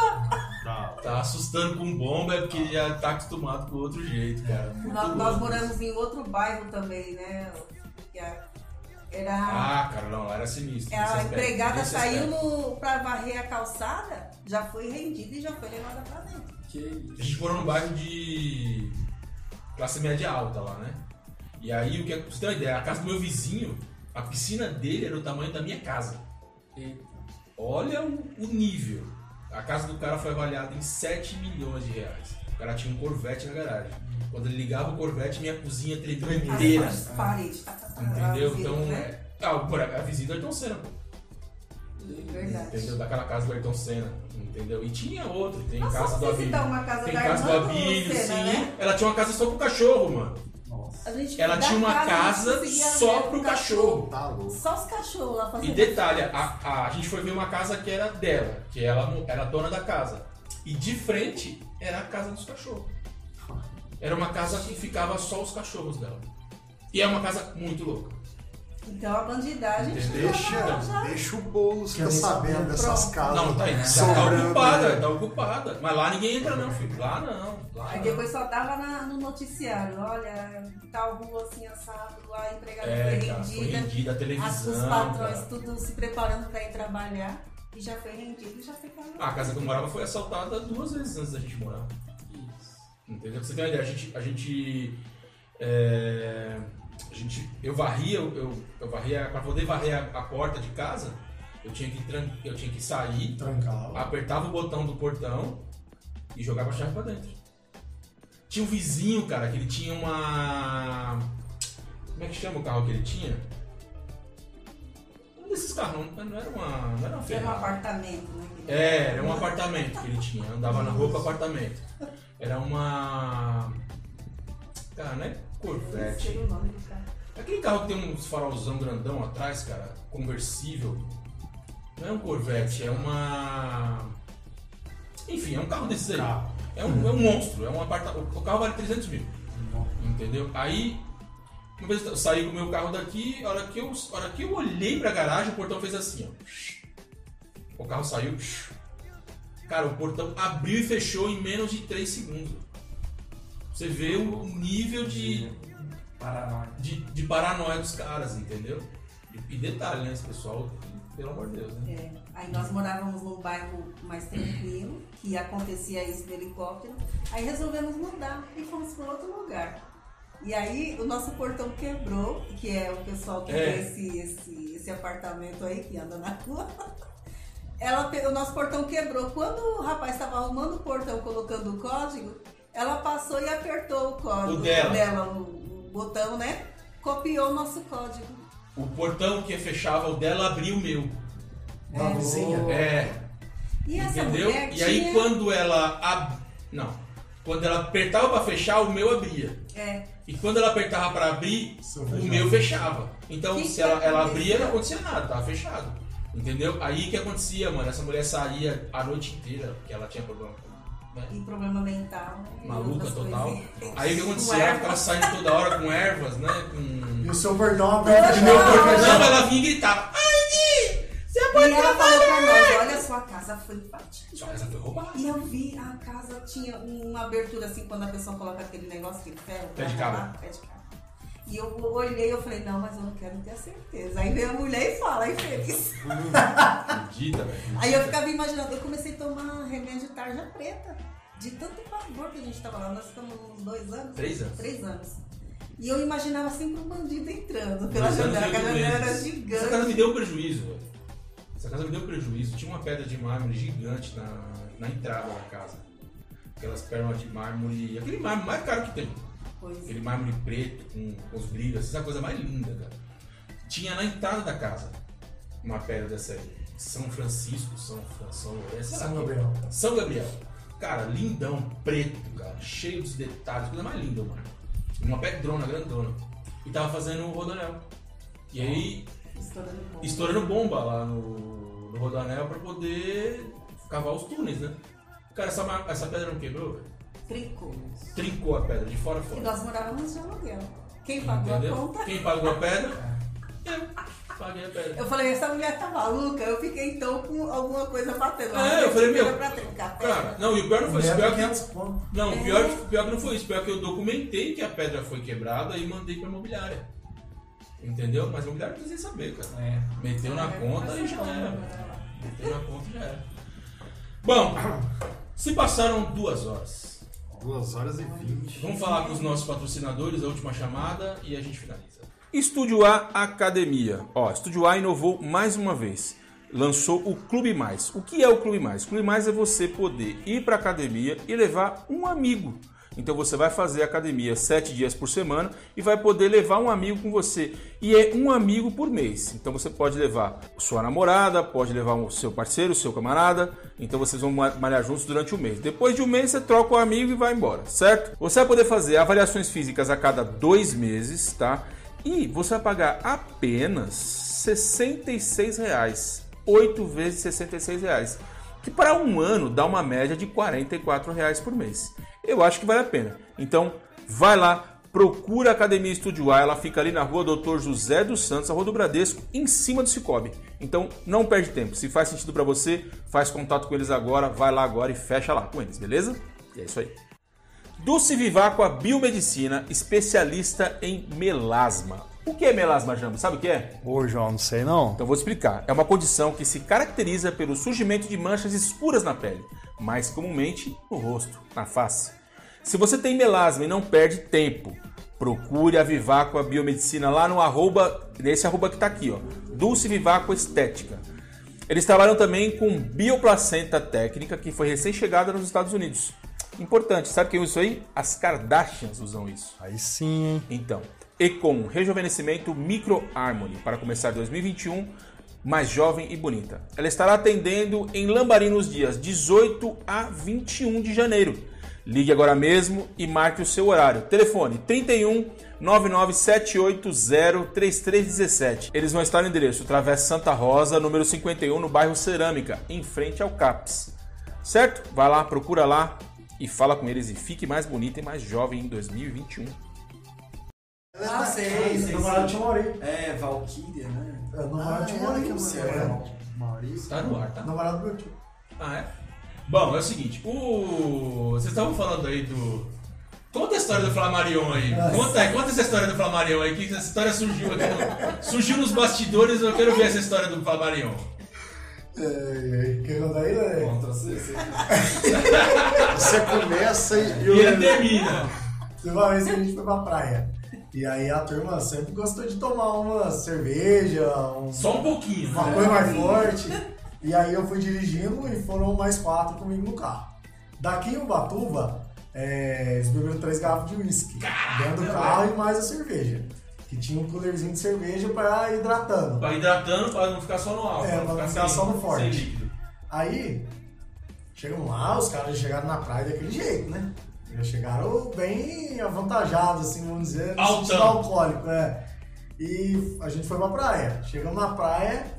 A: Tá assustando com bomba é porque já tá acostumado com outro jeito, cara. Muito
C: Nós, nós
A: louco.
C: moramos em outro bairro também, né? Que a- Era.
A: Ah, cara, não, era sinistro.
C: era
A: nesse
C: a
A: aspecto,
C: empregada
A: nesse
C: saiu
A: aspecto.
C: no, pra varrer a calçada, já foi rendida e já foi levada pra dentro.
D: Que
A: A
D: isso.
A: gente morou num bairro de classe média alta lá, né? E aí, o que é, pra você ter uma ideia, a casa do meu vizinho, a piscina dele era o tamanho da minha casa.
D: Eita.
A: Olha o, o nível. A casa do cara foi avaliada em 7 milhões de reais. O cara tinha um Corvette na garagem. Quando ele ligava o Corvette, minha cozinha tremia
C: As-
A: inteira.
C: As paredes. tá, tá, tá,
A: Ah, Entendeu?
C: tá,
A: Então,
C: né?
A: é. Ah, por acaso, a vizinha do Ayrton Senna, pô. Entendeu?
C: Verdade.
A: Daquela casa do Ayrton Senna. Entendeu? E tinha outro. Tem
C: Nós
A: casa
C: vamos
A: do Abílio.
C: visitar então, uma casa
A: Tem
C: da
A: casa do
C: irmã do
A: Abílio, sim.
C: Lucena, né?
A: Ela tinha uma casa só pro cachorro, mano.
D: Nossa.
C: A gente
A: Ela
C: da
A: tinha uma
C: a gente
A: casa
C: conseguia
A: só
C: ver o
A: pro cachorro.
B: Tá louco.
C: Só os cachorros lá
A: E
C: fazendo.
A: detalhe, a, a, a gente foi ver uma casa que era dela, que ela mo- era dona da casa. E de frente era a casa dos cachorros. Era uma casa que ficava só os cachorros dela. E é uma casa muito louca.
C: Então a bandidagem
A: Entendeu?
C: chegava
B: Deixa,
C: já.
B: deixa o Boulos
E: Que
B: ficar
E: eu nem
B: sabendo
E: sabia.
B: dessas casas.
A: Não, tá, tá, tá
B: Sobrando,
A: ocupada,
B: né?
A: tá ocupada. Mas lá ninguém entra não, filho. Lá não. Lá
C: Aí
A: não.
C: depois só dava na- no noticiário, olha, tal rua assim assado, lá a empregada
A: É,
C: foi
A: cara, foi rendida
C: rendida,
A: a
C: as, os
A: televisão.
C: patrões
A: cara.
C: tudo se preparando para ir trabalhar e já foi rendido e já foi caindo.
A: Ah, A casa que eu morava foi assaltada duas vezes antes da gente morar. Entendeu? Pra você ter uma ideia, a gente. A gente, é, a gente eu varria, eu, eu, eu varria. Pra poder varrer a, a porta de casa, eu tinha, que tran- eu tinha que sair,
E: Trancava.
A: apertava o botão do portão e jogava a chave pra dentro. Tinha um vizinho, cara, que ele tinha uma. Como é que chama o carro que ele tinha? Um desses carros, não, não era uma. Não era uma
C: Era um
A: Ferrari.
C: apartamento, né? que-
A: É, era um apartamento que ele tinha. Andava na rua com apartamento. Era uma. Cara, não é
C: Eu não sei
A: Corvette. É
C: o nome do carro.
A: Aquele carro que tem uns farolzão grandão atrás, cara, conversível. Não é um Corvette, é uma. Enfim, é um carro desses aí. É um, é um monstro, é um apartamento. O carro vale 300 mil. Entendeu? Aí, uma vez eu saí com o meu carro daqui, a hora que eu, a hora que eu olhei pra garagem, o portão fez assim, ó. O carro saiu. Cara, o portão abriu e fechou em menos de 3 segundos. Você vê o nível de,
D: Paraná.
A: de, de paranoia dos caras, entendeu? E, e detalhe, né? Esse pessoal, pelo amor de Deus, né?
C: É, Aí nós morávamos num bairro mais tranquilo, que acontecia isso do helicóptero. Aí resolvemos mudar e fomos para outro lugar. E aí o nosso portão quebrou, que é o pessoal que
A: É.
C: tem esse, esse, esse apartamento aí que anda na rua. Ela, pe- o nosso portão quebrou. Quando o rapaz estava arrumando o portão, colocando o código, ela passou e apertou o código
A: O dela.
C: o, o botão, né? Copiou o nosso código.
A: O portão que fechava o dela abriu o meu.
E: Uma vizinha.
A: É,
C: E essa
A: Entendeu?
C: mulher
A: E aí
C: tinha-
A: quando ela ab... não, quando ela apertava pra fechar, o meu abria.
C: É,
A: E quando ela apertava pra abrir,
E: Seu
A: o
E: fechado.
A: meu fechava. Então
C: Que
A: se
C: que
A: ela, ela
C: aconteceu?
A: abria, não acontecia nada, tava fechado. Entendeu? Aí o que acontecia, mano, essa mulher saía a noite inteira, porque ela tinha problema com Né?
C: E um problema mental. né? e
A: Maluca
C: outras
A: total.
C: coisas.
A: Aí o que acontecia?
C: Com
A: Ela
C: erva.
A: ficava saindo toda hora com ervas, né? Com...
E: E o seu bordão aberto né? de meu
A: Não,
E: corpo.
A: ela vinha gritar. Ai, Gui! Você
C: E
A: pode
C: ela falou pra
A: trabalhar!
C: nós, olha, sua casa foi invadida.
A: Sua casa foi roubada.
C: E eu vi, a casa tinha uma abertura assim, quando a pessoa coloca aquele negócio, aquele ferro.
A: Pé de
C: pra
A: cabra.
C: rolar, Pé de cabra. E eu olhei, eu falei, não, mas eu não quero ter a certeza. Aí veio a mulher e fala, infeliz.
A: Acredita, velho.
C: Aí eu ficava imaginando, eu comecei a tomar remédio tarja preta. De tanto pavor que a gente tava lá, nós estamos uns dois anos.
A: Três anos.
C: Três anos. E eu imaginava sempre um bandido entrando pela
A: Dois anos
C: janela,
A: e
C: que a
A: oito
C: janela era
A: meses. Essa casa
C: gigante.
A: me deu um prejuízo, velho. Essa casa me deu um prejuízo. Tinha uma pedra de mármore gigante na, na entrada da casa. Aquelas pernas de mármore. Aquele mármore mais caro que tem.
C: Pois é.
A: Aquele mármore preto com, com os brilhos. Essa é coisa mais linda, cara. Tinha na entrada da casa uma pedra dessa aí. São Francisco, São François,
E: São Gabriel.
A: São Gabriel. Cara, lindão, preto, cara, cheio dos detalhes, coisa mais linda, mano. Uma pedrona, grandona. E tava fazendo o Rodanel. E aí,
C: Estourando bom.
A: estourando bomba lá no, no Rodanel pra poder cavar os túneis, né? Cara, essa, ma- essa pedra não quebrou, velho?
C: Trincou.
A: Trincou a pedra de fora a
C: E
A: fora.
C: nós morávamos de aluguel. Quem pagou a
A: Entendeu?
C: conta?
A: Quem pagou a pedra? Eu. Paguei a pedra.
C: Eu falei, essa mulher tá maluca. Eu fiquei então com alguma coisa batendo. na
A: É, eu
C: frente,
A: falei, meu,
C: Pra né?" trincar.
A: Cara, não, e o pior não foi isso. O pior é
E: Leva
A: que
E: 500 pontos.
A: Não,
C: É.
A: o pior, o pior que não foi isso. o Pior que eu documentei que a pedra foi quebrada e mandei pra imobiliária. Entendeu? Mas a imobiliária não precisa saber, cara.
D: É.
A: Meteu na
C: É,
A: conta
C: mas
A: e já
C: não,
A: era.
C: né?
A: Meteu na conta e já era. Bom, se passaram duas horas.
H: 2 horas e 20.
A: Vamos falar com os nossos patrocinadores, a última chamada e a gente finaliza.
G: Estúdio A Academia. Ó, Estúdio A inovou mais uma vez. Lançou o Clube Mais. O que é o Clube Mais? O Clube Mais é você poder ir para academia e levar um amigo. Então você vai fazer academia sete dias por semana e vai poder levar um amigo com você. E é um amigo por mês. Então você pode levar sua namorada, pode levar o seu parceiro, o seu camarada. Então vocês vão ma- malhar juntos durante o mês. Depois de um mês você troca o amigo e vai embora, certo? Você vai poder fazer avaliações físicas a cada dois meses, tá? E você vai pagar apenas R$ 66,00. 8 vezes R$ 66,00. Que para um ano dá uma média de R$ 44,00 por mês. Eu acho que vale a pena. Então, vai lá, procura a Academia Estúdio A. Ela fica ali na rua Doutor José dos Santos, a rua do Bradesco, em cima do Cicobi. Então, não perde tempo. Se faz sentido para você, faz contato com eles agora. Vai lá agora e fecha lá com eles, beleza? E é isso aí. Dulce Vivaco, a biomedicina, especialista em melasma. O que é melasma, Jambo? Sabe o que é?
H: Ô, João, não sei não.
G: Então vou explicar. É uma condição que se caracteriza pelo surgimento de manchas escuras na pele, mais comumente no rosto, na face. Se você tem melasma e não perde tempo, procure a Vivaco, a biomedicina, lá no arroba, nesse arroba que tá aqui, ó. Dulce Vivaco Estética. Eles trabalham também com bioplacenta técnica que foi recém-chegada nos Estados Unidos. Importante, sabe quem usa isso aí? As Kardashians usam isso.
H: Aí sim, hein?
G: Então, Econ, rejuvenescimento Micro Harmony, para começar 2021 mais jovem e bonita. Ela estará atendendo em Lambari nos dias 18 a 21 de janeiro. Ligue agora mesmo e marque o seu horário. Telefone 31 99780 3317. Eles vão estar no endereço Travessa Santa Rosa, número 51, no bairro Cerâmica, em frente ao CAPS. Certo? Vai lá, procura lá e fala com eles e fique mais bonita e mais jovem em 2021.
D: Ah, sei, sei.
E: Namorado de
D: sei.
E: Maurício.
D: É, Valkyria, né?
E: É,
B: Ah,
E: Namorado de Maurício. é.
B: né? Maurício.
A: Tá no ar, tá?
E: Namorado do meu tio.
A: Ah, é? Bom, é o seguinte, o... vocês estavam falando aí do... Conta a história do Flamarion aí. Conta, conta essa história do Flamarion aí, que essa história surgiu aqui. no- Surgiu nos bastidores, eu quero ver essa história do Flamarion.
E: É, é, Quer contar aí, né?
D: Contra você. você-
B: Você começa e,
A: E ele termina.
E: Teve uma vez que a gente foi pra praia. E aí a turma sempre gostou de tomar uma cerveja, um-
A: Só um pouquinho,
E: uma
A: né?
E: coisa mais forte. E aí eu fui dirigindo e foram mais quatro comigo no carro. Daqui em Ubatuba, é, eles beberam três garrafas de uísque. Dentro do carro e mais a cerveja. Que tinha um coolerzinho de cerveja pra ir hidratando.
A: Pra hidratando, pra não ficar só no álcool.
E: É, pra não ficar
A: sem-
E: só no forte.
A: Sem líquido.
E: Aí, chegam lá, os caras chegaram na praia daquele jeito, né? Já chegaram bem avantajados, assim, vamos dizer, no
A: Altão.
E: sentido alcoólico, é. E a gente foi pra praia. Chegamos na praia,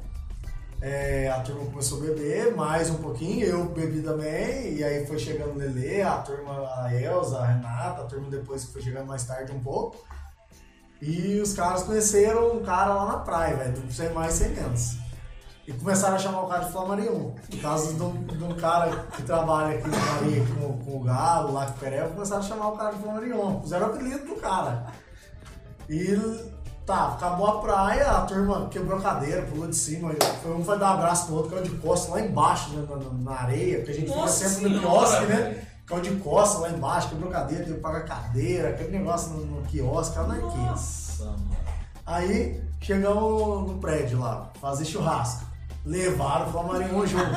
E: É, a turma começou a beber mais um pouquinho, eu bebi também, e aí foi chegando o Lelê, a turma, a Elza, a Renata, a turma depois que foi chegando mais tarde um pouco. E os caras conheceram um cara lá na praia, velho, do sem mais sem menos. E começaram a chamar o cara de Flamarion. Por causa de um, de um cara que trabalha aqui na Maria com, com o Galo, lá com o Pereva, começaram a chamar o cara de Flamarion. Fizeram o apelido do cara. E tá, acabou a praia, a turma quebrou a cadeira, pulou de cima. Foi um foi dar abraço pro outro, caiu de costas lá embaixo, né, na, na- na areia, porque a gente fica
A: Nossa
E: sempre no
A: Senhora,
E: quiosque,
A: velho.
E: né? Caiu de costas lá embaixo, quebrou a cadeira, teve que pagar a cadeira, aquele negócio no, no quiosque, caiu na quinta.
A: Nossa, mano.
E: Aí chegamos no prédio lá, fazer churrasco. Levaram o Flamarion junto.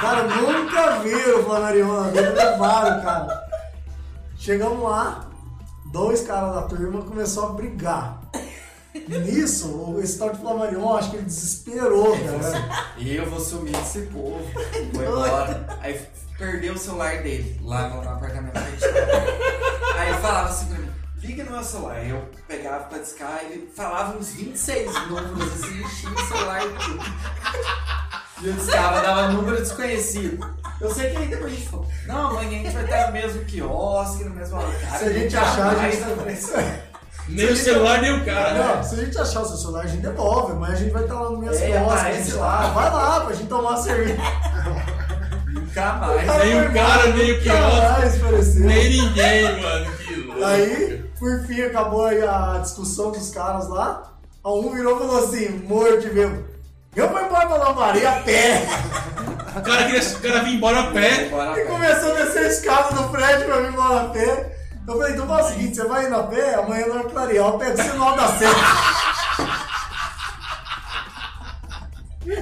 E: cara, nunca viram o Flamarion, na vida, levaram, cara. Chegamos lá, dois caras da turma começaram a brigar. Nisso, o- esse tal de Flamarion, acho que ele desesperou, cara.
D: E eu vou sumir desse povo. Foi embora. Aí perdeu o celular dele lá no apartamento que a gente tava. Aí eu falava assim pra mim, liga no meu celular. Eu pegava pra discar, ele falava uns 26 números assim, enchia o celular e tudo. E eu discava, dava número desconhecido. Eu sei que aí depois a gente falou, não, amanhã a gente vai estar no mesmo quiosque, no mesmo altar.
E: Se a gente achar, a gente É,
A: Nem o celular, nem o cara. né?
E: Não, se a gente achar o seu celular, a gente devolve, mas a gente vai estar lá no mesmo
D: É,
E: negócio,
D: aparece
E: lá.
D: lá.
E: Vai lá pra gente tomar uma cerveja.
D: Nunca mais.
A: Nem o cara, nem o quiosque.
E: Caralho, pareceu.
A: Nem ninguém, mano. Que louco.
E: Aí, por fim, acabou aí a discussão dos caras lá. A um virou e falou assim, morto de mesmo. Eu vou embora pra lavaria a pé.
A: O cara queria o cara vir embora a pé.
D: Bora,
E: E é? começou a descer a escada do prédio pra vir embora a pé. Eu falei, então faz o seguinte, você vai indo a pé, amanhã não vai clarear, eu pego o sinal da seta.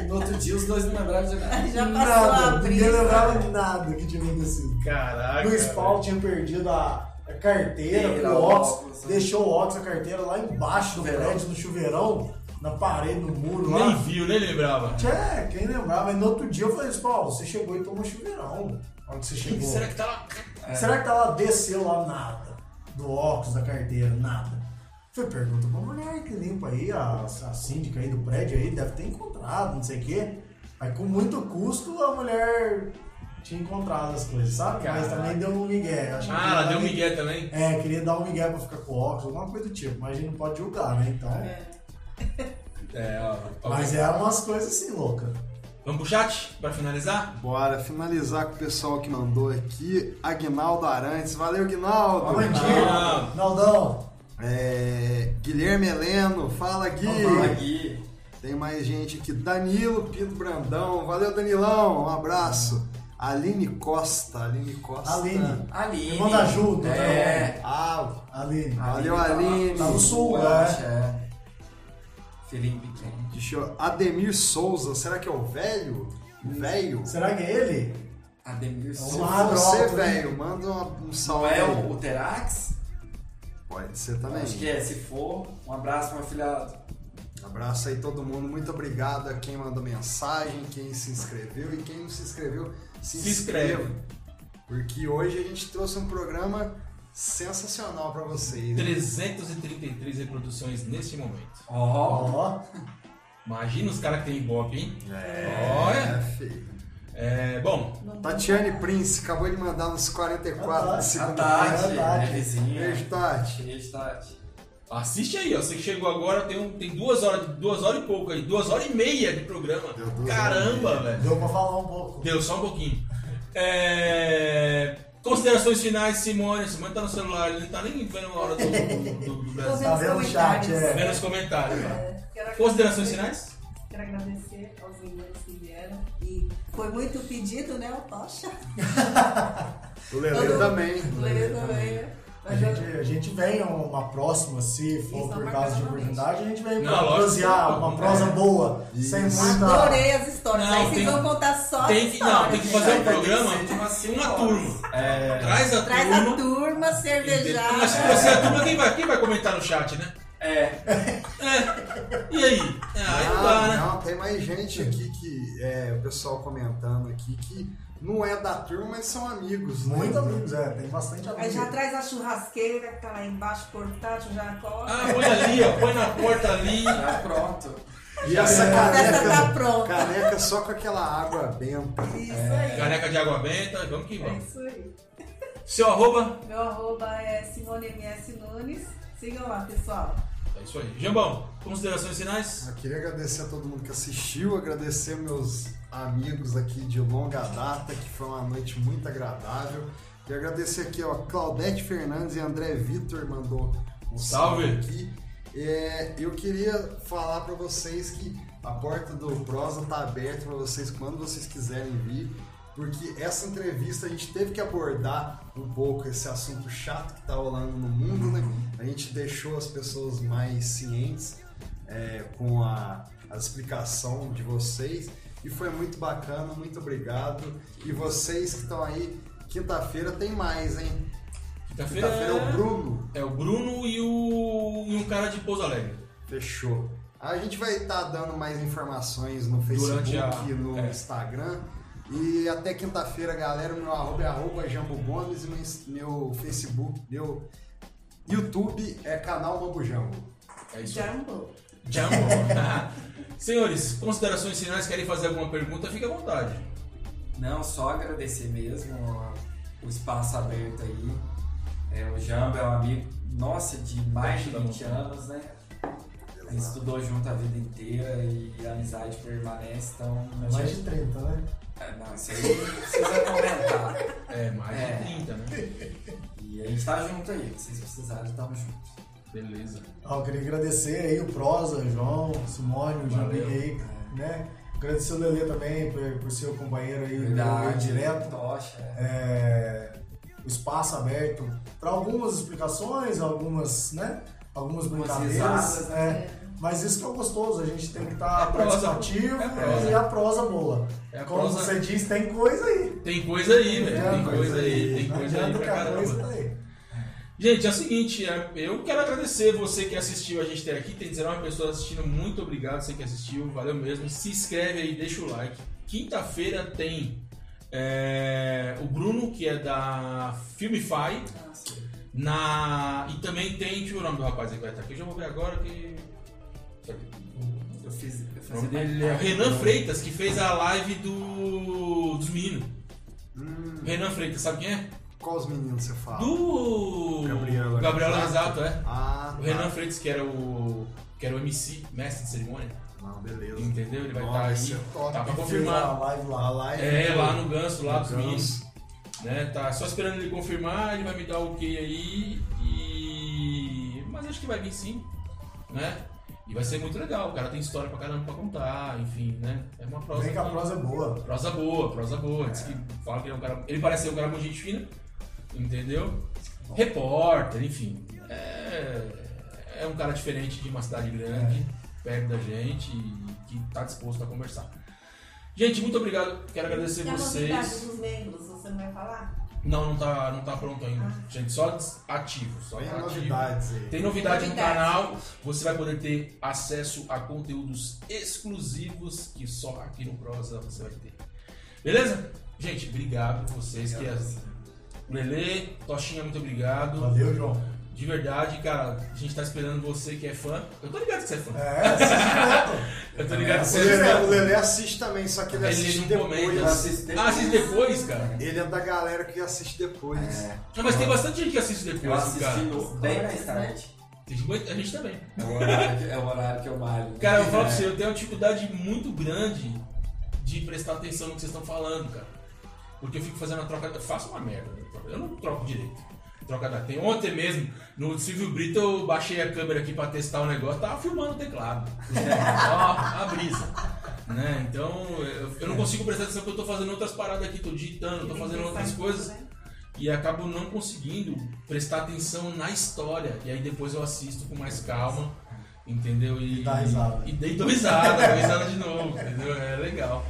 D: No outro dia os dois não lembraram de nada.
C: Ai, Já passou a
E: Nada, é ninguém
C: brisa.
E: lembrava de nada que tinha acontecido.
A: Caraca.
E: Luiz Paulo tinha perdido a, a carteira,
D: Carteira,
E: o óculos,
D: óculos, né?
E: deixou o óculos, a carteira lá embaixo do
D: Chuveirão.
E: prédio, no chuveirão, na parede, no muro lá.
A: Nem viu, nem lembrava.
E: É, quem lembrava. E no outro dia eu falei assim, Paulo, você chegou e tomou chuveirão. Na hora que você chegou.
A: Será que tá lá?
E: Será que tá lá, desceu lá, nada. Do óculos, da carteira, nada. Falei, pergunta pra mulher que limpa aí, a, a síndica aí do prédio aí, deve ter encontrado, não sei o quê. Aí com muito custo a mulher tinha encontrado as coisas, sabe? Mas
A: Caraca.
E: também deu um migué. Acho que
A: Ah, ela deu um migué também.
E: É, queria dar um migué pra ficar com o óculos, alguma coisa do tipo, mas a gente não pode julgar, né? Então.
A: É, ó.
E: Mas é umas coisas assim, louca.
A: Vamos pro chat pra finalizar?
B: Bora finalizar com o pessoal que mandou aqui, Agnaldo Arantes. Valeu, Agnaldo!
E: Bom
A: Não.
E: dia, Naldão.
B: É, Guilherme Heleno, fala Gui.
D: Fala, Gui.
B: Tem mais gente aqui, Danilo Pinto Brandão, valeu Danilão, um abraço. Aline Costa, Aline Costa.
E: Aline.
D: Aline.
E: Irmã da Ju, do
D: É.
B: Ah,
E: Aline.
B: valeu
D: tá lá-
B: Aline.
E: tá no sul,
D: Eu
E: é.
D: acho, é. Felipe Quem.
B: Deixa eu... Ademir Souza, será que é o velho? O velho?
E: Será que é ele?
D: Ademir
B: Se
D: Souza.
E: uma- Ah,
B: você, é
E: droga,
B: velho, manda uma- um
D: Não
B: salve. aí.
D: é o, o Terax?
B: Pode ser também.
D: Acho que é. Se for, um abraço, meu afilhado.
B: Abraço aí todo mundo, muito obrigado a quem mandou mensagem, quem se inscreveu e quem não se inscreveu, se,
A: Se
B: inscreva.
A: inscreve.
B: Porque hoje a gente trouxe um programa sensacional pra vocês.
A: 333 reproduções neste momento.
D: Ó.
E: Ó,
A: Imagina os caras que tem ibope, hein?
B: É,
A: Olha.
B: filho.
A: É, bom,
B: Tatiane Prince acabou de mandar nos 44
E: Ah,
B: da
D: A
B: segunda.
D: Tati.
E: É a Tati.
D: É vizinha.
B: Beijo, Tati.
D: Beijo, Tati.
A: assiste aí, ó. Você que chegou agora tem, um- tem duas horas, duas horas e pouco aí, duas horas e meia de programa.
B: Deu duas
A: Caramba, velho.
E: deu pra falar um pouco.
A: Deu só um pouquinho. É, Considerações finais, Simone. Simone tá no celular, ele não tá nem vendo a hora do, do, do
C: Tô
A: Brasil.
C: vendo
E: Tá
C: os
E: vendo o chat,
C: comentários.
E: é.
A: Tá Vendo os comentários. lá.
C: É, quero agradecer-
A: Considerações finais?
C: Quero agradecer aos meninos que vieram. E foi muito pedido, né, o Tocha?
B: O Lelê
C: Todo-
B: também.
C: Leia também. né?
E: A
C: Mas
E: gente,
C: eu-
E: a gente vem a uma próxima, se for
C: Isso,
E: por
C: marcar
E: causa de
C: novamente.
E: oportunidade, a gente vem
A: Não,
E: pra
A: lógico. É.
E: prosear, uma prosa boa,
B: Isso.
E: sem muita.
C: Adorei as histórias.
A: Não,
C: Aí vocês
A: tem-
C: vão contar só
A: tem
C: as
A: que- não, tem que
C: histórias,
A: fazer
C: né?
A: um programa
D: Tem que ser de umas
A: com
D: cinco
A: uma
D: horas.
A: turma.
D: É.
A: Traz a
C: Traz
A: turma.
C: a turma, cervejada.
A: Mas se você é a turma, quem vai, quem vai comentar no chat, né?
D: É.
A: É. E aí? Ah, aí não dá, né?
B: Ah, não, tem mais gente aqui que. É, o pessoal comentando aqui que não é da turma, mas são amigos. né?
E: Muito amigos, é, tem bastante
C: Aí
E: amigos.
C: já traz a churrasqueira que tá lá embaixo, portátil, já coloca.
A: Ah, põe ali, ó, põe na porta ali.
D: Tá pronto.
B: E essa
A: Ah,
B: caneca,
C: festa tá pronta.
B: caneca só com aquela água benta.
C: Isso
A: É,
C: aí.
A: Caneca de água benta, vamos que
C: É
A: vamos.
C: isso aí.
A: Seu arroba?
C: Meu arroba é Simone MS Nunes. Sigam lá, pessoal.
A: É isso aí. Jambão, considerações finais?
B: Eu queria agradecer a todo mundo que assistiu, agradecer meus amigos aqui de longa data, que foi uma noite muito agradável. E agradecer aqui, ó, Claudete Fernandes e André Vitor mandou um salve,
A: Salve.
B: aqui. É, eu queria falar para vocês que a porta do Prosa tá aberta para vocês quando vocês quiserem vir, porque essa entrevista a gente teve que abordar um pouco esse assunto chato que tá rolando no mundo, né? A gente deixou as pessoas mais cientes é, com a, a explicação de vocês e foi muito bacana, muito obrigado. E vocês que estão aí, quinta-feira tem mais, hein?
A: Quinta-feira
B: Quinta-feira é o Bruno.
A: é o Bruno e, o... e um cara de Pouso Alegre.
B: Fechou. A gente vai estar dando mais informações no Facebook
A: Durante a-
B: e no
A: é.
B: Instagram. E até quinta-feira, galera, meu arroba é arroba Jambo Gomes e meu ins- meu Facebook, meu YouTube é canal Mambo Jambo.
A: É isso aí.
C: Jumbo.
A: Jambão. Senhores, considerações finais, querem fazer alguma pergunta? Fique à vontade.
D: Não, só agradecer mesmo ó, o espaço aberto aí. É, o Jambo é um amigo, nossa, de mais de 20 anos, né? A gente estudou junto a vida inteira e a amizade permanece, então. a
E: Mais
D: gente-
E: de 30, né?
D: É, Não, isso aí precisa comentar.
A: É, mais
D: É.
A: de 30, né?
D: E a gente tá junto aí, se vocês precisarem, tamo junto.
A: Beleza.
E: Ah, eu queria agradecer aí o Prosa, o João, o Simone, o Jean
A: Valeu.
E: aí, né? Agradecer o Lelê também por, por ser o companheiro aí, meu meio direto.
D: Tocha. é.
E: É, o espaço aberto para algumas explicações, algumas, né? Algumas
D: Algumas
E: brincadeiras.
D: risadas,
E: é. Mas isso que é o gostoso, a gente tem que estar
A: É prosa.
E: participativo
A: É prosa.
E: e a prosa boa.
A: É a
E: Como
A: prosa.
E: você diz, tem coisa aí.
A: Tem coisa aí, velho.
E: É,
A: Tem
E: coisa
A: coisa aí. Tem
E: Não
A: coisa aí
E: adianta
A: pra
E: que a
A: caramba.
E: coisa tá aí.
A: Gente, é o seguinte, é, eu quero agradecer você que assistiu a gente até aqui, tem 19 pessoas assistindo, muito obrigado você que assistiu, valeu mesmo. Se inscreve aí, deixa o like. Quinta-feira tem é, o Bruno, que é da Filmify, na, e também tem, deixa eu ver o nome do rapaz aí que vai estar aqui, eu já vou ver agora que...
D: Eu fiz. Eu fiz
A: É o Renan Freitas, que fez a live do, dos meninos.
B: Hum,
A: Renan Freitas, sabe quem é?
B: qual os meninos você fala?
A: Do...
B: Gabriel Lorenzato.
A: Gabriel Lorenzato, é.
B: Ah,
A: O
B: tá.
A: Renan Freitas, que era o. que era o MC, mestre de cerimônia,
B: Não, beleza.
A: entendeu? Ele vai
B: Nossa,
A: estar aí.
B: é top.
A: Tá pra
E: Fiz
A: confirmar.
E: uma live lá.
B: A live
A: É,
B: do-
A: lá no Ganso, lá dos
B: do
A: meninos.
B: Ganso.
A: Né? Tá só esperando ele confirmar, ele vai me dar o ok aí. E. Mas acho que vai vir sim, né? E vai ser muito legal, o cara tem história pra caramba pra contar, enfim, né? É uma prosa.
E: Vem que a
A: que-
E: prosa é boa.
A: Prosa boa, prosa boa. Diz que fala que ele é um cara. Ele parece ser um cara muito gente fina, entendeu? Repórter, enfim. É, é um cara diferente de uma cidade grande,
C: É.
A: perto da gente e que tá disposto a conversar. Gente, muito obrigado. Quero agradecer
C: E a novidade
A: vocês.
C: dos membros, você não vai falar?
A: Não, não tá, não tá pronto ainda.
C: Ah.
A: Gente, só des- ativo. Só
B: Olha
A: tá
B: as
A: ativo.
B: novidades aí.
A: Tem novidade no
C: Novidades.
A: canal. Você vai poder ter acesso a conteúdos exclusivos que só aqui no Prosa você vai ter. Beleza? Gente, obrigado vocês que Lele, Toshinha, muito obrigado.
E: Valeu, João.
A: De verdade, cara, a gente tá esperando você que é fã. Eu tô ligado que você é fã.
E: É, assiste
A: Eu tô ligado que
B: O
A: você é
B: Lelé, o
A: fã.
B: Lelé assiste também, só que ele,
A: Ele
B: assiste
A: não
B: depois.
A: comenta.
D: assiste
A: Ah, assiste depois, cara?
B: Ele é da galera que assiste depois.
D: É,
A: Não, mas tem bastante gente que assiste
D: eu
A: depois,
D: assisti
A: cara.
D: no- bem mais tarde.
A: Tem muita- A gente também.
D: É o horário que, é o horário que eu malho.
A: Cara, eu falo
D: É.
A: pra você, eu tenho uma dificuldade muito grande de prestar atenção no que vocês estão falando, cara. Porque eu fico fazendo a troca. Eu faço uma merda. né? Eu não troco direito. Troca da tem. Ontem mesmo, no Silvio Brito, eu baixei a câmera aqui pra testar o negócio, tava filmando o teclado. Ó, a brisa. Né? Então, eu, eu não consigo prestar atenção porque eu tô fazendo outras paradas aqui, tô digitando, tô fazendo outras coisas
C: né?
A: e acabo não conseguindo prestar atenção na história. E aí depois eu assisto com mais calma, entendeu? E,
E: E dá risada.
A: E dei dou risada, dou risada de novo, entendeu? É legal.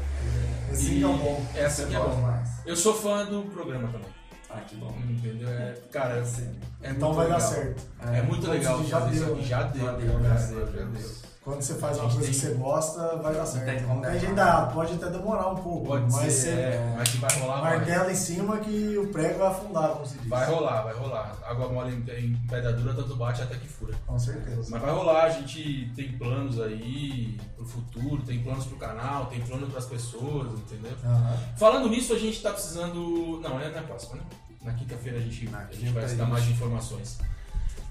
E: Esse
A: E
E: que é o bom.
A: Essa
D: Você
A: aqui é bom.
D: mais.
A: Eu sou fã do programa também,
D: Ah, que bom.
A: entendeu? É, cara, é, é
E: Então
A: muito
E: vai dar
A: legal.
E: certo.
A: É muito
E: Antes
A: legal
E: de já
A: fazer isso
E: deu,
A: aqui.
E: né?
A: Já deu, já
D: Já deu,
A: deu, já
D: graças a
A: deu.
D: Deus.
E: Quando você faz uma
A: gente
E: coisa que
A: tem-
E: você gosta, vai dar
D: tem
E: certo.
D: como
E: Tem
D: dar
E: gente
D: errado.
E: dá, pode até demorar um pouco,
A: Pode ser,
E: mas você
A: é, mas que vai rolar mais.
E: martela em cima que o prego vai afundar, como se diz.
A: Vai rolar, vai rolar. Água mole em, em pedra dura, tanto bate até que fura.
E: Com certeza.
A: Mas vai rolar, a gente tem planos aí pro futuro, tem planos pro canal, tem plano pras pessoas, entendeu?
E: Aham.
A: Falando nisso, a gente tá precisando. Não, é na próxima, né? Na quinta-feira a gente, a gente vai dar mais informações.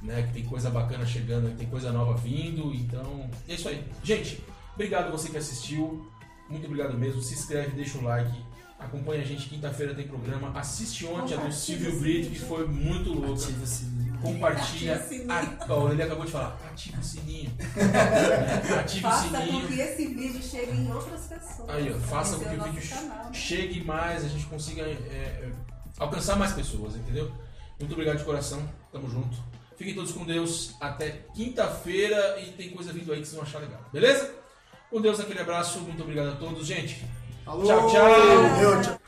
A: Né? Que tem coisa bacana chegando, que tem coisa nova vindo. Então, é isso aí. Gente, obrigado você que assistiu. Muito obrigado mesmo. Se inscreve, deixa o like. Acompanha a gente. Quinta-feira tem programa. Assiste ontem a do
C: Compartilha
A: Silvio
C: esse
A: Brito, que
C: vídeo.
A: foi muito louca.
D: Ativa o sininho.
A: Compartilha.
C: Ativa o sininho.
A: A... Ah, Ó, ele acabou de falar. Ativa o sininho. Ativa o
C: Faça com
A: sininho.
C: que esse vídeo chegue em outras pessoas.
A: Aí, ó, faça
C: Esse
A: com
C: é
A: que o
C: nosso
A: vídeo
C: canal.
A: chegue mais, a gente consiga é, é, alcançar mais pessoas, entendeu? Muito obrigado de coração, tamo junto. Fiquem todos com Deus, até quinta-feira e tem coisa vindo aí que vocês vão achar legal, beleza? Com Deus, aquele abraço, muito obrigado a todos, gente.
B: Alô,
A: Tchau, tchau.
B: Valeu, tchau.